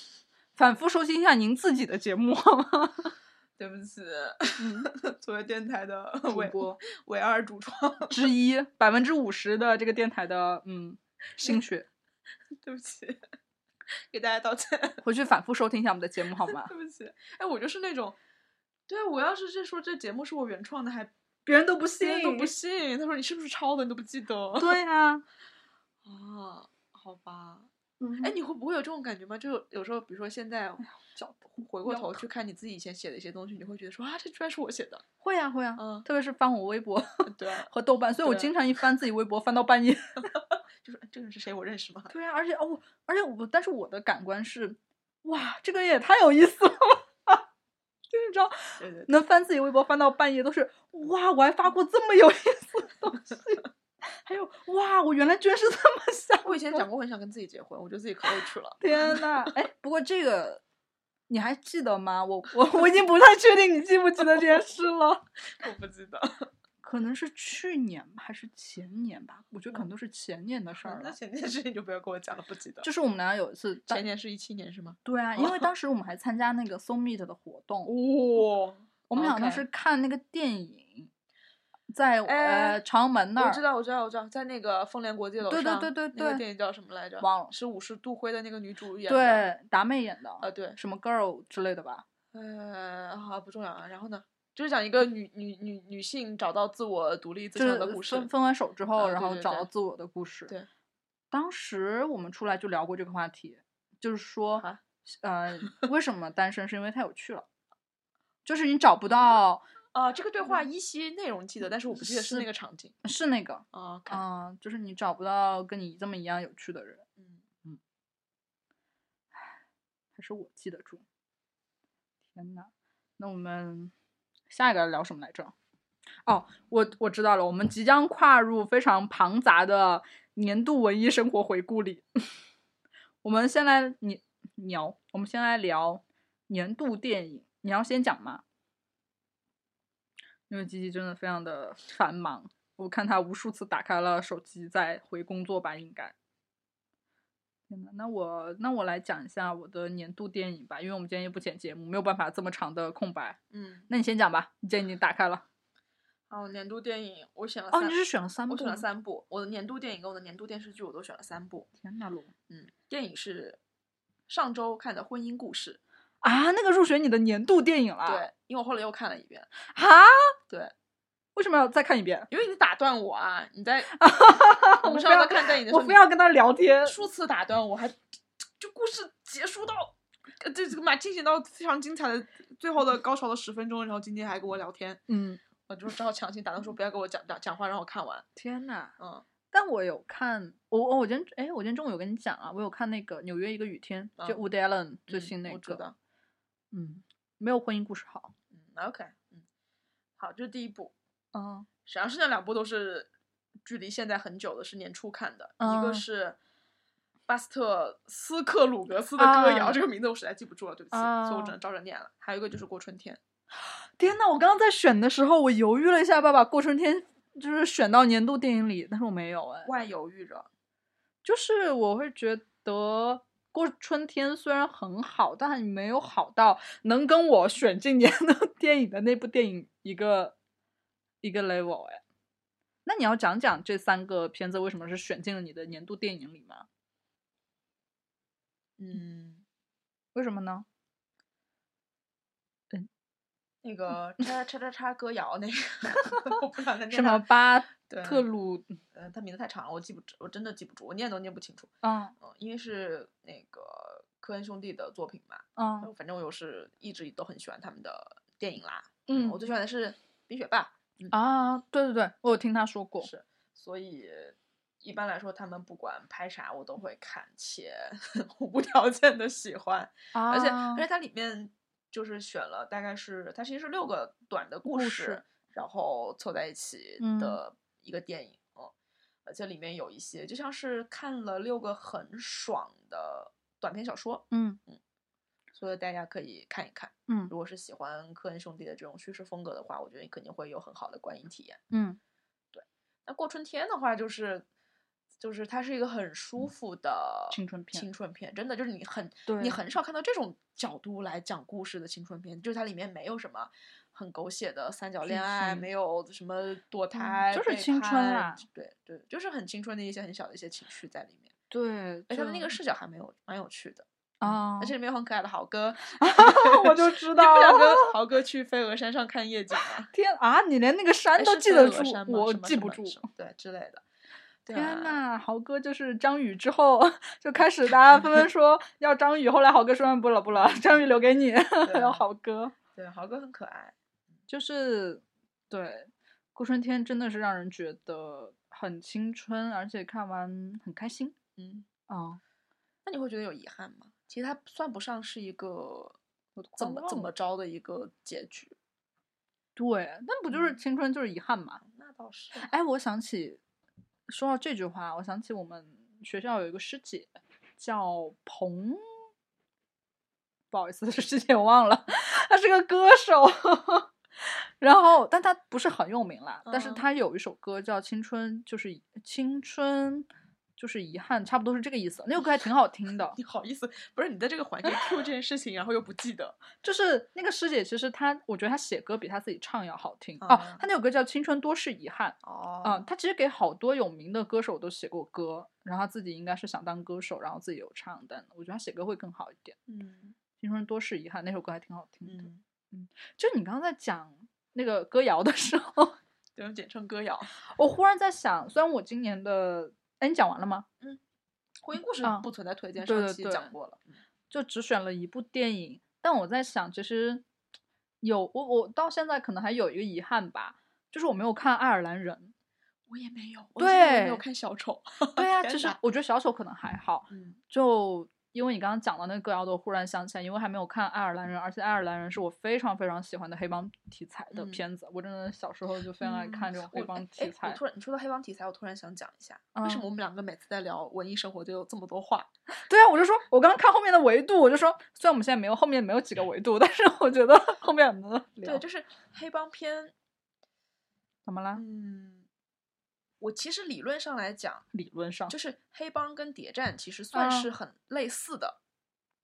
Speaker 2: 反复收听一下您自己的节目 好吗？
Speaker 1: 对不起，
Speaker 2: 嗯
Speaker 1: 作为电台的
Speaker 2: 主
Speaker 1: 伟
Speaker 2: 播
Speaker 1: 伟二主创，
Speaker 2: 之一，百分之五十的这个电台的嗯心血，
Speaker 1: 对不 起，给大家道歉。
Speaker 2: 回去反复收听一下我们的节目好吗？
Speaker 1: 对不起，哎，我就是那种，对啊，我要是这说这节目是我原创的，还
Speaker 2: 别人都不
Speaker 1: 别人都不
Speaker 2: 信
Speaker 1: 信。他说你是不是抄的，你都不记得。
Speaker 2: 对呀、
Speaker 1: 啊，好吧。
Speaker 2: 嗯
Speaker 1: 哎，你会不会有这种感觉吗？就有时候，比如说现在
Speaker 2: 脚
Speaker 1: 回过
Speaker 2: 腰
Speaker 1: 头去看你自己以前写的一些东西，你会觉得说啊，这居然是我写的。
Speaker 2: 会呀、会呀、啊
Speaker 1: 嗯，
Speaker 2: 特别是翻我微博
Speaker 1: 对啊，
Speaker 2: 和豆瓣，所以我
Speaker 1: 对
Speaker 2: 经常一翻自己微博，翻到半夜。
Speaker 1: 就是哎这个人是谁，我认识吗？
Speaker 2: 对呀、而且哦，而且我，但是我的感官是，哇，这个人也太有意思了吧， 就是你知道，
Speaker 1: 对对对，
Speaker 2: 能翻自己微博翻到半夜都是，哇，我还发过这么有意思的东西， 还有哇，我原来居然是这么想的。
Speaker 1: 我以前讲过，我很想跟自己结婚，我觉得自己可以去了。
Speaker 2: 天呐，哎，不过这个你还记得吗？我我我已经不太确定你记不记得这件事了。
Speaker 1: 我不记得，
Speaker 2: 可能是去年吧还是前年吧，我觉得可能都是前年的事儿
Speaker 1: 那
Speaker 2: 了。
Speaker 1: 前件事情就不要跟我讲了，不记得。
Speaker 2: 就是我们俩有一次当，
Speaker 1: 前年是一七年是吗？
Speaker 2: 对啊，因为当时我们还参加那个 So Meet 的活动，
Speaker 1: 哦，
Speaker 2: 我们俩当
Speaker 1: OK
Speaker 2: 时看那个电影，在
Speaker 1: 哎
Speaker 2: 呃长门那
Speaker 1: 我
Speaker 2: 儿，
Speaker 1: 知道，我知道，我知道，在那个凤联国际楼
Speaker 2: 对
Speaker 1: 上，
Speaker 2: 对对对
Speaker 1: 那
Speaker 2: 对
Speaker 1: 个电影叫什么来着？
Speaker 2: 忘了
Speaker 1: 是武士杜辉的那个女主演的。
Speaker 2: 对达妹演的，
Speaker 1: 啊，对，
Speaker 2: 什么 Girl 之类的吧，
Speaker 1: 呃，好，不重要啊。然后呢，就是讲一个女女女女性找到自我独立自
Speaker 2: 就
Speaker 1: 强
Speaker 2: 是
Speaker 1: 的故事。
Speaker 2: 分分完手之后，
Speaker 1: 啊对
Speaker 2: 然后
Speaker 1: 对
Speaker 2: 找
Speaker 1: 对
Speaker 2: 到自我的故事。
Speaker 1: 对，
Speaker 2: 当时我们出来就聊过这个话题，就是说，
Speaker 1: 啊
Speaker 2: 呃，为什么单身是因为太有趣了，就是你找不到
Speaker 1: 啊，这个对话依稀内容记得，但是我不记得是那
Speaker 2: 嗯是
Speaker 1: 个场景
Speaker 2: 是那个，
Speaker 1: 啊。OK，
Speaker 2: 嗯、就是你找不到跟你这么一样有趣的人，
Speaker 1: 嗯，
Speaker 2: 还是我记得住。天呐，那我们下一个聊什么来着？哦，我我知道了，我们即将跨入非常庞杂的年度文艺生活回顾里。 我们先来你聊，我们先来聊年度电影。你要先讲吗？因为吉吉真的非常的繁忙，我看他无数次打开了手机在回工作吧，应该。天呐，那我那我来讲一下我的年度电影吧，因为我们今天也不剪节目，没有办法这么长的空白。
Speaker 1: 嗯，
Speaker 2: 那你先讲吧，你今天已经打开了。
Speaker 1: 然后年度电影我选了
Speaker 2: 哦，
Speaker 1: 三，
Speaker 2: 你是选了三部？
Speaker 1: 我选了。三部，我的年度电影跟我的年度电视剧我都选了三部。
Speaker 2: 天呐，罗
Speaker 1: 嗯，电影是上周看的《婚姻故事
Speaker 2: 啊，那个入选你的年度电影》，了？
Speaker 1: 对，因为我后来又看了一遍，
Speaker 2: 啊，
Speaker 1: 对，
Speaker 2: 为什么要再看一遍？
Speaker 1: 因为你打断我啊，你在我
Speaker 2: 我
Speaker 1: 们
Speaker 2: 非
Speaker 1: 上
Speaker 2: 要
Speaker 1: 次看电影的时
Speaker 2: 我
Speaker 1: 候，
Speaker 2: 非要跟他聊天
Speaker 1: 你。数次打断我，还就故事结束到。呃这这个嘛，进行到非常精彩的最后的高潮的十分钟，然后今天还跟我聊天，
Speaker 2: 嗯，
Speaker 1: 我就只好强行打断说不要跟我讲讲讲话，让我看完。
Speaker 2: 天呐，
Speaker 1: 嗯，
Speaker 2: 但我有看，我我我今天哎，我今天中午有跟你讲啊，我有看那个《纽约一个雨天》，就
Speaker 1: 嗯
Speaker 2: Woody Allen 最
Speaker 1: 嗯
Speaker 2: 新那
Speaker 1: 我知
Speaker 2: 个，
Speaker 1: 道。
Speaker 2: 嗯，没有婚姻故事好。
Speaker 1: 嗯，OK，嗯，好，这是第一部。
Speaker 2: 嗯
Speaker 1: 实际上是那两部都是距离现在很久的，是年初看的，一
Speaker 2: 嗯
Speaker 1: 个是巴斯特斯克鲁格斯的歌谣，
Speaker 2: 啊
Speaker 1: 这个名字我实在记不住了，对不起，所以我
Speaker 2: 啊
Speaker 1: 只能照着念了。还有一个就是过春天，
Speaker 2: 天呐，我刚刚在选的时候，我犹豫了一下，爸爸过春天就是选到年度电影里，但是我没有哎，
Speaker 1: 外犹豫着，
Speaker 2: 就是我会觉得过春天虽然很好，但没有好到能跟我选今年的 电影的那部电影一个一个 level 哎。那你要讲讲这三个片子为什么是选进了你的年度电影里吗？
Speaker 1: 嗯，
Speaker 2: 为什么呢？
Speaker 1: 那个叉叉叉叉歌谣那个，我不想再念
Speaker 2: 什么
Speaker 1: 它
Speaker 2: 巴
Speaker 1: 对
Speaker 2: 特，鲁？
Speaker 1: 呃，它名字太长了，我记不住，我真的记不住，我念都念不清楚。
Speaker 2: 嗯
Speaker 1: 嗯，因为是那个科恩兄弟的作品嘛，
Speaker 2: 嗯
Speaker 1: 反正我又是一直都很喜欢他们的电影啦。我
Speaker 2: 嗯
Speaker 1: 最喜欢的是《冰雪霸》。
Speaker 2: 啊，对对对，我有听他说过。
Speaker 1: 是，所以一般来说，他们不管拍啥，我都会看，且 我无条件的喜欢。
Speaker 2: 啊
Speaker 1: 而且，而且它里面就是选了大概是它其实是六个短的故
Speaker 2: 故
Speaker 1: 事，
Speaker 2: 事
Speaker 1: 然后凑在一起
Speaker 2: 嗯
Speaker 1: 的一个电影。嗯而且里面有一些就像是看了六个很爽的短篇小说，
Speaker 2: 嗯
Speaker 1: 所以大家可以看一看。
Speaker 2: 嗯
Speaker 1: 如果是喜欢科恩兄弟的这种叙事风格的话，我觉得你肯定会有很好的观影体验。
Speaker 2: 嗯
Speaker 1: 那过春天的话，就是就是它是一个很舒服的
Speaker 2: 嗯青春片
Speaker 1: 青春片真的就是你很
Speaker 2: 对
Speaker 1: 你很少看到这种角度来讲故事的青春片，就是它里面没有什么很狗血的三角
Speaker 2: 剧
Speaker 1: 恋爱，
Speaker 2: 情嗯
Speaker 1: 没有什么堕胎，
Speaker 2: 就是
Speaker 1: 背
Speaker 2: 青春啊
Speaker 1: 叛
Speaker 2: 啦，
Speaker 1: 对对，就是很青春的一些很小的一些情绪在里面。
Speaker 2: 对，
Speaker 1: 而且它哎的那
Speaker 2: 就
Speaker 1: 个视角还没有蛮有趣的，
Speaker 2: 啊，，
Speaker 1: 而且里面有很可爱的豪哥
Speaker 2: 我就知道
Speaker 1: 你不想跟豪哥去飞鹅山上看夜景吗？
Speaker 2: 天啊，你连那个山
Speaker 1: 哎
Speaker 2: 都
Speaker 1: 是
Speaker 2: 记
Speaker 1: 飞
Speaker 2: 得
Speaker 1: 鹅
Speaker 2: 住
Speaker 1: 山，吗
Speaker 2: 我
Speaker 1: 什么
Speaker 2: 记
Speaker 1: 什
Speaker 2: 不
Speaker 1: 么
Speaker 2: 住。
Speaker 1: 什么对之类的。对啊
Speaker 2: 天呐，豪哥就是张宇之后就开始大家纷纷说要张宇，后来豪哥说不了不了，张宇留给你，
Speaker 1: 啊
Speaker 2: 要豪哥。
Speaker 1: 对，豪哥很可爱。
Speaker 2: 就是对，顾春天真的是让人觉得很青春，而且看完很开心。
Speaker 1: 嗯，
Speaker 2: 啊，
Speaker 1: 那你会觉得有遗憾吗？其实它算不上是一个
Speaker 2: 我都快
Speaker 1: 怎么怎
Speaker 2: 忘
Speaker 1: 么
Speaker 2: 了
Speaker 1: 着的一个结局。
Speaker 2: 对，那不就是
Speaker 1: 嗯
Speaker 2: 青春就是遗憾嘛？
Speaker 1: 啊那倒是。
Speaker 2: 哎，我想起说到这句话，我想起我们学校有一个师姐叫彭，不好意思， 师姐我忘了，她是个歌手。 然后，但她不是很有名啦，但是
Speaker 1: 嗯，
Speaker 2: 她有一首歌叫《青春》，就是遗青春就是遗憾，差不多是这个意思。那首歌还挺好听的
Speaker 1: 你好意思，不是你在这个环节 Q 这件事情，然后又不记得。
Speaker 2: 就是那个师姐，其实她，我觉得她写歌比她自己唱要好听。哦
Speaker 1: 啊，
Speaker 2: 她那首歌叫《青春多是遗憾》，
Speaker 1: 哦
Speaker 2: 嗯，他其实给好多有名的歌手都写过歌，然后他自己应该是想当歌手，然后自己有唱，但我觉得他写歌会更好一点。
Speaker 1: 嗯，
Speaker 2: 青春多是遗憾》那首歌还挺好听的。
Speaker 1: 嗯，
Speaker 2: 就你刚才讲那个歌谣的时候，
Speaker 1: 对，简称歌谣。
Speaker 2: 我忽然在想，虽然我今年的，哎，你讲完了吗？
Speaker 1: 婚姻故事
Speaker 2: 啊
Speaker 1: 不存在推荐，
Speaker 2: 对
Speaker 1: 上
Speaker 2: 对
Speaker 1: 期
Speaker 2: 对
Speaker 1: 讲过了。嗯
Speaker 2: 就只选了一部电影，但我在想，其实有我我到现在可能还有一个遗憾吧，就是我没有看《爱尔兰人
Speaker 1: 我也没有，我也没有
Speaker 2: 对
Speaker 1: 看小丑。》。
Speaker 2: 对啊，
Speaker 1: 天
Speaker 2: 其实
Speaker 1: 哪
Speaker 2: 我觉得小丑可能还好，
Speaker 1: 嗯，
Speaker 2: 就因为你刚刚讲到那个歌谣，我忽然想起来，因为还没有看《爱尔兰人》，而且《爱尔兰人》是我非常非常喜欢的黑帮题材的
Speaker 1: 嗯
Speaker 2: 片子，我真的小时候就非常爱
Speaker 1: 嗯
Speaker 2: 看这种黑
Speaker 1: 我
Speaker 2: 帮
Speaker 1: 哎
Speaker 2: 题
Speaker 1: 哎
Speaker 2: 材嗯
Speaker 1: 我。突然你说到黑帮题材，我突然想讲一下，为什么我们两个每次在聊文艺生活就有这么多话？
Speaker 2: 对啊，我就说，我刚刚看后面的维度，我就说，虽然我们现在没有后面没有几个维度，但是 我觉得后面很能聊。
Speaker 1: 对，就是黑帮片，
Speaker 2: 怎么啦？
Speaker 1: 嗯，我其实理论上来讲，
Speaker 2: 理论上
Speaker 1: 就是黑帮跟谍战其实算
Speaker 2: 啊
Speaker 1: 是很类似的，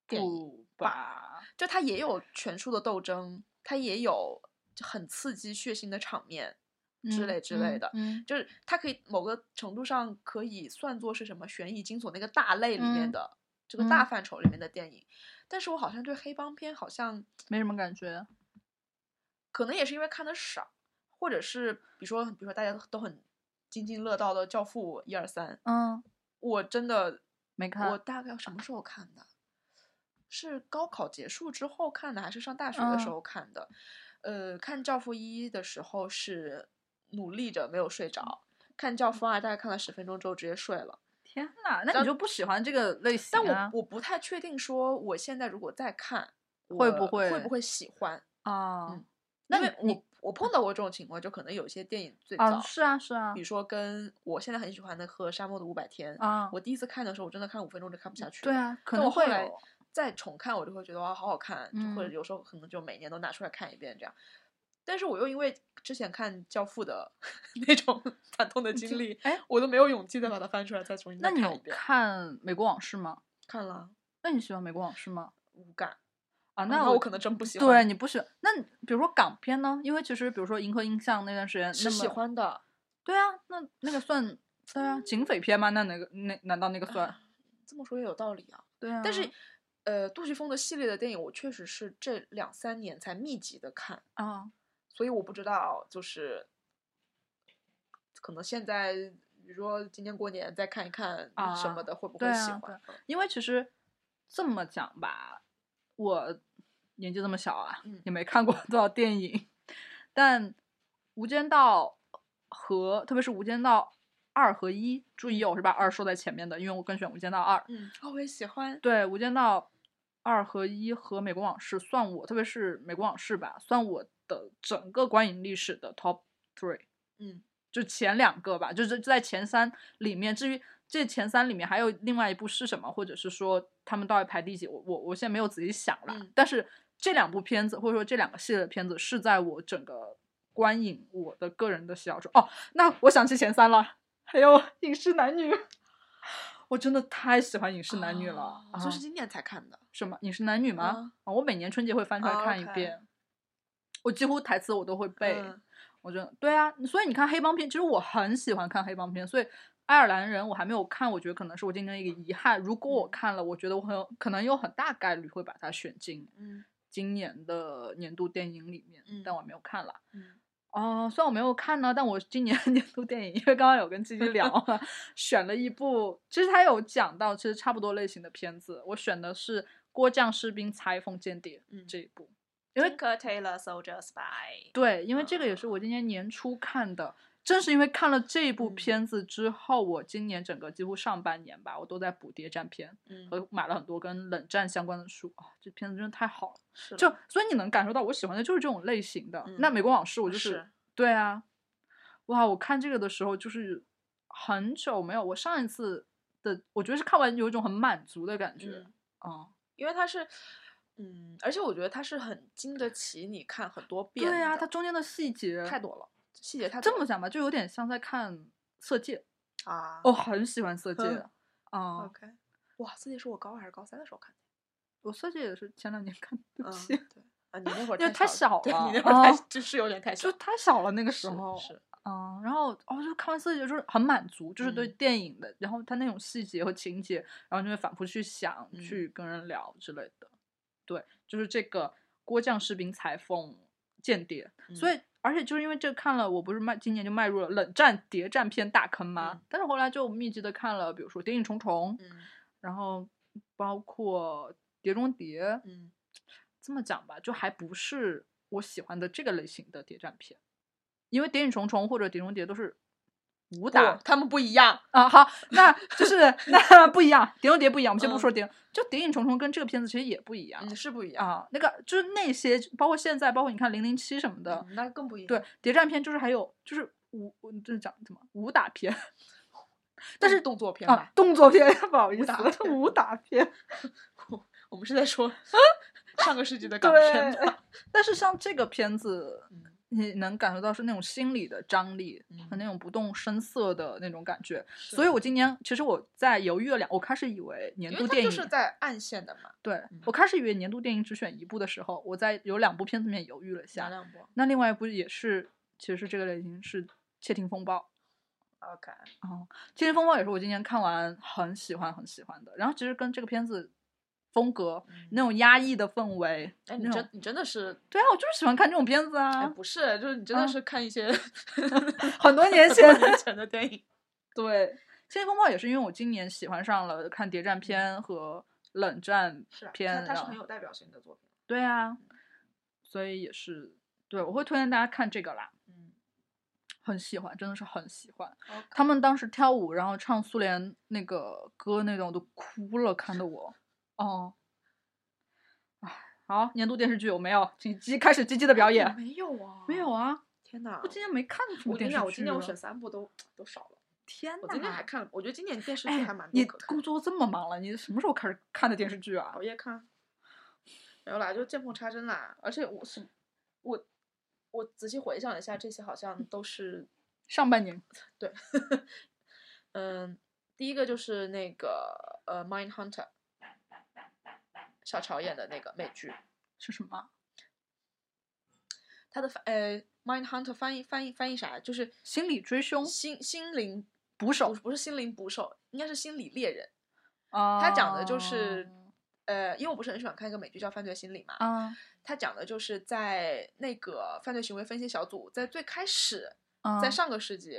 Speaker 1: 电
Speaker 2: 不吧？
Speaker 1: 就它也有权术的斗争，它也有就很刺激血腥的场面，之类之类的
Speaker 2: 嗯，
Speaker 1: 就是它可以某个程度上可以算作是什么悬疑惊悚那个大类里面
Speaker 2: 嗯
Speaker 1: 的、这个大
Speaker 2: 嗯
Speaker 1: 范畴里面的电影，但是我好像对黑帮片好像
Speaker 2: 没什么感觉。
Speaker 1: 可能也是因为看的少，或者是比如说比如说大家都很津津乐道的《教父》一二三，
Speaker 2: 嗯，
Speaker 1: 我真的
Speaker 2: 没
Speaker 1: 我
Speaker 2: 看。
Speaker 1: 大概什么时候看的？是高考结束之后看的，还是上大学的时
Speaker 2: 嗯
Speaker 1: 候看的？呃，看《教父一》的时候是努力着没有睡着，看《教父二》大概看了十分钟之后直接睡了。
Speaker 2: 天呐，那
Speaker 1: 但
Speaker 2: 你就不喜欢这个类型
Speaker 1: 但
Speaker 2: 啊？
Speaker 1: 我我不太确定，说我现在如果再看，
Speaker 2: 会不
Speaker 1: 我会
Speaker 2: 会
Speaker 1: 不会喜欢？
Speaker 2: 啊
Speaker 1: 嗯，
Speaker 2: 那
Speaker 1: 因为
Speaker 2: 你
Speaker 1: 我我碰到过这种情况，就可能有些电影最早，
Speaker 2: 啊，是啊，是啊
Speaker 1: 比如，说跟我现在很喜欢的和《沙漠的五百天》
Speaker 2: 啊，
Speaker 1: 我第一次看的时候，我真的看五分钟就看不下去了。
Speaker 2: 对啊，可
Speaker 1: 但
Speaker 2: 能
Speaker 1: 我后
Speaker 2: 会
Speaker 1: 来
Speaker 2: 有
Speaker 1: 再重看，我就会觉得哇，好好看，就或者
Speaker 2: 嗯
Speaker 1: 有时候可能就每年都拿出来看一遍这样。但是我又因为之前看《教父》的 那种惨痛的经历，
Speaker 2: 哎，
Speaker 1: 我都没有勇气再把它翻出来再重新
Speaker 2: 那
Speaker 1: 再
Speaker 2: 你
Speaker 1: 看
Speaker 2: 有
Speaker 1: 一遍。
Speaker 2: 看《美国往事》吗？
Speaker 1: 看了
Speaker 2: 那你喜欢《美国往事》吗？
Speaker 1: 无感，
Speaker 2: 啊，
Speaker 1: 啊
Speaker 2: 那
Speaker 1: 我可能真不喜欢。
Speaker 2: 对你不喜欢。那你比如说港片呢？因为其实比如说《银河映像》那段时间，
Speaker 1: 是
Speaker 2: 那
Speaker 1: 喜
Speaker 2: 么。
Speaker 1: 欢的，
Speaker 2: 对啊，那那个算对啊，警匪片吗？那哪个那难道那个算？
Speaker 1: 这么说也有道理啊。
Speaker 2: 对啊，
Speaker 1: 但是，呃，杜琪峰的系列的电影，我确实是这两三年才密集的看。
Speaker 2: 啊，
Speaker 1: 所以我不知道，就是可能现在，比如说今年过年再看一看什么
Speaker 2: 啊
Speaker 1: 的，会不
Speaker 2: 对
Speaker 1: 会喜
Speaker 2: 啊
Speaker 1: 欢？
Speaker 2: 因为其实这么讲吧，我年纪这么小啊，
Speaker 1: 嗯
Speaker 2: 也没看过 多少电影，但《无间道》和特别是《无间道》二和一，注意哦，我是把二说在前面的，因为我更喜欢《无间道二》。
Speaker 1: 嗯，哦，我也喜欢。
Speaker 2: 对，《无间道》二和一和《美国往事》算我，特别是《美国往事》吧，算我的整个观影历史的 top three。
Speaker 1: 嗯，
Speaker 2: 就前两个吧，就是在前三里面。至于这前三里面还有另外一部是什么，或者是说他们到底排第几，我我我现在没有仔细想了。
Speaker 1: 嗯
Speaker 2: 但是这两部片子，或者说这两个系列的片子，是在我整个观影我的个人的喜好中。哦，那我想起前三了，还有《饮食男女》， 我真的太喜欢《饮食男女》了
Speaker 1: 啊。我就是今年才看的。
Speaker 2: 什么《饮食男女》吗？
Speaker 1: 啊
Speaker 2: 啊我每年春节会翻出来
Speaker 1: 啊
Speaker 2: 看一
Speaker 1: ，OK
Speaker 2: 遍。我几乎台词我都会背，
Speaker 1: 嗯
Speaker 2: 我觉得对啊，所以你看黑帮片，其实我很喜欢看黑帮片，所以《爱尔兰人》我还没有看，我觉得可能是我今天一个遗憾。如果我
Speaker 1: 嗯
Speaker 2: 看了，我觉得我很有可能有很大概率会把它选进
Speaker 1: 嗯
Speaker 2: 今年的年度电影里面，但
Speaker 1: 嗯
Speaker 2: 我没有看了。
Speaker 1: 嗯
Speaker 2: 哦，虽然我没有看呢，但我今年 年度电影，因为刚刚有跟鸡鸡 聊了，选了一部，其实他有讲到，其实差不多类型的片子，我选的是《郭将士兵裁缝间谍》
Speaker 1: 嗯
Speaker 2: 这一部。因为
Speaker 1: ，Tinker Taylor Soldier Spy。
Speaker 2: 对，因为这个
Speaker 1: 啊
Speaker 2: 也是我今年年初看的，正是因为看了这一部
Speaker 1: 嗯
Speaker 2: 片子之后，我今年整个几乎上半年吧，我都在补谍战片，
Speaker 1: 嗯，
Speaker 2: 和买了很多跟冷战相关的书啊，这片子真的太好了。
Speaker 1: 是
Speaker 2: 就
Speaker 1: 了
Speaker 2: 所以你能感受到我喜欢的就是这种类型的。那《
Speaker 1: 嗯
Speaker 2: 美国往事》我就是
Speaker 1: 是
Speaker 2: 对啊，哇！我看这个的时候就是很久没有，我上一次的我觉得是看完有一种很满足的感觉
Speaker 1: 嗯，
Speaker 2: 啊、
Speaker 1: 因为它是，嗯，而且我觉得它是很经得起你看很多遍的。
Speaker 2: 对呀、啊它中间的细节
Speaker 1: 太多了，细节太多
Speaker 2: 这么
Speaker 1: 了
Speaker 2: 讲吧，就有点像在看《色戒》，
Speaker 1: 啊。
Speaker 2: 我很喜欢《色戒》
Speaker 1: 嗯
Speaker 2: 啊、
Speaker 1: ，OK，哇，这也是我高二还是高三的时候看的。
Speaker 2: 我《色戒》也是前两年 看，对不
Speaker 1: 嗯，
Speaker 2: 起，
Speaker 1: 对啊，你那会儿
Speaker 2: 因为
Speaker 1: 太
Speaker 2: 太
Speaker 1: 小
Speaker 2: 小
Speaker 1: 对
Speaker 2: 了
Speaker 1: 你那会儿太
Speaker 2: 啊
Speaker 1: 就是有点太小
Speaker 2: 就
Speaker 1: 了，
Speaker 2: 太小了那个
Speaker 1: 是
Speaker 2: 时候，
Speaker 1: 是
Speaker 2: 嗯，然后哦，就看完《色戒》就是很满足，就是对
Speaker 1: 嗯
Speaker 2: 电影的，然后它那种细节和情节，然后就会反复去想、
Speaker 1: 嗯
Speaker 2: 去跟人聊之类的。对，就是这个郭将士兵裁缝间谍，所以而且就是因为这个看了，我不是迈今年就迈入了冷战谍战片大坑吗？
Speaker 1: 嗯
Speaker 2: 但是后来就密集的看了，比如说《谍影重重》，
Speaker 1: 嗯
Speaker 2: 然后包括《碟中谍》，
Speaker 1: 嗯
Speaker 2: 这么讲吧，就还不是我喜欢的这个类型的谍战片，因为《谍影重重》或者《碟中谍》都是武打
Speaker 1: 不，他们不一样，
Speaker 2: 啊，好，那就是 那不一样，《碟中谍》不一样，我们先不
Speaker 1: 嗯
Speaker 2: 说谍，就《谍影重重》跟这个片子其实也不一样、
Speaker 1: 嗯是不一样
Speaker 2: 啊。那个就是那些，包括现在，包括你看《零零七》什么的，
Speaker 1: 嗯那更不一样。
Speaker 2: 对，谍战片就是还有就是武，就是讲什么武打片
Speaker 1: 但是动作片
Speaker 2: 啊
Speaker 1: 吧，，
Speaker 2: 动作片， 不好意
Speaker 1: 武
Speaker 2: 思
Speaker 1: 打，片
Speaker 2: 武打片。
Speaker 1: 我们是在 说上个世纪 的港片
Speaker 2: 对
Speaker 1: 吧。，
Speaker 2: 但是像这个片子，
Speaker 1: 嗯
Speaker 2: 你能感受到是那种心理的张力
Speaker 1: 嗯
Speaker 2: 和那种不动声色的那种感觉。
Speaker 1: 是
Speaker 2: 所以我今年其实我在犹豫了两，我开始以为年
Speaker 1: 因
Speaker 2: 度
Speaker 1: 为它
Speaker 2: 电影
Speaker 1: 就是在暗线的嘛，
Speaker 2: 对、
Speaker 1: 嗯
Speaker 2: 我开始以为年度电影只选一部的时候，我在有两部片子里面犹豫了一
Speaker 1: 哪
Speaker 2: 下。
Speaker 1: 两部
Speaker 2: 那另外一部也是，其实是这个类型是《窃听风暴》
Speaker 1: ？OK，
Speaker 2: 哦，《窃听风暴》也是我今年看完很喜欢很喜欢的。然后其实跟这个片子风格
Speaker 1: 嗯
Speaker 2: 那种压抑的氛围，
Speaker 1: 哎，你
Speaker 2: 那种
Speaker 1: 真你真的是，
Speaker 2: 对啊，我就是喜欢看这种片子啊。
Speaker 1: 哎，不是，就是你真的
Speaker 2: 啊
Speaker 1: 是看一些
Speaker 2: 很多年
Speaker 1: 很
Speaker 2: 前
Speaker 1: 多年前的电影。
Speaker 2: 对，《窃听风暴》也是因为我今年喜欢上了看谍战
Speaker 1: 嗯
Speaker 2: 片和冷战片，啊
Speaker 1: 它它是
Speaker 2: 然后
Speaker 1: 很有代表性的作品。
Speaker 2: 对啊，所以也是对我会推荐大家看这个啦，
Speaker 1: 嗯，
Speaker 2: 很喜欢，真的是很喜欢。
Speaker 1: OK
Speaker 2: 他们当时跳舞，然后唱苏联那个歌那种，我都哭了，看 得我，哦，唉，好，年度电视剧有没有？请积开始积极的 表演。
Speaker 1: 没有啊，
Speaker 2: 没有。啊，
Speaker 1: 天哪！
Speaker 2: 我今年没看什么
Speaker 1: 我跟
Speaker 2: 电
Speaker 1: 你
Speaker 2: 视
Speaker 1: 讲，
Speaker 2: 剧。
Speaker 1: 我今年我选，三部都都少了。
Speaker 2: 天
Speaker 1: 我今天还
Speaker 2: 呐
Speaker 1: 看了，我觉得今年电视剧
Speaker 2: 哎
Speaker 1: 还蛮
Speaker 2: 你
Speaker 1: 多可看
Speaker 2: 工。作这么忙了，你什么时候开始看的电视剧啊？
Speaker 1: 熬夜看，没有啦，就见缝插针啦。而且我是我我仔细回想了一下，这些好像都是
Speaker 2: 上半年
Speaker 1: 对，嗯，第一个就是那个呃《Mind Hunter》，小朝演的那个美剧，
Speaker 2: 是什么？
Speaker 1: 它的翻呃《Mind Hunter》翻译翻译翻译啥？就是
Speaker 2: 心理追凶
Speaker 1: 心心灵
Speaker 2: 捕
Speaker 1: 不
Speaker 2: 手
Speaker 1: 是不是心灵捕手，应该是心理猎人。
Speaker 2: 啊，
Speaker 1: 他讲的就是呃，因为我不是很喜欢看一个美剧叫《犯罪心理》嘛，
Speaker 2: 啊
Speaker 1: 它讲的就是在那个犯罪行为分析小组在最开始，
Speaker 2: 啊，
Speaker 1: 在上个世纪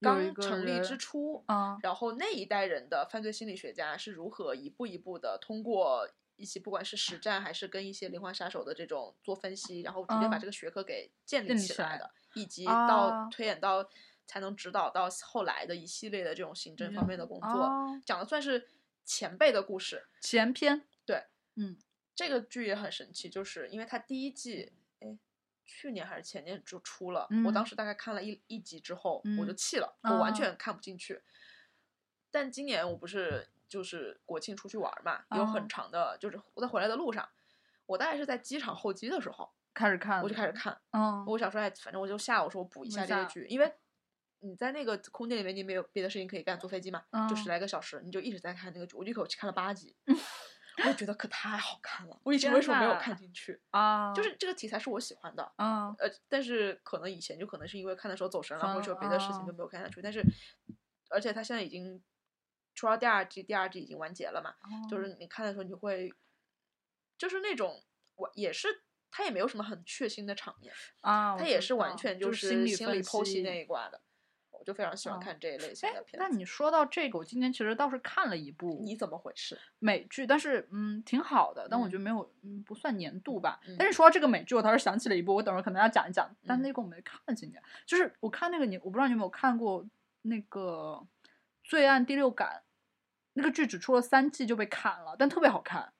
Speaker 2: 有一
Speaker 1: 刚
Speaker 2: 个
Speaker 1: 成立之
Speaker 2: 人
Speaker 1: 初，
Speaker 2: 啊
Speaker 1: 然后那一代人的犯罪心理学家是如何一步一步的通过一些不管是实战还是跟一些连环杀手的这种做分析，然后逐渐把
Speaker 2: 嗯
Speaker 1: 这个学科给建立
Speaker 2: 建立
Speaker 1: 起
Speaker 2: 起
Speaker 1: 来哦
Speaker 2: 来
Speaker 1: 的，以及到
Speaker 2: 啊
Speaker 1: 推演到才能指导到后来的一系列的这种行政方面的工作，
Speaker 2: 哦
Speaker 1: 讲的算是前辈的故事。
Speaker 2: 前篇
Speaker 1: 对，
Speaker 2: 嗯
Speaker 1: 这个剧也很神奇，就是因为它第一季，哎，去年还是前年就出了，我当
Speaker 2: 嗯
Speaker 1: 时大概看了一一集之后，我就
Speaker 2: 嗯
Speaker 1: 弃了，我完
Speaker 2: 啊
Speaker 1: 全看不进去。但今年我不是就是国庆出去玩儿嘛，有
Speaker 2: 啊
Speaker 1: 很长的，就是我在回来的路上，我大概是在机场候机的时候，
Speaker 2: 开始看，
Speaker 1: 我就开始，看，
Speaker 2: 嗯
Speaker 1: 我想说，哎，反正我就下午说我补一
Speaker 2: 补一
Speaker 1: 下这个
Speaker 2: 下
Speaker 1: 剧，因为。你在那个空间里面，你没有别的事情可以干，坐飞机嘛，就十
Speaker 2: 嗯
Speaker 1: 来个小时，你就一直在看那个剧，我一口气看了八集，我就觉得可太好看了。我以前为
Speaker 2: 天
Speaker 1: 什么没有
Speaker 2: 呐
Speaker 1: 看进去？
Speaker 2: 啊，
Speaker 1: 就是这个题材是我喜欢的，
Speaker 2: 啊
Speaker 1: 呃，但是可能以前就可能是因为看的时候走神了，或者
Speaker 2: 嗯
Speaker 1: 说别的事情就
Speaker 2: 哦
Speaker 1: 没有看下去。但是，而且它现在已经出到第二季，第二季已经完结了嘛，
Speaker 2: 嗯
Speaker 1: 就是你看的时候你会，就是那种我也是。它也没有什么很血腥的场面，
Speaker 2: 啊，
Speaker 1: 它
Speaker 2: 我
Speaker 1: 也
Speaker 2: 知
Speaker 1: 是完
Speaker 2: 道
Speaker 1: 全
Speaker 2: 就是心理
Speaker 1: 心理
Speaker 2: 分
Speaker 1: 剖析
Speaker 2: 析
Speaker 1: 那一挂的，我就非常喜欢
Speaker 2: 哦
Speaker 1: 看这一类型
Speaker 2: 哎
Speaker 1: 的，片
Speaker 2: 那
Speaker 1: 子。
Speaker 2: 你说到这个，我今年其实倒是看了一部
Speaker 1: 你怎么回事？
Speaker 2: 美剧，但是嗯挺好的，但我
Speaker 1: 嗯
Speaker 2: 觉得没有嗯不算年度吧。
Speaker 1: 嗯
Speaker 2: 但是说到这个美剧，我倒是想起了一部，我等会儿可能要讲一讲，但
Speaker 1: 嗯
Speaker 2: 那个我没看今年。就是我看那个你，我不知道你有没有看过那个《罪案第六感》，那个剧只出了三季就被砍了，但特别好看。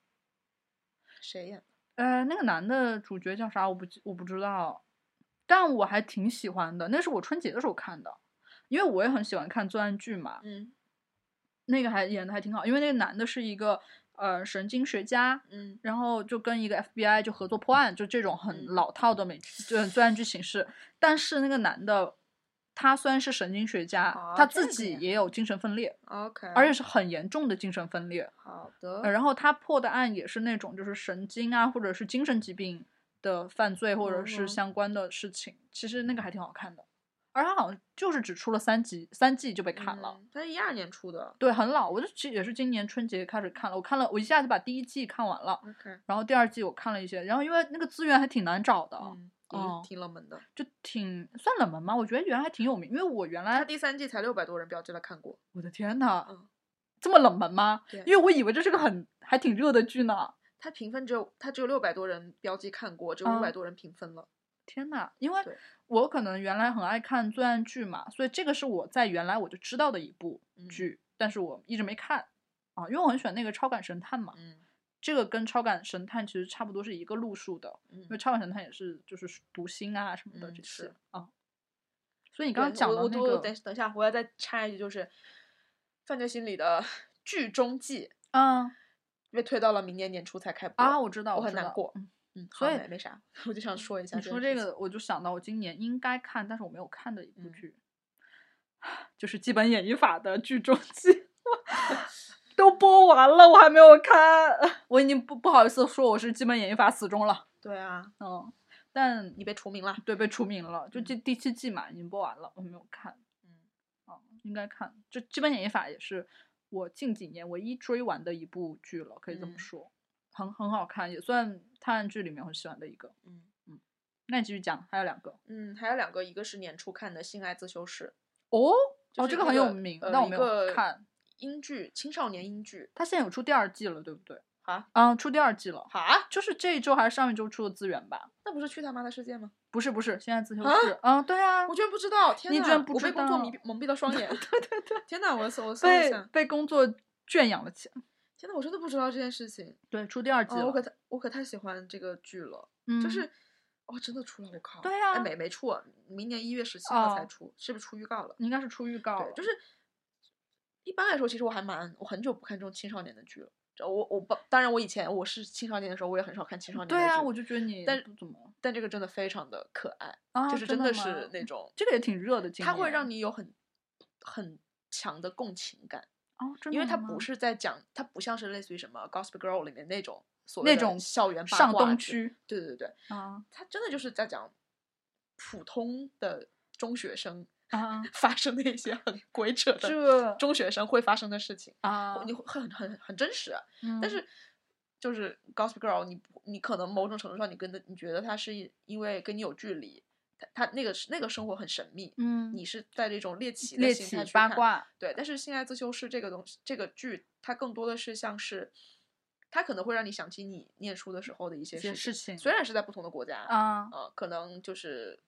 Speaker 1: 谁演？
Speaker 2: 呃，那个男的主角叫啥？我不记我不知道，但我还挺喜欢的。那是我春节的时候看的，因为我也很喜欢看罪案剧嘛。
Speaker 1: 嗯
Speaker 2: 那个还演的还挺好，因为那个男的是一个呃神经学家，
Speaker 1: 嗯
Speaker 2: 然后就跟一个 FBI 就合作破案，就这种很
Speaker 1: 嗯
Speaker 2: 老套的美剧，就罪案剧形式。但是那个男的，他虽然是神经学家，
Speaker 1: 哦
Speaker 2: 他
Speaker 1: 这个
Speaker 2: 自
Speaker 1: 嗯
Speaker 2: 己
Speaker 1: 呀
Speaker 2: 也有精神分裂，
Speaker 1: ，OK，
Speaker 2: 而且是很严重的精神分裂。
Speaker 1: 好的
Speaker 2: 呃，然后他破的案也是那种就是神经啊，或者是精神疾病的犯罪，或者
Speaker 1: 嗯
Speaker 2: 是
Speaker 1: 哼
Speaker 2: 相关的事情。其实那个还挺好看的，而它好像就是只出了三集，三季就被砍了。
Speaker 1: 嗯，它是一二年出的。
Speaker 2: 对，很老，我就其实也是今年春节开始看了，我看了，我一下子把第一季看完了，
Speaker 1: OK，
Speaker 2: 然后第二季我看了一些，然后因为那个资源还挺难找的，
Speaker 1: 嗯，
Speaker 2: 哦
Speaker 1: 挺挺冷门的。
Speaker 2: 就挺算冷门吗？我觉得原来还挺有名，因为我原
Speaker 1: 它
Speaker 2: 来
Speaker 1: 第三季才六百多人标记了看过，
Speaker 2: 我的天呐，
Speaker 1: 嗯
Speaker 2: 这么冷门吗？
Speaker 1: 对
Speaker 2: 因为我以为这是个很还挺热的剧呢。
Speaker 1: 它评分只有它只有六百多人标记看过，只有
Speaker 2: 啊
Speaker 1: 五百多人评分了。
Speaker 2: 天呐，因为
Speaker 1: 对
Speaker 2: 我可能原来很爱看罪案剧嘛，所以这个是我在原来我就知道的一部
Speaker 1: 嗯
Speaker 2: 剧，但是我一直没看啊，因为我很喜欢那个《超感神探》嘛。
Speaker 1: 嗯
Speaker 2: 这个跟《超感神探》其实差不多是一个路数的，因
Speaker 1: 嗯，
Speaker 2: 为《超感神探》也是就是读心啊什么的
Speaker 1: 嗯
Speaker 2: 这些
Speaker 1: 是
Speaker 2: 啊。所以你刚刚
Speaker 1: 对
Speaker 2: 讲
Speaker 1: 我
Speaker 2: 到
Speaker 1: 我
Speaker 2: 那
Speaker 1: 我
Speaker 2: 个，
Speaker 1: 等等一下，我要再插一句，就是《犯罪心理》的 剧中季
Speaker 2: 嗯
Speaker 1: 被推到了明年年初才开播
Speaker 2: 啊，我知道，
Speaker 1: 我
Speaker 2: 我
Speaker 1: 很
Speaker 2: 知
Speaker 1: 难
Speaker 2: 道
Speaker 1: 过
Speaker 2: 嗯
Speaker 1: 嗯，
Speaker 2: 所
Speaker 1: 所
Speaker 2: 以
Speaker 1: 以没没 啥，我就想说一下。
Speaker 2: 你说这，个，我就想到我今年应该看，但是我没有看的一部
Speaker 1: 嗯
Speaker 2: 剧，就是《基本演绎法》的剧中剧， 都播完了，我还没有看， 我已经不不好意思说我是《基本演绎法》死忠了，
Speaker 1: 对啊，
Speaker 2: 嗯，但
Speaker 1: 你被除名了。
Speaker 2: 对被除名了，就这第七季嘛，已经播完了，我没有看，
Speaker 1: 嗯
Speaker 2: 啊、应该看，就《基本演绎法》也是我近几年唯一追完的一部剧了，可以这么
Speaker 1: 嗯
Speaker 2: 说，很很好看，也算探案剧里面很喜欢的一个。
Speaker 1: 嗯
Speaker 2: 那你继续讲，还有两个
Speaker 1: 嗯，还有两个，一个是年初看的《性爱自修室》，
Speaker 2: 哦。
Speaker 1: 就
Speaker 2: 哦，
Speaker 1: 是
Speaker 2: 这
Speaker 1: 一
Speaker 2: 很有
Speaker 1: 个
Speaker 2: 名，
Speaker 1: 呃
Speaker 2: 但我
Speaker 1: 一
Speaker 2: 没
Speaker 1: 个
Speaker 2: 有看。
Speaker 1: 英剧青少年英剧
Speaker 2: 它现在有出第二季了，对不对？
Speaker 1: 啊
Speaker 2: 啊，出第二季了，
Speaker 1: 啊，
Speaker 2: 就是这一周还是上一周出的资源吧？
Speaker 1: 那不是去他妈的世界吗？
Speaker 2: 不是不是，现在自修
Speaker 1: 啊
Speaker 2: 室啊，对啊
Speaker 1: 我，居然不知道，天
Speaker 2: 你
Speaker 1: 呐
Speaker 2: 居然不
Speaker 1: 我被
Speaker 2: 知
Speaker 1: 工作
Speaker 2: 道
Speaker 1: 迷蒙蔽了双 眼。对对对，天呐，我搜我搜一
Speaker 2: 被
Speaker 1: 下，
Speaker 2: 被工作圈养了起来。
Speaker 1: 天呐，我真的不知道这件事情。
Speaker 2: 对，出第二季
Speaker 1: 啊，我
Speaker 2: 了
Speaker 1: 可，太我可太喜欢这个剧了，
Speaker 2: 嗯
Speaker 1: 就是哦，真的出了，我靠！
Speaker 2: 对
Speaker 1: 哎
Speaker 2: 啊
Speaker 1: 没没出，明年一月十七号才
Speaker 2: 哦
Speaker 1: 出，是不是出预告了？
Speaker 2: 应该是出预告了
Speaker 1: 对，，就是一般来说，其实我还蛮我很久不看这种青少年的剧了。这我我不，当然我以前我是青少年的时候，我也很少看青少年的
Speaker 2: 对
Speaker 1: 剧。
Speaker 2: 啊，我就觉得你
Speaker 1: 但
Speaker 2: 不怎么
Speaker 1: 但这个真的非常的可爱，
Speaker 2: 啊，
Speaker 1: 就是
Speaker 2: 真
Speaker 1: 的
Speaker 2: 吗
Speaker 1: 是那种，
Speaker 2: 这个也挺热的，啊今
Speaker 1: 它会
Speaker 2: 年
Speaker 1: 让你有很很强的共情感，
Speaker 2: 哦，真
Speaker 1: 因为
Speaker 2: 的
Speaker 1: 它
Speaker 2: 吗
Speaker 1: 不是在讲，它不像是类似于什么《Gossip Girl》里面那种所谓
Speaker 2: 那
Speaker 1: 的
Speaker 2: 种
Speaker 1: 校园八
Speaker 2: 上
Speaker 1: 卦
Speaker 2: 东
Speaker 1: 之，
Speaker 2: 区
Speaker 1: 对对对，
Speaker 2: 啊
Speaker 1: 它真的就是在讲普通 的中学生
Speaker 2: 啊，
Speaker 1: 发生的一些很鬼扯的
Speaker 2: 这
Speaker 1: 中学生会发生的事情。
Speaker 2: 啊，
Speaker 1: 你会很很很真实，啊但
Speaker 2: 嗯
Speaker 1: 是就是 Gossip Girl，你不你可能某种程度上你跟的你觉得他是因为跟你有距离，他他那个是那个生活很神秘，
Speaker 2: 嗯，
Speaker 1: 你是在这种猎奇的
Speaker 2: 猎
Speaker 1: 心
Speaker 2: 奇
Speaker 1: 态去
Speaker 2: 八
Speaker 1: 看，
Speaker 2: 卦，
Speaker 1: 对。但是《性爱自修室》这个东西，这个剧它更多的是像是，它可能会让你想起你念书的时候的一些
Speaker 2: 一些
Speaker 1: 事
Speaker 2: 事情
Speaker 1: 虽然是在不同的国家，
Speaker 2: 啊
Speaker 1: 呃，可能就是。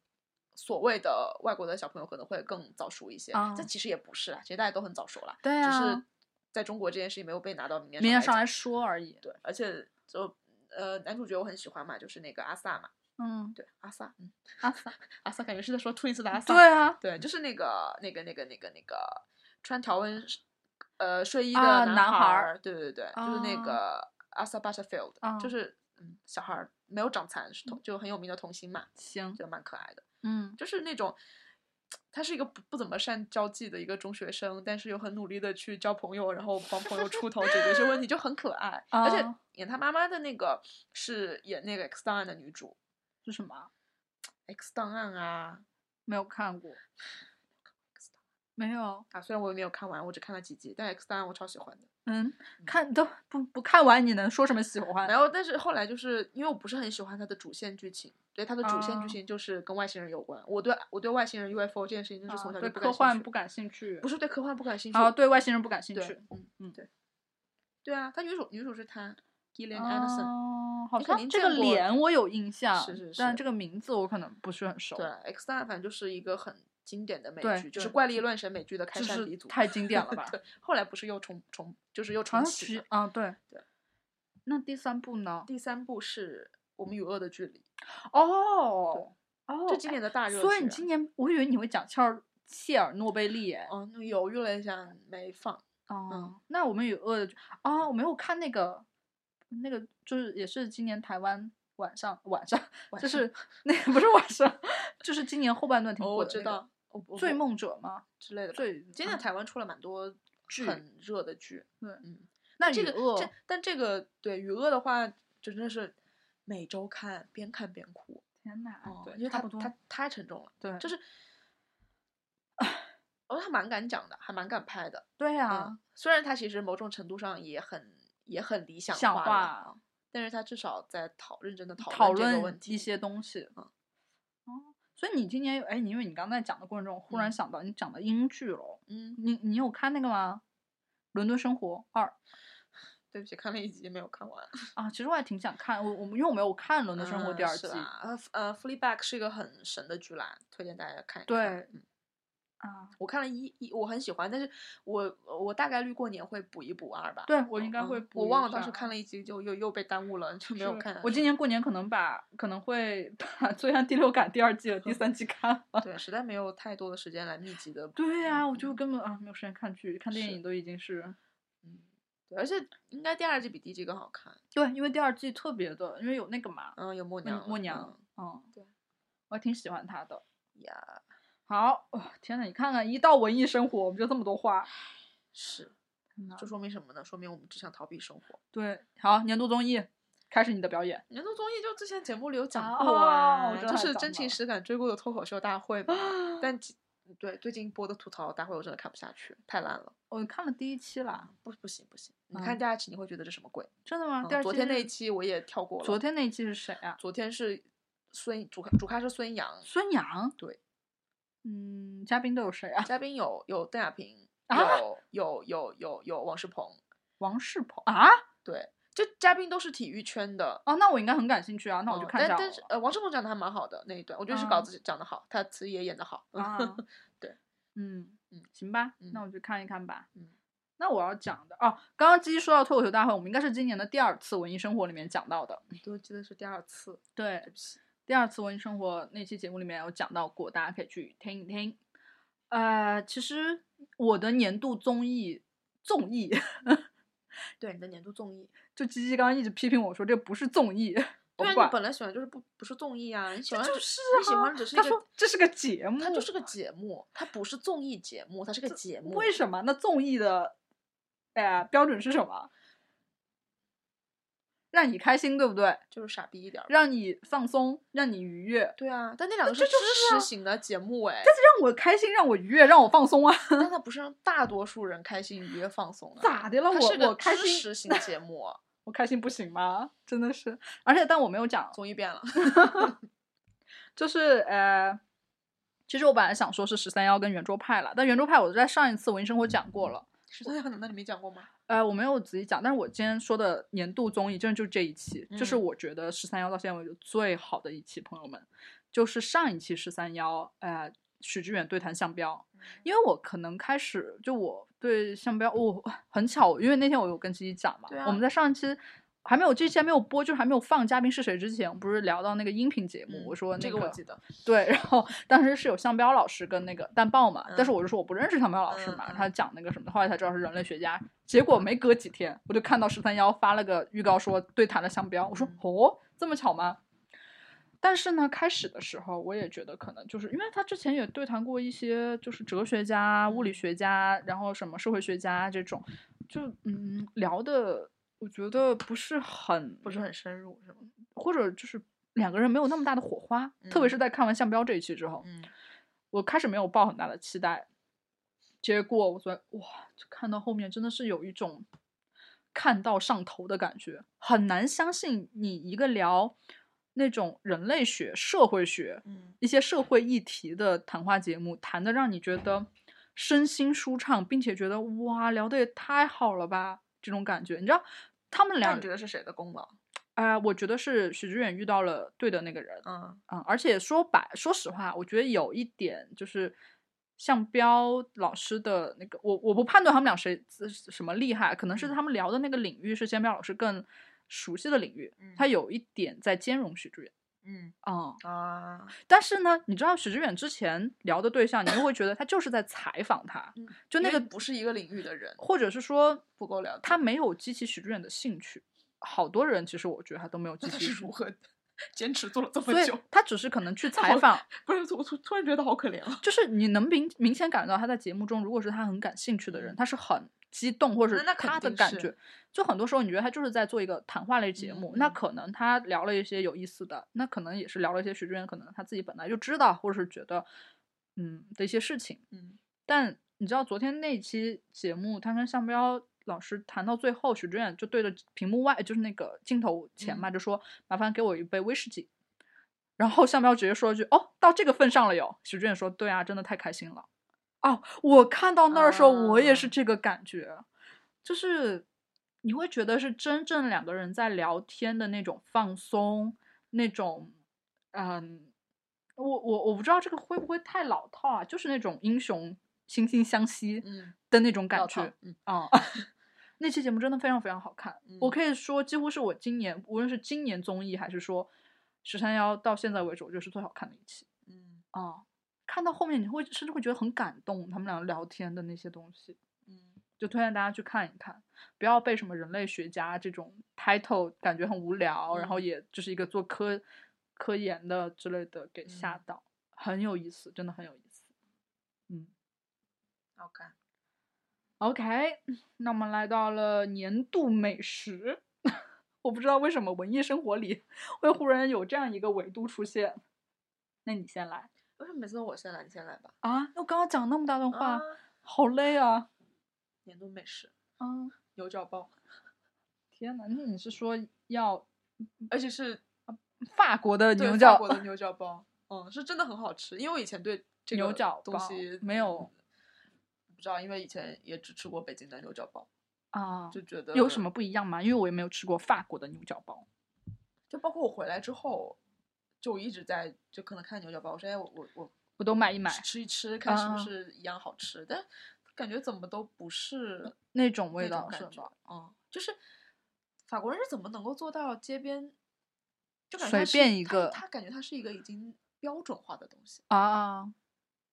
Speaker 1: 所谓的外国的小朋友可能会更早熟一些，
Speaker 2: 啊
Speaker 1: 但其实也不是啦，其实大家都很早熟啦。
Speaker 2: 对
Speaker 1: 只
Speaker 2: 啊
Speaker 1: 是，在中国这件事情没有被拿到明面
Speaker 2: 明天
Speaker 1: 上
Speaker 2: 上
Speaker 1: 来
Speaker 2: 来
Speaker 1: 讲
Speaker 2: 说而已。
Speaker 1: 对，而且就呃，男主角我很喜欢嘛，就是那个阿萨嘛，
Speaker 2: 嗯，
Speaker 1: 对，阿萨，嗯，
Speaker 2: 阿萨，
Speaker 1: 阿萨感觉是在说 Twins 的阿萨，
Speaker 2: 对啊，
Speaker 1: 对，就是那个那个那个那个那个穿条纹呃睡衣的
Speaker 2: 啊男
Speaker 1: 孩
Speaker 2: 孩儿
Speaker 1: 儿，对哦对对，就是那
Speaker 2: 啊
Speaker 1: 个阿萨 Butterfield，、
Speaker 2: 啊
Speaker 1: 就是嗯小孩儿没有长残，是同就很有名的童星嘛，
Speaker 2: 行
Speaker 1: 觉，得蛮可爱的，
Speaker 2: 嗯，
Speaker 1: 就是那种。他是一个不不怎么善交际的一个中学生，但是又很努力的去交朋友，然后帮朋友出头解决一些问题，就很可爱。而且
Speaker 2: 啊
Speaker 1: 演他妈妈的那个是演那个《X 档案》的女主，
Speaker 2: 是什么啊？
Speaker 1: 《X 档案》啊
Speaker 2: 没有 看过，没有，
Speaker 1: 啊！虽然我也没有看完，我只看了几集，但《X 档案》我超喜欢的。
Speaker 2: 嗯，看都不不看完，你能说什么喜欢？
Speaker 1: 然后，但是后来就是因为我不是很喜欢它的主线剧情，对它的主线
Speaker 2: 啊
Speaker 1: 剧情就是跟外星人有关。我对我对外星人 UFO 这件事情真是
Speaker 2: 啊
Speaker 1: 从小就
Speaker 2: 对
Speaker 1: 不
Speaker 2: 科
Speaker 1: 感兴
Speaker 2: 幻
Speaker 1: 趣
Speaker 2: 不感兴趣
Speaker 1: 不，是对科幻不感兴趣
Speaker 2: 啊，对外星人不感兴
Speaker 1: 对
Speaker 2: 趣。
Speaker 1: 嗯
Speaker 2: 嗯
Speaker 1: 对对啊，他女主女主是她 Gillian Anderson，
Speaker 2: 哦，好
Speaker 1: 你肯定
Speaker 2: 像这
Speaker 1: 见
Speaker 2: 个
Speaker 1: 过
Speaker 2: 脸我有印象，
Speaker 1: 是是
Speaker 2: 但
Speaker 1: 是
Speaker 2: 这个名字我可能不是很熟。
Speaker 1: 对，《X 档案》反正就是一个很经典的美
Speaker 2: 对
Speaker 1: 剧，就是
Speaker 2: 对
Speaker 1: 怪力乱神美剧的开
Speaker 2: 就
Speaker 1: 山
Speaker 2: 是
Speaker 1: 鼻祖，
Speaker 2: 太 经典了吧
Speaker 1: 对，后来不是又重重就是又重
Speaker 2: 好像
Speaker 1: 启
Speaker 2: 是
Speaker 1: 了。
Speaker 2: 啊，对
Speaker 1: 对。
Speaker 2: 那第三部呢？
Speaker 1: 第三部是我们与恶的距离，
Speaker 2: 哦哦，
Speaker 1: 这今
Speaker 2: 哎
Speaker 1: 年的大热剧啊。
Speaker 2: 所以你今年，我以为你会讲切尔切尔诺贝利耶。
Speaker 1: 嗯犹豫了一下没放，嗯
Speaker 2: 哦，那我们有饿的就哦，我没有看那个，那个就是也是今年台湾晚上晚上
Speaker 1: 晚
Speaker 2: 就
Speaker 1: 上
Speaker 2: 是 那个不是晚上，就是今年后半段挺
Speaker 1: 哦
Speaker 2: 火
Speaker 1: 我
Speaker 2: 的
Speaker 1: 知
Speaker 2: 那个
Speaker 1: 道，我我
Speaker 2: 《醉
Speaker 1: 我
Speaker 2: 梦者》吗？
Speaker 1: 之类的吧。
Speaker 2: 醉
Speaker 1: 今年台湾出了蛮多
Speaker 2: 剧
Speaker 1: 很热的剧，
Speaker 2: 对
Speaker 1: 嗯，
Speaker 2: 那
Speaker 1: 这
Speaker 2: 与
Speaker 1: 个
Speaker 2: 恶
Speaker 1: 这但这个对与恶的话，真的是每周看，边看边哭，
Speaker 2: 天呐，
Speaker 1: 哦
Speaker 2: 对，
Speaker 1: 因为
Speaker 2: 差
Speaker 1: 它
Speaker 2: 不多
Speaker 1: 它太沉重了，
Speaker 2: 对，
Speaker 1: 就是哦，他蛮敢讲的，还蛮敢拍的。
Speaker 2: 对啊呀、
Speaker 1: 嗯，虽然他其实某种程度上也很也很理想
Speaker 2: 想
Speaker 1: 化了啊，
Speaker 2: 化
Speaker 1: 但是他至少在讨认真的讨
Speaker 2: 讨
Speaker 1: 论这个
Speaker 2: 论
Speaker 1: 问题
Speaker 2: 一些东西。
Speaker 1: 嗯
Speaker 2: 哦，所以你今年有哎，你因为你刚才讲的过程中，忽然
Speaker 1: 嗯
Speaker 2: 想到你讲的英剧了，
Speaker 1: 嗯，
Speaker 2: 你你有看那个吗？《伦敦生活二》
Speaker 1: 对不起，看了一集没有看完。
Speaker 2: 啊，其实我还挺想看，我我们因为我没有看《伦敦生活》第
Speaker 1: 嗯
Speaker 2: 二
Speaker 1: 是
Speaker 2: 季
Speaker 1: 吧呃呃，Fleabag 是一个很神的剧啦，推荐大家看一看。
Speaker 2: 对
Speaker 1: 嗯
Speaker 2: 啊，
Speaker 1: 我看了一一，我很喜欢，但是我我大概率过年会补一补二吧。
Speaker 2: 对我
Speaker 1: 嗯，
Speaker 2: 应该会
Speaker 1: 嗯
Speaker 2: 补
Speaker 1: 我
Speaker 2: 一
Speaker 1: 忘了
Speaker 2: 下
Speaker 1: 当时看了一集就又又被耽误了，就没有
Speaker 2: 是
Speaker 1: 看。
Speaker 2: 我今年过年可能把可能会把《 罪案第六感》第二季
Speaker 1: 嗯
Speaker 2: 和第三季看了。
Speaker 1: 对实在没有太多的时间来密集的。
Speaker 2: 对呀、
Speaker 1: 嗯
Speaker 2: 我就根本啊没有时间看剧，看电
Speaker 1: 是
Speaker 2: 影都已经是
Speaker 1: 嗯，对，而且应该第二季比第一季更好看。
Speaker 2: 对，因为第二季特别的，因为有那个嘛，
Speaker 1: 嗯，有默
Speaker 2: 默
Speaker 1: 娘了，
Speaker 2: 默娘，嗯，
Speaker 1: 对，
Speaker 2: 我还挺喜欢他的。
Speaker 1: 嗯呀，
Speaker 2: 好，哦、天呐，你看看，一到文艺生活，我们就这么多花。
Speaker 1: 是，
Speaker 2: 天呐
Speaker 1: 这说明什么呢？说明我们只想逃避生活。
Speaker 2: 对，好，年度综艺，开始你的表演。
Speaker 1: 年度综艺就之前节目里有讲
Speaker 2: 啊
Speaker 1: 过啊，
Speaker 2: 我知道
Speaker 1: 就
Speaker 2: 还
Speaker 1: 是
Speaker 2: 讲
Speaker 1: 真情
Speaker 2: 了
Speaker 1: 实感追过的脱口秀大 会嘛。但其对最近播的吐槽大会我真的看不下去，太烂了，
Speaker 2: 我看了第一期啦，
Speaker 1: 不不行不行，你看
Speaker 2: 嗯
Speaker 1: 第二期你会觉得这什么鬼？
Speaker 2: 真的吗？
Speaker 1: 嗯
Speaker 2: 第二
Speaker 1: 昨
Speaker 2: 季
Speaker 1: 天那
Speaker 2: 是
Speaker 1: 一期我也跳过了，
Speaker 2: 昨天那一期是谁啊？
Speaker 1: 昨天是孙主主咖是孙杨，
Speaker 2: 孙杨。
Speaker 1: 对，
Speaker 2: 嗯，嘉宾都有谁啊？
Speaker 1: 嘉宾有有邓亚萍，
Speaker 2: 啊
Speaker 1: 有有有有有王仕鹏，
Speaker 2: 王世鹏啊？
Speaker 1: 对，这嘉宾都是体育圈的，
Speaker 2: 哦，那我应该很感兴趣啊，那我就
Speaker 1: 嗯
Speaker 2: 看一下
Speaker 1: 但
Speaker 2: 好
Speaker 1: 但是
Speaker 2: 了
Speaker 1: 呃，王志鹏讲的还蛮好的那一段，我觉得是稿
Speaker 2: 啊
Speaker 1: 子讲的好，他词也演的好。嗯，
Speaker 2: 啊
Speaker 1: 对，
Speaker 2: 嗯
Speaker 1: 嗯
Speaker 2: 行吧，那
Speaker 1: 嗯
Speaker 2: 我就看一看吧。
Speaker 1: 嗯，
Speaker 2: 那我要讲的哦，刚刚鸡鸡说到脱口秀大会，我们应该是今年的第二次文艺生活里面讲到的。
Speaker 1: 都记得是第二次，
Speaker 2: 对
Speaker 1: 对，不起。
Speaker 2: 第二次文艺生活那期节目里面有讲到过，大家可以去听一听。呃，其实我的年度综艺综艺，
Speaker 1: 对你的年度综艺，
Speaker 2: 就鸡鸡刚刚一直批评我说这不是综艺，我
Speaker 1: 对啊，
Speaker 2: 不
Speaker 1: 你
Speaker 2: 管，
Speaker 1: 本来喜欢就是不不是综艺啊，你喜
Speaker 2: 这
Speaker 1: 欢
Speaker 2: 就
Speaker 1: 只
Speaker 2: 是
Speaker 1: 你喜
Speaker 2: 啊
Speaker 1: 欢只是一
Speaker 2: 他
Speaker 1: 个
Speaker 2: 说这是个节目，
Speaker 1: 它就是个节目，它不是综艺节目，它是个节目。
Speaker 2: 为什么？那综艺的，哎呀，标准是什么？让你开心，对不对？
Speaker 1: 就是傻逼一点儿？
Speaker 2: 让你放松，让你愉悦，
Speaker 1: 对啊，但那两个
Speaker 2: 这
Speaker 1: 知
Speaker 2: 就是
Speaker 1: 识
Speaker 2: 啊
Speaker 1: 型的节目哎，
Speaker 2: 让我开心，让我愉悦，让我放松啊！
Speaker 1: 但它不是让大多数人开心、愉悦、放松的。
Speaker 2: 咋的了？
Speaker 1: 它
Speaker 2: 我
Speaker 1: 是个
Speaker 2: 我开
Speaker 1: 知识
Speaker 2: 心，
Speaker 1: 型节 目，
Speaker 2: 我开心不行吗？真的是，而且但我没有讲，
Speaker 1: 综艺变了。
Speaker 2: 就是呃，其实我本来想说是十三幺跟圆桌派了，但圆桌派我在上一次文艺生活讲过了，
Speaker 1: 十三幺难道你没讲过吗？
Speaker 2: 呃，我没有仔细讲，但是我今天说的年度综艺，真的就这一期，这是
Speaker 1: 嗯
Speaker 2: 我觉得十三幺到现在为止最好的一期，朋友们，就是上一期十三幺，呃，许志远对谈项彪，
Speaker 1: 嗯
Speaker 2: 因为我可能开始就我对项彪，我、很巧，因为那天我有跟自己讲嘛，
Speaker 1: 对啊
Speaker 2: 我们在上一期。还没有这期还没有播，就是还没有放《嘉宾是谁》之前，我不是聊到那个音频节目，我说、那
Speaker 1: 嗯这个我记得，
Speaker 2: 对，然后当时是有向彪老师跟那个蛋豹嘛，但是
Speaker 1: 嗯
Speaker 2: 我就说我不认识向彪老师
Speaker 1: 嗯
Speaker 2: 嘛，
Speaker 1: 嗯
Speaker 2: 他讲那个什么，后来才知道是人类学家。结果没隔几天，我就看到十三幺发了个预告说对谈了向彪，我说
Speaker 1: 嗯
Speaker 2: 哦，这么巧吗？但是呢，开始的时候我也觉得可能就是因为他之前也对谈过一些就是哲学家、物理
Speaker 1: 嗯
Speaker 2: 学家，然后什么社会学家这种，就嗯聊的我觉得不是很
Speaker 1: 不是很深入是吗？
Speaker 2: 或者就是两个人没有那么大的火花，特别是
Speaker 1: 嗯
Speaker 2: 在看完项彪这一期之后，
Speaker 1: 嗯，
Speaker 2: 我开始没有抱很大的期待，结果我昨天哇，就看到后面真的是有一种看到上头的感觉，很难相信你一个聊那种人类学、社会学
Speaker 1: 嗯
Speaker 2: 一些社会议题的谈话节目，谈的让你觉得身心舒畅，并且觉得哇，聊的也太好了吧，这种感觉，你知道。他们
Speaker 1: 那
Speaker 2: 俩
Speaker 1: 你觉，得是谁的功劳？
Speaker 2: 哎、我觉得是许知远遇到了对的那个人，
Speaker 1: 嗯
Speaker 2: 嗯，而且说白，说实话，我觉得有一点就是，像彪老师的那个，我我不判断他们俩谁自什么厉害，可能是
Speaker 1: 嗯
Speaker 2: 他们聊的那个领域是像彪老师更熟悉的领域，他
Speaker 1: 嗯
Speaker 2: 有一点在兼容许志远。
Speaker 1: 嗯
Speaker 2: 嗯，
Speaker 1: 啊，
Speaker 2: 但是呢，你知道许志远之前聊的对象，你就会觉得他就是在采访他，
Speaker 1: 嗯
Speaker 2: 就那
Speaker 1: 因为
Speaker 2: 个
Speaker 1: 不是一个领域的人，
Speaker 2: 或者是说
Speaker 1: 不够了解。
Speaker 2: 他没有激起许志远的兴趣。好多人其实我觉得他都没有激
Speaker 1: 那他
Speaker 2: 起
Speaker 1: 是
Speaker 2: 许，
Speaker 1: 如何坚持做了这
Speaker 2: 所
Speaker 1: 么
Speaker 2: 以
Speaker 1: 久？
Speaker 2: 他只是可 能去
Speaker 1: 他
Speaker 2: 采
Speaker 1: 好
Speaker 2: 访，
Speaker 1: 不是，我突突然觉得他好可怜啊。
Speaker 2: 就是你能明明显感到他在节目中，如果是他很感兴趣的人，
Speaker 1: 嗯
Speaker 2: 他是很激动，或者
Speaker 1: 那那肯
Speaker 2: 他的
Speaker 1: 定
Speaker 2: 感
Speaker 1: 是
Speaker 2: 觉，就很多时候你觉得他就是在做一个谈话类节
Speaker 1: 嗯
Speaker 2: 目，那
Speaker 1: 嗯
Speaker 2: 可能他聊了一些有意思的，那可能也是聊了一些徐志远可能他自己本来就知道，或者是觉得嗯的一些事情，
Speaker 1: 嗯
Speaker 2: 但你知道昨天那期节目，他跟向彪老师谈到最后，许志远就对着屏幕外，就是那个镜头前嘛，就说：“麻烦给我一杯威士忌。”然后向彪直接说一句：“哦，到这个份上了哟。”许志远说：“对啊，真的太开心了。”哦，我看到那儿的时候，我也是
Speaker 1: 啊
Speaker 2: 这个感觉，就是你会觉得是真正两个人在聊天的那种放松，那种嗯，我我我不知道这个会不会太老套啊，就是那种英雄惺惺相惜
Speaker 1: 嗯，
Speaker 2: 的那种感
Speaker 1: 老套
Speaker 2: 觉
Speaker 1: 嗯
Speaker 2: 啊。那期节目真的非常非常好看，我
Speaker 1: 嗯
Speaker 2: 可以说几乎是我今年无论是今年综艺还是说十三幺到现在为止，我觉得是最好看的一期
Speaker 1: 嗯
Speaker 2: 啊。看到后面你会甚至会觉得很感动，他们俩聊天的那些东西，
Speaker 1: 嗯，
Speaker 2: 就推荐大家去看一看，不要被什么人类学家这种 title 感觉很无聊，然后
Speaker 1: 嗯
Speaker 2: 也就是一个做科科研的之类的给吓
Speaker 1: 嗯
Speaker 2: 到，很有意思，真的很有意思。嗯
Speaker 1: 好看。
Speaker 2: ，OK，那我们来到了年度美食， 我不知道为什么文艺生活里会忽然有这样一个维度出现。那你先来
Speaker 1: 为什么每次都我先来？你先来吧。
Speaker 2: 啊！我刚刚讲那么大段话，
Speaker 1: 啊，
Speaker 2: 好累啊！
Speaker 1: 年度美食
Speaker 2: 啊，
Speaker 1: 牛角包，
Speaker 2: 天哪！那你是说要
Speaker 1: 而且是
Speaker 2: 法国的
Speaker 1: 对
Speaker 2: 嗯牛
Speaker 1: 法
Speaker 2: 角
Speaker 1: 国的牛角包，嗯，是真的很好吃。因为我以前对这
Speaker 2: 牛
Speaker 1: 个
Speaker 2: 角
Speaker 1: 东
Speaker 2: 包
Speaker 1: 西
Speaker 2: 没有
Speaker 1: 不知道，因为以前也只吃过北京的牛角包，
Speaker 2: 啊
Speaker 1: 就觉得
Speaker 2: 有什么不一样吗？因为我也没有吃过法国的牛角包。
Speaker 1: 就包括我回来之后，就我一直在就可能看牛角包，我说哎，我我我
Speaker 2: 我都买一买
Speaker 1: 吃吃一吃，看是
Speaker 2: 啊
Speaker 1: 不是一样好吃，但感觉怎么都不是
Speaker 2: 那种
Speaker 1: 那
Speaker 2: 嗯味
Speaker 1: 种
Speaker 2: 道是
Speaker 1: 感觉
Speaker 2: 吧？，
Speaker 1: 嗯，就是法国人是怎么能够做到街边，就感觉
Speaker 2: 随
Speaker 1: 它是
Speaker 2: 便一
Speaker 1: 它
Speaker 2: 个
Speaker 1: 他感觉它是一个已经标准化的东西，
Speaker 2: 啊，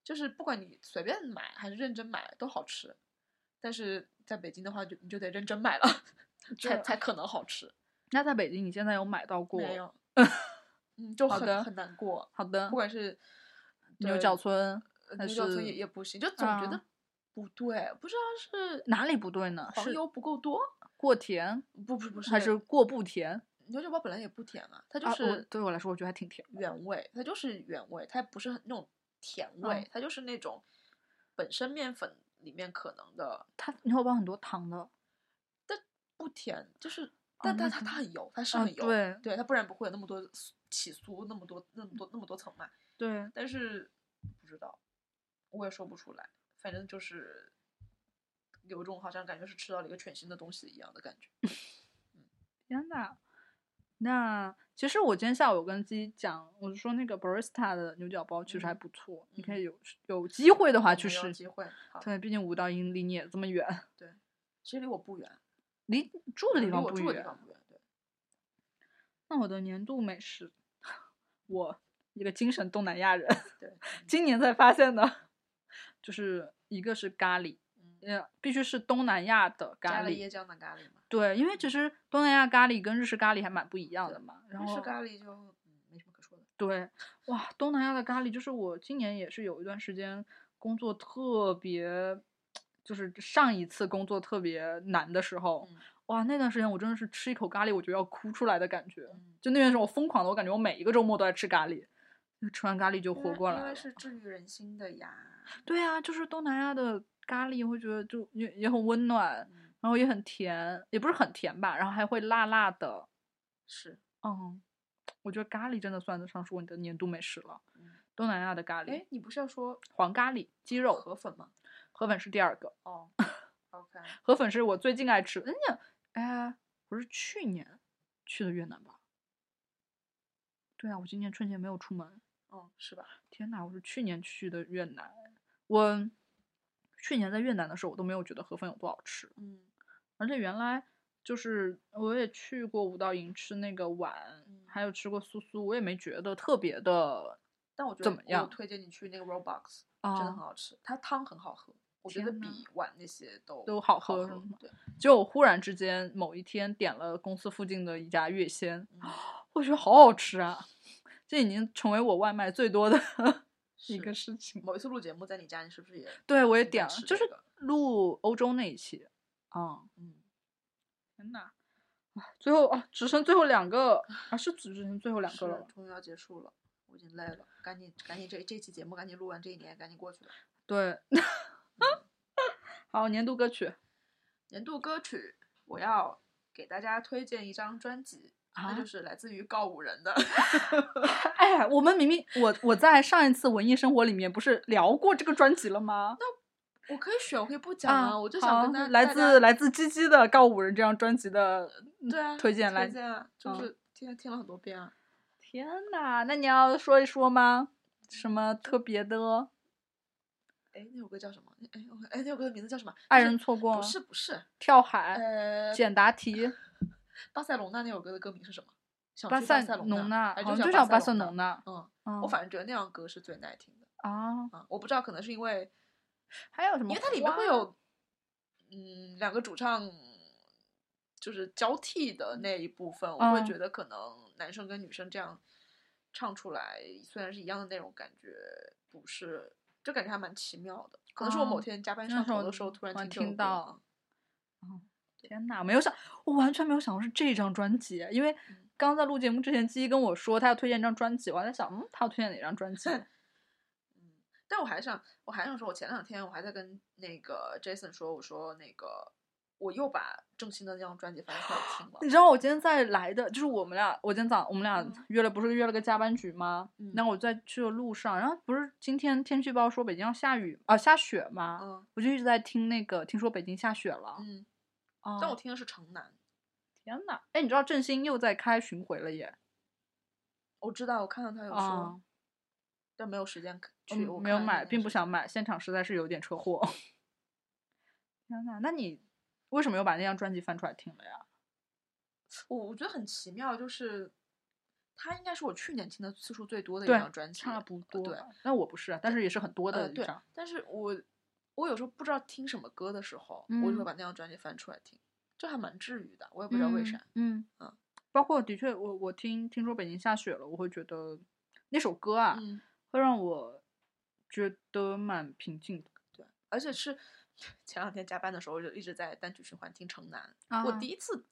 Speaker 1: 就是不管你随便买还是认真买都好吃，但是在北京的话就你就得认真买了， 才
Speaker 2: 这
Speaker 1: 才可能好吃，
Speaker 2: 那在北京你现在有买到过？
Speaker 1: 没 有，嗯，就
Speaker 2: 好的
Speaker 1: 很很难过，
Speaker 2: 好的
Speaker 1: 不，管是
Speaker 2: 牛
Speaker 1: 对
Speaker 2: 角村
Speaker 1: 呃
Speaker 2: 还
Speaker 1: 牛角村
Speaker 2: 是
Speaker 1: 也也不行，就总觉
Speaker 2: 啊
Speaker 1: 得不对，不知道是
Speaker 2: 哪里不对呢？
Speaker 1: 黄
Speaker 2: 嗯是
Speaker 1: 油不够多，
Speaker 2: 过甜
Speaker 1: 不不不是，
Speaker 2: 还是过不甜？
Speaker 1: 牛角包本来也不甜啊，它就
Speaker 2: 啊我
Speaker 1: 是
Speaker 2: 对我来说我觉得还挺甜的
Speaker 1: 原味，它就是原味，它不是很那种甜味，
Speaker 2: 嗯
Speaker 1: 它就是那种本身面粉里面可能的
Speaker 2: 它牛角包很多糖的
Speaker 1: 不甜，就是但
Speaker 2: 哦那
Speaker 1: 它它
Speaker 2: 真
Speaker 1: 它很油，它是
Speaker 2: 啊，
Speaker 1: 很油，
Speaker 2: 对
Speaker 1: 它不然不会有那么多酥起酥，那么多那么多那么多层嘛。
Speaker 2: 对，
Speaker 1: 但是不知道，我也说不出来，反正就是有一种好像感觉是吃到了一个全新的东西一样的感觉。
Speaker 2: 天呐，那其实我今天下午有跟自己讲，我是说那个 barista 的牛角包其实还
Speaker 1: 嗯
Speaker 2: 不错，你可
Speaker 1: 嗯
Speaker 2: 以有有机会的话
Speaker 1: 我
Speaker 2: 去
Speaker 1: 们有
Speaker 2: 试。
Speaker 1: 机会，啊好，
Speaker 2: 对，毕竟五道营离你也这么远，
Speaker 1: 其实离我不远，
Speaker 2: 离住的
Speaker 1: 离
Speaker 2: 地方
Speaker 1: 我
Speaker 2: 不
Speaker 1: 住的地
Speaker 2: 远。
Speaker 1: 方不远，对，
Speaker 2: 那我的年度美食， 我一个精神东 南亚人，
Speaker 1: 对，
Speaker 2: 今年才发现的， 就是一个是咖喱，
Speaker 1: 嗯，
Speaker 2: 呃，必须是东南亚的
Speaker 1: 加
Speaker 2: 咖
Speaker 1: 了椰
Speaker 2: 喱。
Speaker 1: 浆的咖喱嘛，
Speaker 2: 对，因为其实东南亚咖喱跟日式咖喱还蛮不一样的
Speaker 1: 对
Speaker 2: 嘛。然
Speaker 1: 日式
Speaker 2: 后
Speaker 1: 咖喱就嗯没什么可说的，
Speaker 2: 对，哇，东南亚的咖喱就是我今年也是有一段时间工作特别，就是上一次工作特别难的时候，
Speaker 1: 嗯
Speaker 2: 哇，那段时间我真的是吃一口咖喱我就要哭出来的感觉。
Speaker 1: 嗯，
Speaker 2: 就那段时间我疯狂的，我感觉我每一个周末都在吃咖喱，就吃完咖喱就
Speaker 1: 因
Speaker 2: 活
Speaker 1: 为
Speaker 2: 过
Speaker 1: 因
Speaker 2: 来
Speaker 1: 为
Speaker 2: 了。
Speaker 1: 是治愈人心的 呀，
Speaker 2: 对啊，就是东南亚的咖喱会觉得就也也很温暖，
Speaker 1: 嗯，
Speaker 2: 然后也很甜，也不是很甜吧，然后还会辣辣的。
Speaker 1: 是，
Speaker 2: 嗯，我觉得咖喱真的算得上是我的年度美食了。
Speaker 1: 嗯
Speaker 2: 东南亚的咖喱
Speaker 1: 哎，，你不是要说
Speaker 2: 黄咖喱、鸡肉
Speaker 1: 河粉吗？
Speaker 2: 河粉是第二个，
Speaker 1: 哦，OK，
Speaker 2: 河粉是我最近爱吃。人家哎，我是去年去的越南吧？对啊，我今年春节没有出门。
Speaker 1: 嗯，是吧？
Speaker 2: 天呐，我是去年去的越南，我去年在越南的时候，我都没有觉得河粉有多好吃，
Speaker 1: 嗯
Speaker 2: 而且原来就是我也去过五道营吃那个碗，
Speaker 1: 嗯
Speaker 2: 还有吃过苏苏，我也没觉得特别的
Speaker 1: 但我觉得
Speaker 2: 怎么样
Speaker 1: 我推荐你去那个 Robux，、
Speaker 2: 啊，
Speaker 1: 真的很好吃，它汤很好喝，我觉得
Speaker 2: 天呐
Speaker 1: 比碗那些都
Speaker 2: 都好
Speaker 1: 好
Speaker 2: 喝是
Speaker 1: 喝
Speaker 2: 吗
Speaker 1: 对，
Speaker 2: 就我忽然之间某一天点了公司附近的一家月鲜，
Speaker 1: 嗯
Speaker 2: 我觉得好好吃啊， 这已经成为我外卖最多的 一个
Speaker 1: 是
Speaker 2: 事情。
Speaker 1: 某一次录节目在你家，你是不是也
Speaker 2: 对，我也
Speaker 1: 应该
Speaker 2: 点了，
Speaker 1: 吃
Speaker 2: 就
Speaker 1: 这
Speaker 2: 是
Speaker 1: 个
Speaker 2: 录欧洲那一期，啊、
Speaker 1: 嗯
Speaker 2: 天呐，啊最后啊，只剩最后两 个啊，是只只剩最后 两个
Speaker 1: 是
Speaker 2: 了吗。
Speaker 1: 终于要结束了， 我已经累了，赶紧赶紧这这期节目赶紧录完这一年，赶紧过去吧。
Speaker 2: 对，嗯好，年度歌曲
Speaker 1: 年度歌曲，我要给大家推荐一张专辑，那就
Speaker 2: 啊，
Speaker 1: 是来自于告五人 的。
Speaker 2: 哎，我们明明我我在上一次文艺生活里面不是聊过这个专辑了吗？
Speaker 1: 我可以选，我可以不讲啊，我就想
Speaker 2: 好
Speaker 1: 跟大
Speaker 2: 来
Speaker 1: 大
Speaker 2: 自
Speaker 1: 家
Speaker 2: 来自鸡鸡的《告五人》这张专辑的
Speaker 1: 对啊
Speaker 2: 推荐来
Speaker 1: 推。荐啊，就
Speaker 2: 嗯
Speaker 1: 是听听了很多遍啊。
Speaker 2: 天呐，那你要说一说吗？什么特别的？
Speaker 1: 哎，那首歌叫什么？哎，我哎，那首歌的名字叫什么？
Speaker 2: 爱
Speaker 1: 就是
Speaker 2: 人错过
Speaker 1: 不是不是，
Speaker 2: 跳海、
Speaker 1: 呃，
Speaker 2: 简答题、
Speaker 1: 巴塞隆纳那首歌的歌名是什么？想去
Speaker 2: 巴
Speaker 1: 塞
Speaker 2: 塞
Speaker 1: 隆
Speaker 2: 隆纳，
Speaker 1: 哎
Speaker 2: 好像
Speaker 1: 就
Speaker 2: 就
Speaker 1: 叫
Speaker 2: 叫
Speaker 1: 巴
Speaker 2: 巴
Speaker 1: 塞
Speaker 2: 塞
Speaker 1: 隆
Speaker 2: 隆纳。
Speaker 1: 嗯，
Speaker 2: 嗯，
Speaker 1: 我反正觉得那样歌是最耐听的
Speaker 2: 啊，
Speaker 1: 啊、我不知道，可能是因为
Speaker 2: 还有什
Speaker 1: 因
Speaker 2: 么花？
Speaker 1: 为它里面会有，嗯，两个主唱就是交替的那一部分，我会
Speaker 2: 嗯
Speaker 1: 觉得可能男生跟女生这样唱出来，虽然是一样的内容，感觉不是，就感觉还蛮奇妙的。可能是我某
Speaker 2: 哦
Speaker 1: 天加班
Speaker 2: 那
Speaker 1: 上
Speaker 2: 时
Speaker 1: 头
Speaker 2: 候
Speaker 1: 的时候突然
Speaker 2: 突然
Speaker 1: 听这首
Speaker 2: 听
Speaker 1: 歌
Speaker 2: 到
Speaker 1: 啊
Speaker 2: 天呐，没有想，我完全没有想过是这张专辑，因为
Speaker 1: 嗯
Speaker 2: 刚刚在录节目之前，鸡鸡跟我说他要推荐一张专辑，我还在想，嗯，他要推荐哪张专辑？
Speaker 1: 嗯，但我还想，我还想说，我前两天我还在跟那个 Jason 说，我说那个我又把郑兴的那张专辑翻出来听了
Speaker 2: 你，知道我今天在来的，就是我们俩，我今天早上我们俩
Speaker 1: 嗯
Speaker 2: 约了，不是约了个加班局吗？
Speaker 1: 嗯
Speaker 2: 然后我在去的路上，然后不是今天天气预报说北京要下雨啊、下雪吗？
Speaker 1: 嗯
Speaker 2: 我就一直在听那个，听说北京下雪了。
Speaker 1: 嗯，
Speaker 2: 啊
Speaker 1: 但我听的是城南，
Speaker 2: 天呐，哎，你知道振兴又在开巡回了耶？
Speaker 1: 我知道，我看到他有说，
Speaker 2: 啊，
Speaker 1: 但没有时间可去，
Speaker 2: 嗯
Speaker 1: 我
Speaker 2: 没有
Speaker 1: 看了那
Speaker 2: 买，
Speaker 1: 件
Speaker 2: 并不
Speaker 1: 事情
Speaker 2: 想买，现场实在是有点 车祸。天呐，那你为什么又把那张专辑翻出来听了呀？
Speaker 1: 我我觉得很奇妙，就是他应该是我去年听的次数最多的一
Speaker 2: 对
Speaker 1: 张专辑，
Speaker 2: 差不
Speaker 1: 呃
Speaker 2: 多
Speaker 1: 对，
Speaker 2: 吧。那我不是啊，但是也是很多
Speaker 1: 呃
Speaker 2: 的一
Speaker 1: 对
Speaker 2: 张。，
Speaker 1: 但是我我有时候不知道听什么歌的时候，我就会
Speaker 2: 嗯
Speaker 1: 把那张专辑翻出来听，这还蛮治愈的，我也不知道为啥。
Speaker 2: 嗯，嗯
Speaker 1: 嗯
Speaker 2: 包括的确，我我听听说北京下雪了，我会觉得那首歌啊，
Speaker 1: 嗯
Speaker 2: 会让我觉得蛮平静的。
Speaker 1: 而且是前两天加班的时候就一直在单曲循环听城南。
Speaker 2: 啊
Speaker 1: 我第一次，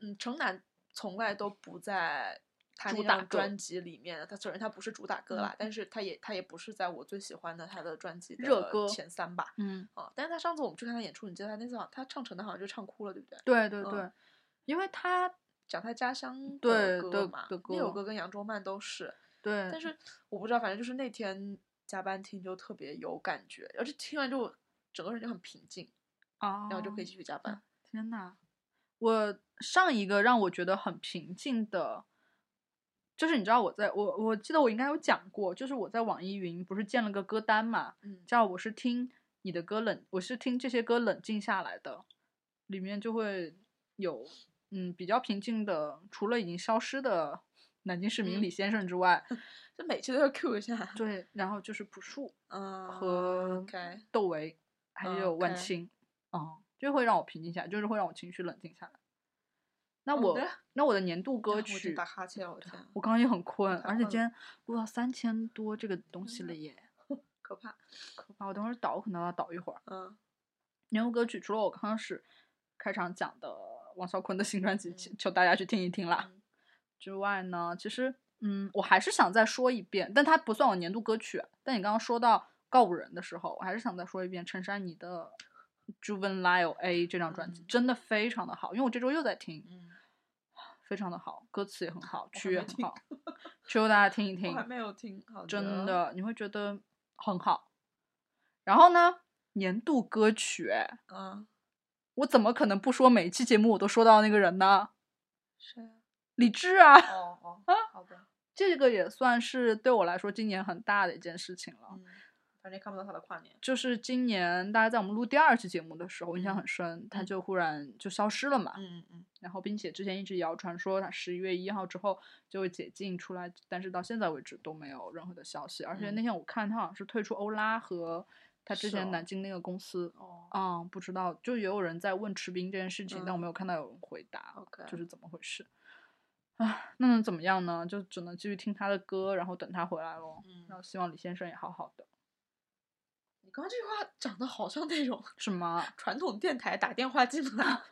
Speaker 1: 嗯，城南从来都不在他
Speaker 2: 主
Speaker 1: 那
Speaker 2: 打
Speaker 1: 张
Speaker 2: 歌嗯
Speaker 1: 专辑里面。他虽然他不是主打歌啦，但是他也他也不是在我最喜欢的他的专辑
Speaker 2: 热
Speaker 1: 的
Speaker 2: 歌
Speaker 1: 前三吧。
Speaker 2: 嗯，
Speaker 1: 啊，但是他上次我们去看他演出，你记得他那次好像他唱城南好像就唱哭了，对不对？
Speaker 2: 对对
Speaker 1: 嗯
Speaker 2: 对，因为他
Speaker 1: 讲他家乡
Speaker 2: 嗯对
Speaker 1: 的歌
Speaker 2: 的
Speaker 1: 嘛，
Speaker 2: 的
Speaker 1: 那首
Speaker 2: 歌嗯
Speaker 1: 歌跟杨卓曼都是。
Speaker 2: 对，
Speaker 1: 但是我不知道，反正就是那天加班听就特别有感觉，而且听完之后整个人就很平静，
Speaker 2: 啊，
Speaker 1: 然后就可以继续加班。
Speaker 2: 天呐，我上一个让我觉得很平静的，就是你知道我在我我记得我应该有讲过，就是我在网易云不是建了个歌单嘛，
Speaker 1: 嗯
Speaker 2: 叫我是听你的歌冷，我是听这些歌冷静下来的，里面就会有嗯比较平静的，除了已经消失的南京市民
Speaker 1: 嗯
Speaker 2: 李先生之外，
Speaker 1: 这每期都要 Q 一下。
Speaker 2: 对，然后就是朴树
Speaker 1: 嗯，
Speaker 2: 和
Speaker 1: OK，
Speaker 2: 窦唯，还
Speaker 1: 嗯
Speaker 2: 有万
Speaker 1: ，OK
Speaker 2: 青，哦、就会让我平静下来，就是会让我情绪冷静下来。那
Speaker 1: 好
Speaker 2: 我
Speaker 1: 的
Speaker 2: 那我的年度
Speaker 1: 哦啊
Speaker 2: 歌
Speaker 1: 我已经
Speaker 2: 曲
Speaker 1: 打，哈欠了，我天啊，
Speaker 2: 我刚刚也很困，
Speaker 1: 太
Speaker 2: 而且
Speaker 1: 困
Speaker 2: 今
Speaker 1: 了嗯
Speaker 2: 天录到三千多这个东西
Speaker 1: 天
Speaker 2: 了
Speaker 1: 呐
Speaker 2: 耶，
Speaker 1: 可怕。
Speaker 2: 可怕！我等会儿倒可能要倒一会儿。
Speaker 1: 嗯
Speaker 2: 年度歌曲除了我刚刚是开场讲的王啸坤的新专辑，请
Speaker 1: 嗯
Speaker 2: 求大家去听一听啦。
Speaker 1: 嗯
Speaker 2: 之外呢，其实嗯，我还是想再说一遍，但它不算我年度歌曲啊。但你刚刚说到告五人的时候，我还是想再说一遍陈珊妮的《Juvenile A》这张专辑，
Speaker 1: 嗯
Speaker 2: 真的非常的好，因为我这周又在听，
Speaker 1: 嗯，
Speaker 2: 非常的好，歌词也很好，
Speaker 1: 还
Speaker 2: 曲也
Speaker 1: 没
Speaker 2: 很
Speaker 1: 听
Speaker 2: 好，求大家听一
Speaker 1: 我
Speaker 2: 听
Speaker 1: 还，没有听，好
Speaker 2: 真，的你会觉得很好。然后呢，年度歌曲，哎
Speaker 1: 嗯，
Speaker 2: 我怎么可能不说每一期节目我都说到那个人呢？
Speaker 1: 谁啊？
Speaker 2: 李志啊，
Speaker 1: 哦哦，好的，
Speaker 2: 这个也算是对我来说今年很大的一件事情了。
Speaker 1: 嗯，反正也看不到他的跨年，
Speaker 2: 就是今年大家在我们录第二期节目的时候，我印
Speaker 1: 嗯
Speaker 2: 象很深，他
Speaker 1: 嗯
Speaker 2: 就忽然就消失了嘛。
Speaker 1: 嗯嗯
Speaker 2: 然后，并且之前一直谣传说他十一月一号之后就会解禁出来，但是到现在为止都没有任何的消息。而且
Speaker 1: 嗯
Speaker 2: 那天我看他好像是退出欧拉和他之
Speaker 1: 是
Speaker 2: 前南
Speaker 1: 哦
Speaker 2: 京那个公司
Speaker 1: 嗯，。哦
Speaker 2: 嗯，不知道，就也有人在问吃冰这件事情，但我
Speaker 1: 嗯
Speaker 2: 没有看到有人回答。
Speaker 1: ，OK，
Speaker 2: 就是怎么回事。啊，那能怎么样呢？就只能继续听他的歌，然后等他回来咯。
Speaker 1: 嗯
Speaker 2: 然后希望李先生也好好的，
Speaker 1: 你刚刚这句话讲的好像那种
Speaker 2: 是吗？
Speaker 1: 传统电台打电话进 来，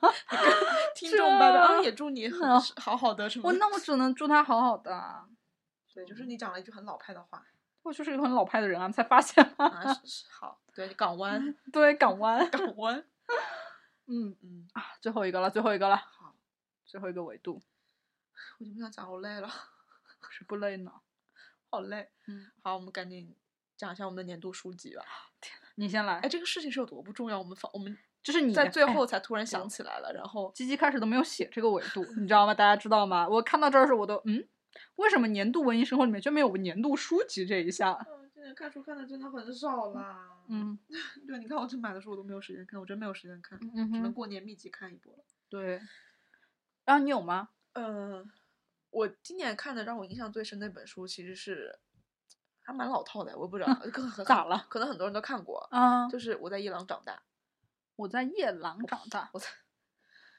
Speaker 1: 听
Speaker 2: 这
Speaker 1: 众拜拜，啊，也祝你很
Speaker 2: 那
Speaker 1: 好好的什么
Speaker 2: 哦我
Speaker 1: 的，
Speaker 2: 那我只能祝他好好的啊。
Speaker 1: 对，就是你讲了一句很老派的话，
Speaker 2: 我就是一个很老派的人啊， 才发现吗？
Speaker 1: 啊，是是好，对，港 湾，
Speaker 2: 对，港湾，
Speaker 1: 港湾，
Speaker 2: 嗯
Speaker 1: 嗯，
Speaker 2: 啊，最后一个了，最后一个了，
Speaker 1: 好，
Speaker 2: 最后一个维度
Speaker 1: 我就不想讲，好累了，
Speaker 2: 是不累呢。
Speaker 1: 好累。
Speaker 2: 嗯，
Speaker 1: 好，我们赶紧讲一下我们的年度书籍吧。
Speaker 2: 你先来
Speaker 1: 哎，，这个事情是有多不重要？我们放我们
Speaker 2: 就是你
Speaker 1: 在最
Speaker 2: 哎
Speaker 1: 后才突然想起来了，然后
Speaker 2: 鸡鸡开始都没有写这个纬度，你知道吗？大家知道吗？我看到这儿的时候，我都嗯，为什么年度文艺生活里面就没有年度书籍这一项？
Speaker 1: 嗯，现在看书看的真的很少啦。，
Speaker 2: 嗯
Speaker 1: 对，你看我这买的书我都没有时间看，我真没有时间看，
Speaker 2: 嗯
Speaker 1: 只能
Speaker 2: 哼，
Speaker 1: 过年密集看一波了。
Speaker 2: 对。然后你有吗？
Speaker 1: 嗯，我今年看的让我印象最深的一本书其实是还蛮老套的，我也 不知道可能很
Speaker 2: 咋了？
Speaker 1: 可能很多人都看过，
Speaker 2: 啊，
Speaker 1: 就是《我在伊朗长大
Speaker 2: 我在夜郎长大，
Speaker 1: 我在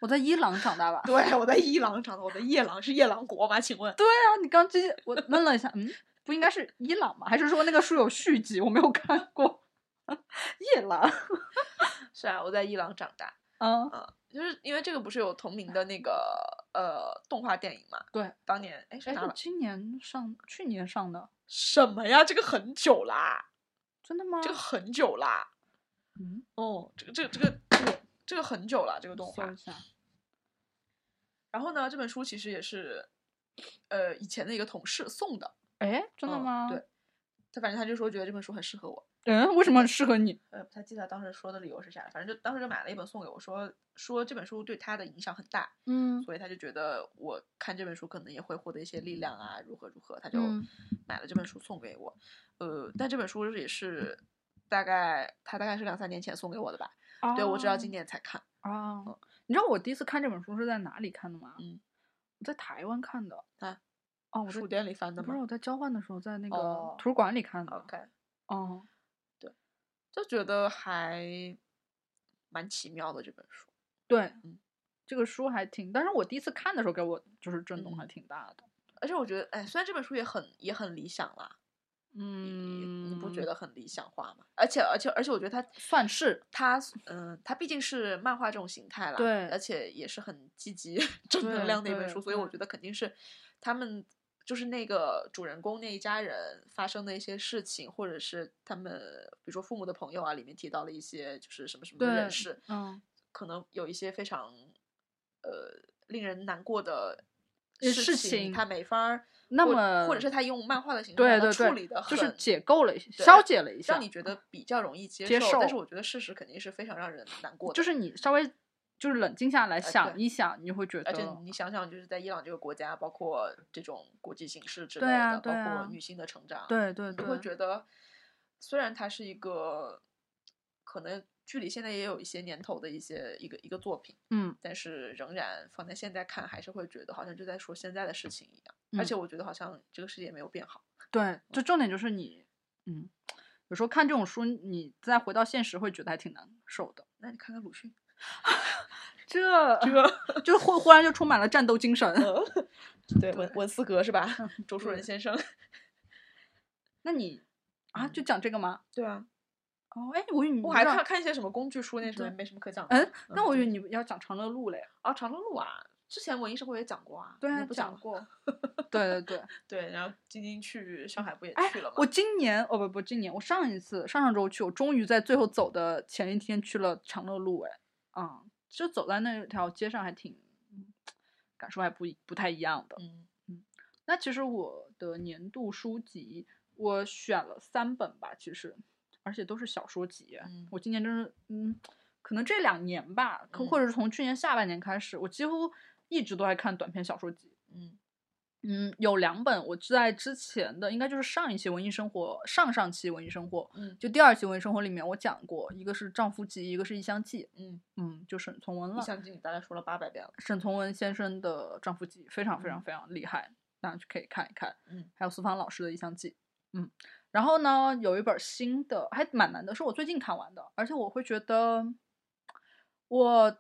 Speaker 2: 我在伊朗长大吧》。。
Speaker 1: 对，我在伊朗长大，我的夜郎是夜郎国吗？请问？
Speaker 2: 对啊，你刚鸡鸡，我闷了一下，嗯，不应该是伊朗吗？还是说那个书有续集？我没有看过。 夜郎，
Speaker 1: 是啊，我在伊朗长大，
Speaker 2: 嗯，
Speaker 1: 就是因为这个不是有同名的那个呃动画电影嘛？
Speaker 2: 对，
Speaker 1: 当年哎是
Speaker 2: 哎，
Speaker 1: 哪
Speaker 2: 是
Speaker 1: 了？
Speaker 2: 今年上，去年上的，
Speaker 1: 什么呀？这个很久啦，
Speaker 2: 真的吗？
Speaker 1: 这个很久啦。
Speaker 2: 嗯，
Speaker 1: 哦，这个这个这个这个这个很久了，这个动画
Speaker 2: 搜一。下，
Speaker 1: 然后呢，这本书其实也是，呃，以前的一个同事送的。
Speaker 2: 哎，真的
Speaker 1: 嗯
Speaker 2: 吗？
Speaker 1: 对，，他反正他就说觉得这本书很适合我。
Speaker 2: 嗯，为什么适合你？
Speaker 1: 呃，不太记得当时说的理由是啥，反正就当时就买了一本送给我说，说这本书对他的影响很大，
Speaker 2: 嗯
Speaker 1: 所以他就觉得我看这本书可能也会获得一些力量啊，如何如何，他就
Speaker 2: 嗯
Speaker 1: 买了这本书送给我。呃，但这本书也是大概他大概是两三年前送给我的吧，对我直到
Speaker 2: 哦
Speaker 1: 今年才看。
Speaker 2: 啊，哦你知道我第一次看这本书是在哪里看的吗？
Speaker 1: 嗯，
Speaker 2: 我在台湾看的
Speaker 1: 啊，
Speaker 2: 哦，我在
Speaker 1: 书店里翻
Speaker 2: 我
Speaker 1: 的
Speaker 2: 不是
Speaker 1: 吗
Speaker 2: 我在交换的时候在那个
Speaker 1: 哦
Speaker 2: 图书馆里看的。
Speaker 1: ？OK，
Speaker 2: 哦，
Speaker 1: 就觉得还蛮奇妙的这本书。
Speaker 2: 对
Speaker 1: 嗯，
Speaker 2: 这个书还挺，但是我第一次看的时候给我就是震动还
Speaker 1: 嗯
Speaker 2: 挺大的。
Speaker 1: 而且我觉得，哎，虽然这本书也很也很理想啦，
Speaker 2: 嗯，
Speaker 1: 你不觉得很理想化吗？而且而且而且，我觉得它
Speaker 2: 算是
Speaker 1: 它嗯、它毕竟是漫画这种形态啦，
Speaker 2: 对
Speaker 1: 而且也是很积极 正
Speaker 2: 对
Speaker 1: 能量的一本
Speaker 2: 对
Speaker 1: 书，所以我
Speaker 2: 对
Speaker 1: 觉得肯定是他们就是那个主人公那一家人发生的一些事情，或者是他们比如说父母的朋友啊，里面提到了一些就是什么什么的
Speaker 2: 对
Speaker 1: 人士，
Speaker 2: 嗯
Speaker 1: 可能有一些非常呃令人难过的
Speaker 2: 呃
Speaker 1: 事
Speaker 2: 事情
Speaker 1: 情，他没法儿
Speaker 2: 那
Speaker 1: 或
Speaker 2: 么
Speaker 1: 或者是他用漫画的形式
Speaker 2: 对
Speaker 1: 把它
Speaker 2: 对
Speaker 1: 处
Speaker 2: 对
Speaker 1: 理的，
Speaker 2: 就是解构了一些，消解了一下，
Speaker 1: 让你觉得比较容易接
Speaker 2: 接
Speaker 1: 但是
Speaker 2: 受
Speaker 1: 我觉得事实肯定是非常让人难过的，
Speaker 2: 就是你稍微就是冷静下来
Speaker 1: 呃对
Speaker 2: 想一想，你就会觉
Speaker 1: 而且
Speaker 2: 得
Speaker 1: 你想想，就是在伊朗这个国家，包括这种国际形势之类
Speaker 2: 对
Speaker 1: 的，
Speaker 2: 啊对
Speaker 1: 包
Speaker 2: 啊
Speaker 1: 括女性的成长，
Speaker 2: 对对
Speaker 1: 你
Speaker 2: 对，
Speaker 1: 会觉得虽然它是一个可能距离现在也有一些年头的一些一个一个作品。
Speaker 2: 嗯
Speaker 1: 但是仍然放在现在看，还是会觉得好像就在说现在的事情一样。而
Speaker 2: 嗯
Speaker 1: 且我觉得好像这个世界没有变好。
Speaker 2: 对，就重点就是你嗯，有时候看这种书，你再回到现实会觉得还挺难受的。
Speaker 1: 那你看看鲁迅，
Speaker 2: 这 就忽忽然就充满了战斗精神。
Speaker 1: 呃对文文思格是吧？周树人
Speaker 2: 嗯对
Speaker 1: 先生。
Speaker 2: 那你啊，就讲这个吗？
Speaker 1: 对啊，
Speaker 2: 哦，哎，我以为你
Speaker 1: 嗯我
Speaker 2: 不
Speaker 1: 还
Speaker 2: 知道
Speaker 1: 看看一些什么工具书，那什么
Speaker 2: 对
Speaker 1: 没什么可讲的。
Speaker 2: 嗯，那我以
Speaker 1: 就
Speaker 2: 为你要讲长乐路嘞。
Speaker 1: 啊，长乐路啊，之前文艺生活也讲过啊，
Speaker 2: 对
Speaker 1: 你
Speaker 2: 啊
Speaker 1: 都不
Speaker 2: 讲
Speaker 1: 讲 过。
Speaker 2: 对对对，
Speaker 1: 对，然后晶晶去上海不也
Speaker 2: 哎
Speaker 1: 去了吗？
Speaker 2: 我今年哦不不，今年我上一次上上周去，我终于在最后走的前一天去了长乐路，哎，啊、就走在那条街上还挺，嗯感受还不一不太一样的。
Speaker 1: 嗯
Speaker 2: 那其实我的年度书籍，我选了三本吧，其实，而且都是小说集。
Speaker 1: 嗯
Speaker 2: 我今年真是，嗯，可能这两年吧，可
Speaker 1: 嗯
Speaker 2: 或者是从去年下半年开始，我几乎一直都在看短篇小说集。
Speaker 1: 嗯
Speaker 2: 嗯，有两本我在之前的，应该就是上一期《文艺生活》，上上期《文艺生活》，
Speaker 1: 嗯
Speaker 2: 就第二期《文艺生活》里面我讲过，一个是《丈夫记》，一个是《异乡记》。
Speaker 1: 嗯，
Speaker 2: 嗯，就沈从文
Speaker 1: 一
Speaker 2: 了。
Speaker 1: 想起你大概说了八百遍了。
Speaker 2: 沈从文先生的《丈夫记》非常非常
Speaker 1: 嗯
Speaker 2: 非常厉害，大家去可以看一看。
Speaker 1: 嗯，
Speaker 2: 还有苏芳老师的《异乡记》。嗯，然后呢，有一本新的，还蛮难的，是我最近看完的，而且我会觉得，我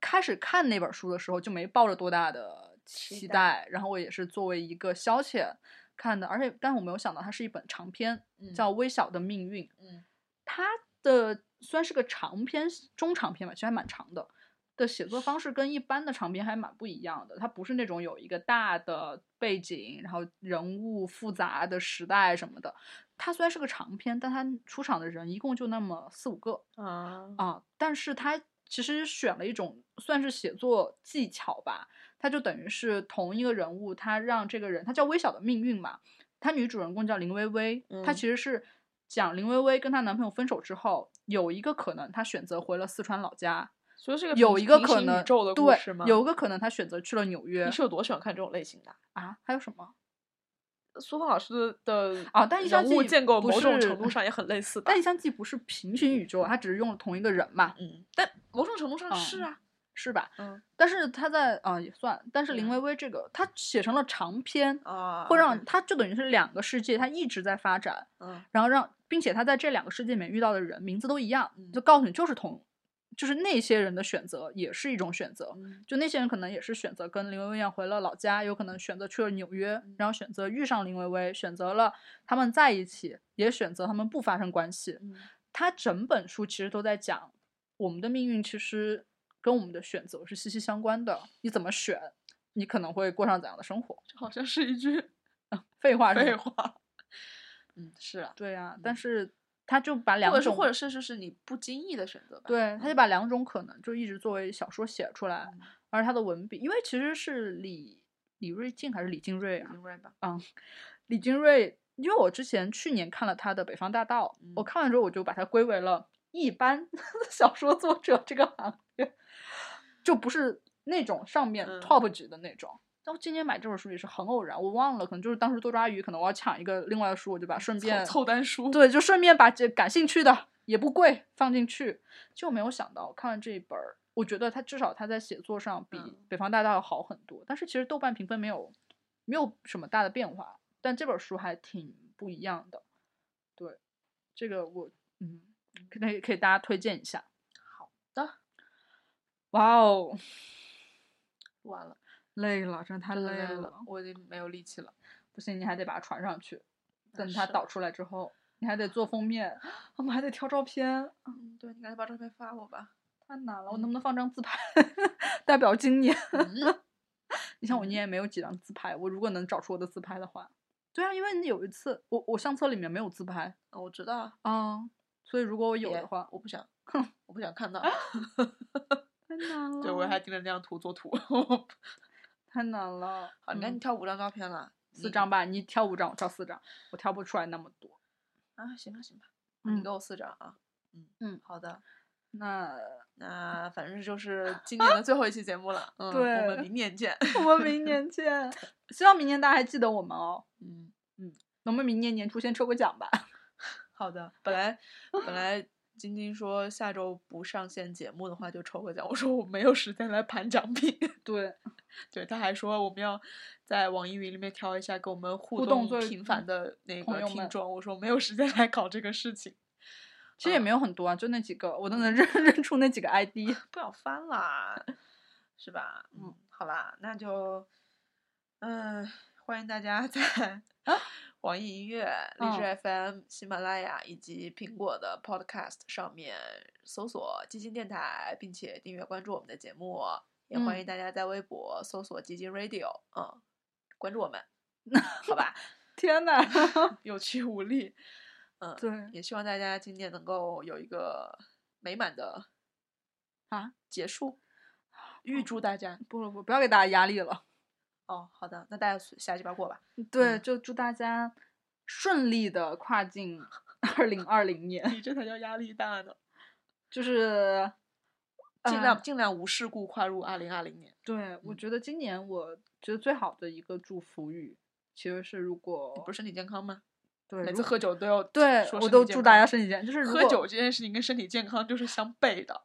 Speaker 2: 开始看那本书的时候就没抱着多大的
Speaker 1: 期
Speaker 2: 期
Speaker 1: 待
Speaker 2: 待，然后我也是作为一个消遣看的，而且但我没有想到它是一本长篇，
Speaker 1: 嗯
Speaker 2: 叫《微小的命运》。
Speaker 1: 嗯
Speaker 2: 它的虽然是个长篇、中长篇吧，其实还蛮长的。的写作方式跟一般的长篇还蛮不一样的，它不是那种有一个大的背景，然后人物复杂的时代什么的，它虽然是个长篇，但它出场的人一共就那么四五个
Speaker 1: 啊
Speaker 2: 啊，但是它其实选了一种算是写作技巧吧，它就等于是同一个人物，它让这个人，它叫微小的命运嘛，她女主人公叫林薇薇，她
Speaker 1: 嗯
Speaker 2: 其实是讲林薇薇跟她男朋友分手之后，有一个可能她选择回了四川老家，
Speaker 1: 所以是个
Speaker 2: 有
Speaker 1: 平
Speaker 2: 一个
Speaker 1: 平
Speaker 2: 可
Speaker 1: 行宇
Speaker 2: 能
Speaker 1: 宙的故
Speaker 2: 对
Speaker 1: 事吗？，
Speaker 2: 有一个可能她选择去了纽约
Speaker 1: 你是有多喜欢看这种类型的啊？
Speaker 2: 啊，还有什么？
Speaker 1: 苏芳老师的
Speaker 2: 啊但一下
Speaker 1: 呃人物
Speaker 2: 记
Speaker 1: 建构
Speaker 2: 不
Speaker 1: 某种
Speaker 2: 是
Speaker 1: 程度上也很类似吧
Speaker 2: 但？一相记不是平行宇宙，它只是用了同一个人嘛，
Speaker 1: 嗯，但某种程度上
Speaker 2: 嗯
Speaker 1: 是啊，
Speaker 2: 是吧？
Speaker 1: 嗯
Speaker 2: 但是他在啊、也算，但是
Speaker 1: 对
Speaker 2: 林
Speaker 1: 啊
Speaker 2: 薇薇这个她写成了长篇，
Speaker 1: 啊，
Speaker 2: 会让
Speaker 1: 嗯
Speaker 2: 她就等于是两个世界，她一直在发展，
Speaker 1: 嗯
Speaker 2: 然后让并且她在这两个世界里面遇到的人名字都一样，
Speaker 1: 嗯
Speaker 2: 就告诉你就是同，就是那些人的选择也是一种选择，
Speaker 1: 嗯
Speaker 2: 就那些人可能也是选择跟林薇薇一样回了老家，有可能选择去了纽约
Speaker 1: 嗯，
Speaker 2: 然后选择遇上林薇薇，选择了他们在一起，也选择他们不发生关系。
Speaker 1: 嗯
Speaker 2: 他整本书其实都在讲我们的命运其实跟我们的选择是息息相关的，你怎么选，你可能会过上怎样的生活。
Speaker 1: 这好像是一句
Speaker 2: 废话是
Speaker 1: 废
Speaker 2: 吗，
Speaker 1: 话。嗯，是啊，
Speaker 2: 对啊，
Speaker 1: 嗯
Speaker 2: 但是他就把
Speaker 1: 或
Speaker 2: 两
Speaker 1: 者是
Speaker 2: 种，
Speaker 1: 或者是就是你不经意的选择吧。
Speaker 2: 对，他就
Speaker 1: 嗯
Speaker 2: 把两种可能就一直作为小说写出来，
Speaker 1: 嗯
Speaker 2: 而他的文笔，因为其实是李李瑞静还是李静瑞啊，
Speaker 1: 明白吧？
Speaker 2: 嗯，李金瑞，因为我之前去年看了他的《北方大道》，我
Speaker 1: 嗯
Speaker 2: 看完之后我就把他归为了一般 小说作者这个行业，就不是那种上面
Speaker 1: 嗯
Speaker 2: top 级的那种。但我今年买这本书也是很偶然，我忘了，可能就是当时多抓鱼，可能我要抢一个另外的书，我就把顺便
Speaker 1: 凑凑单书。
Speaker 2: 对，就顺便把这感兴趣的也不贵放进去。就没有想到看完这一本儿，我觉得他至少他在写作上比《
Speaker 1: 嗯
Speaker 2: 北方大道》要好很多。但是其实豆瓣评分没有没有什么大的变化，但这本书还挺不一样的。对，这个我嗯，可以可以大家推荐一下。好
Speaker 1: 的。
Speaker 2: 哇哦，
Speaker 1: 录完了，
Speaker 2: 累了，真的太
Speaker 1: 真的
Speaker 2: 累
Speaker 1: 累
Speaker 2: 了
Speaker 1: 了，。我已经没有力气了。
Speaker 2: 不行，你还得把它传上去，
Speaker 1: 那
Speaker 2: 等它
Speaker 1: 是
Speaker 2: 导出来之后，你还得做封面，我们还得挑照片。
Speaker 1: 嗯，对，你赶紧把照片发我 吧。
Speaker 2: 太难了，我能不能放张自拍， 代表今年？
Speaker 1: 嗯
Speaker 2: 你像我
Speaker 1: 嗯
Speaker 2: 今年没有几张自拍，我如果能找出我的自拍的话，对啊，因为有一次我我相册里面没有自拍
Speaker 1: 我知道啊，
Speaker 2: 啊、所以如果我有
Speaker 1: 别
Speaker 2: 的话，
Speaker 1: 我不 想，
Speaker 2: 哼
Speaker 1: 我不想看 到。
Speaker 2: 太难了
Speaker 1: 对，我还盯着那张图做图。 好，
Speaker 2: 太难了。
Speaker 1: 你赶紧
Speaker 2: 嗯
Speaker 1: 挑五张照片了。
Speaker 2: 四
Speaker 1: 你
Speaker 2: 张吧，你挑五张，我挑四张，我挑不出来那么多。
Speaker 1: 啊，行吧，行吧，你
Speaker 2: 嗯
Speaker 1: 给我四张啊。嗯
Speaker 2: 嗯
Speaker 1: 好的。
Speaker 2: 那
Speaker 1: 那反正就是今年的最后一期节目了，嗯，我
Speaker 2: 对
Speaker 1: 们明年 见。
Speaker 2: 我们明年见，希望明年大家还记得我们哦。
Speaker 1: 嗯，
Speaker 2: 能不能明年年初先抽个奖吧？
Speaker 1: 好的。本来本来晶晶说下周不上线节目的话就抽个奖，我说我没有时间来盘奖品。
Speaker 2: 对，
Speaker 1: 对，他还说我们要在网易云里面挑一下跟我们互
Speaker 2: 互动
Speaker 1: 动
Speaker 2: 最
Speaker 1: 频繁的那
Speaker 2: 朋
Speaker 1: 个
Speaker 2: 友
Speaker 1: 听
Speaker 2: 们
Speaker 1: 众。我说没有时间来搞这个事情，
Speaker 2: 其实也没有很多啊，就那几个，我都能认 认出那几个 ID。
Speaker 1: 不想翻啦，是吧？
Speaker 2: 嗯
Speaker 1: 嗯，好啦，那就嗯、欢迎大家 在
Speaker 2: 啊
Speaker 1: 网易音乐、荔
Speaker 2: 嗯
Speaker 1: 枝 FM、喜马拉雅以及苹果的 Podcast 上面搜索“基金电台”，并且订阅关注我们的节目。也欢
Speaker 2: 嗯
Speaker 1: 迎大家在微博搜索“基金 Radio”，嗯，关注我 们，好吧？
Speaker 2: 天呐，
Speaker 1: 有气无力。嗯，
Speaker 2: 对
Speaker 1: 也希望大家今年能够有一个美满的
Speaker 2: 啊
Speaker 1: 结束。
Speaker 2: 哦
Speaker 1: 预祝大家
Speaker 2: 不了不，不要给大家压力了。
Speaker 1: 哦，好的，那大家随瞎鸡巴过吧，
Speaker 2: 对，
Speaker 1: 嗯
Speaker 2: 就祝大家顺利的 跨进二零二零年，
Speaker 1: 你这才叫压力大呢。
Speaker 2: 就是
Speaker 1: 尽量、
Speaker 2: 呃
Speaker 1: 尽量无事故跨入二零二零年，
Speaker 2: 对，我
Speaker 1: 嗯
Speaker 2: 觉得今年我觉得最好的一个祝福语，其实是如果
Speaker 1: 你不是身体健康吗？
Speaker 2: 对
Speaker 1: 每
Speaker 2: 如
Speaker 1: 次喝酒都要
Speaker 2: 对
Speaker 1: 说
Speaker 2: 我
Speaker 1: 身
Speaker 2: 都
Speaker 1: 体
Speaker 2: 祝
Speaker 1: 健
Speaker 2: 大
Speaker 1: 康
Speaker 2: 家身体健康，就是如
Speaker 1: 喝
Speaker 2: 果
Speaker 1: 酒这件事情跟身体健康就是相悖的。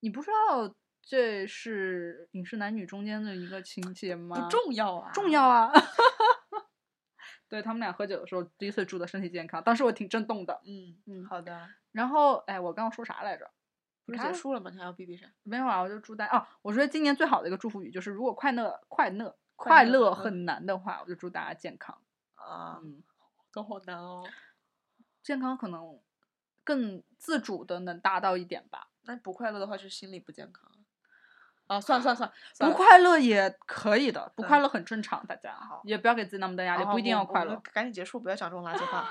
Speaker 2: 你不知道这是影视男女中间的一个情节吗？
Speaker 1: 不重要啊，
Speaker 2: 重要啊！ 对他们俩喝酒的时候，第一次祝的身体健康，当时我挺震动的。
Speaker 1: 嗯
Speaker 2: 嗯
Speaker 1: 好的，
Speaker 2: 然后，哎，我刚刚说啥来着？
Speaker 1: 不是
Speaker 2: 看
Speaker 1: 结束了吗？你还要逼逼啥？
Speaker 2: 没有啊，我就祝大家哦，我觉得今年最好的一个祝福语就是，如果快乐快乐
Speaker 1: 快
Speaker 2: 快
Speaker 1: 乐
Speaker 2: 乐
Speaker 1: 嗯
Speaker 2: 很难的话，我就祝大家健康。
Speaker 1: 啊，
Speaker 2: 嗯，
Speaker 1: 都好难哦。
Speaker 2: 健康可能更自主的能达到一点吧，
Speaker 1: 那不快乐的话，就是心理不健康。啊，算了算了算了，算
Speaker 2: 不
Speaker 1: 了
Speaker 2: 快乐也可以的，不快
Speaker 1: 嗯
Speaker 2: 乐很正常，大家
Speaker 1: 好
Speaker 2: 也不要给自己那么大压力，
Speaker 1: 好
Speaker 2: 不一定要
Speaker 1: 啊我
Speaker 2: 快
Speaker 1: 我们
Speaker 2: 乐。
Speaker 1: 赶紧结束，不要讲这种垃圾话。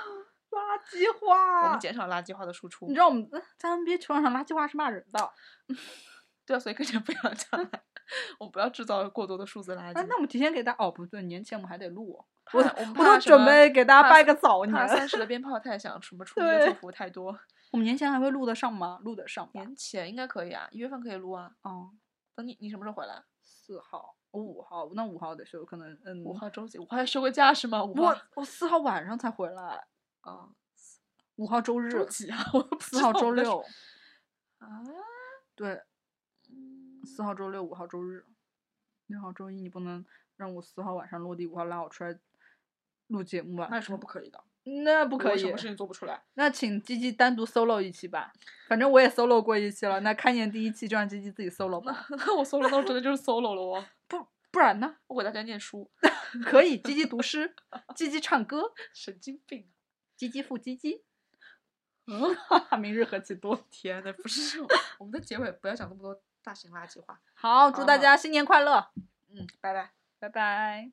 Speaker 2: 垃圾
Speaker 1: 我
Speaker 2: 话
Speaker 1: 们。减少垃圾话的输出
Speaker 2: 你。知道我们 在 NBA 球场上垃圾话是骂人的，
Speaker 1: 对啊，所以根本不要这样来， 我们不要制造过多的数字垃
Speaker 2: 那
Speaker 1: 圾。
Speaker 2: 那我们提前给大家哦，不对，年前我们还得录哦，
Speaker 1: 怕
Speaker 2: 我
Speaker 1: 我们
Speaker 2: 我
Speaker 1: 怕
Speaker 2: 都
Speaker 1: 什
Speaker 2: 准
Speaker 1: 么
Speaker 2: 备给大家
Speaker 1: 怕
Speaker 2: 拜个早年
Speaker 1: 怕
Speaker 2: 了。
Speaker 1: 三十 的鞭炮太响，什么初一的
Speaker 2: 对
Speaker 1: 祝福太 多。
Speaker 2: 我们年前还会录得上吗？录得上吧。
Speaker 1: 年前应该可以啊，一月份可以录啊。
Speaker 2: 哦，
Speaker 1: 等你你什么时候回来？
Speaker 2: 四号，我五号，那五号得休，可能嗯，
Speaker 1: 五号周几？五号要休个假是吗？五号
Speaker 2: 我我四号晚上才回来，
Speaker 1: 啊，
Speaker 2: 五号周
Speaker 1: 周
Speaker 2: 日，
Speaker 1: 几啊？ 我不
Speaker 2: 四
Speaker 1: 知
Speaker 2: 号
Speaker 1: 道
Speaker 2: 周
Speaker 1: 我 们在
Speaker 2: 六，
Speaker 1: 啊，
Speaker 2: 对，
Speaker 1: 嗯
Speaker 2: 四号周六，五号周日，六号周一，你不能让我四号晚上落地，五号拉我出来录节目吧？
Speaker 1: 那有什么不可以的？
Speaker 2: 那不
Speaker 1: 我
Speaker 2: 可
Speaker 1: 有什
Speaker 2: 以
Speaker 1: 么，事情做不出来？
Speaker 2: 那请鸡鸡单独 solo 一期吧，反正我也 solo 过一期了，那开年第一期就让鸡鸡自己 solo 吧，
Speaker 1: 那 我 solo 那我真的就是 solo 了哦。
Speaker 2: 不不然呢？
Speaker 1: 我给大家念书，
Speaker 2: 可以，鸡鸡读诗，鸡鸡唱歌，
Speaker 1: 神经病！
Speaker 2: 鸡鸡复鸡鸡。嗯， 明日何其多！
Speaker 1: 天呐，啊 不是我，我们的结尾不要讲那么多大型垃圾话。
Speaker 2: 好，祝大
Speaker 1: 好好
Speaker 2: 家新年快乐，
Speaker 1: 嗯，拜拜。
Speaker 2: 拜拜。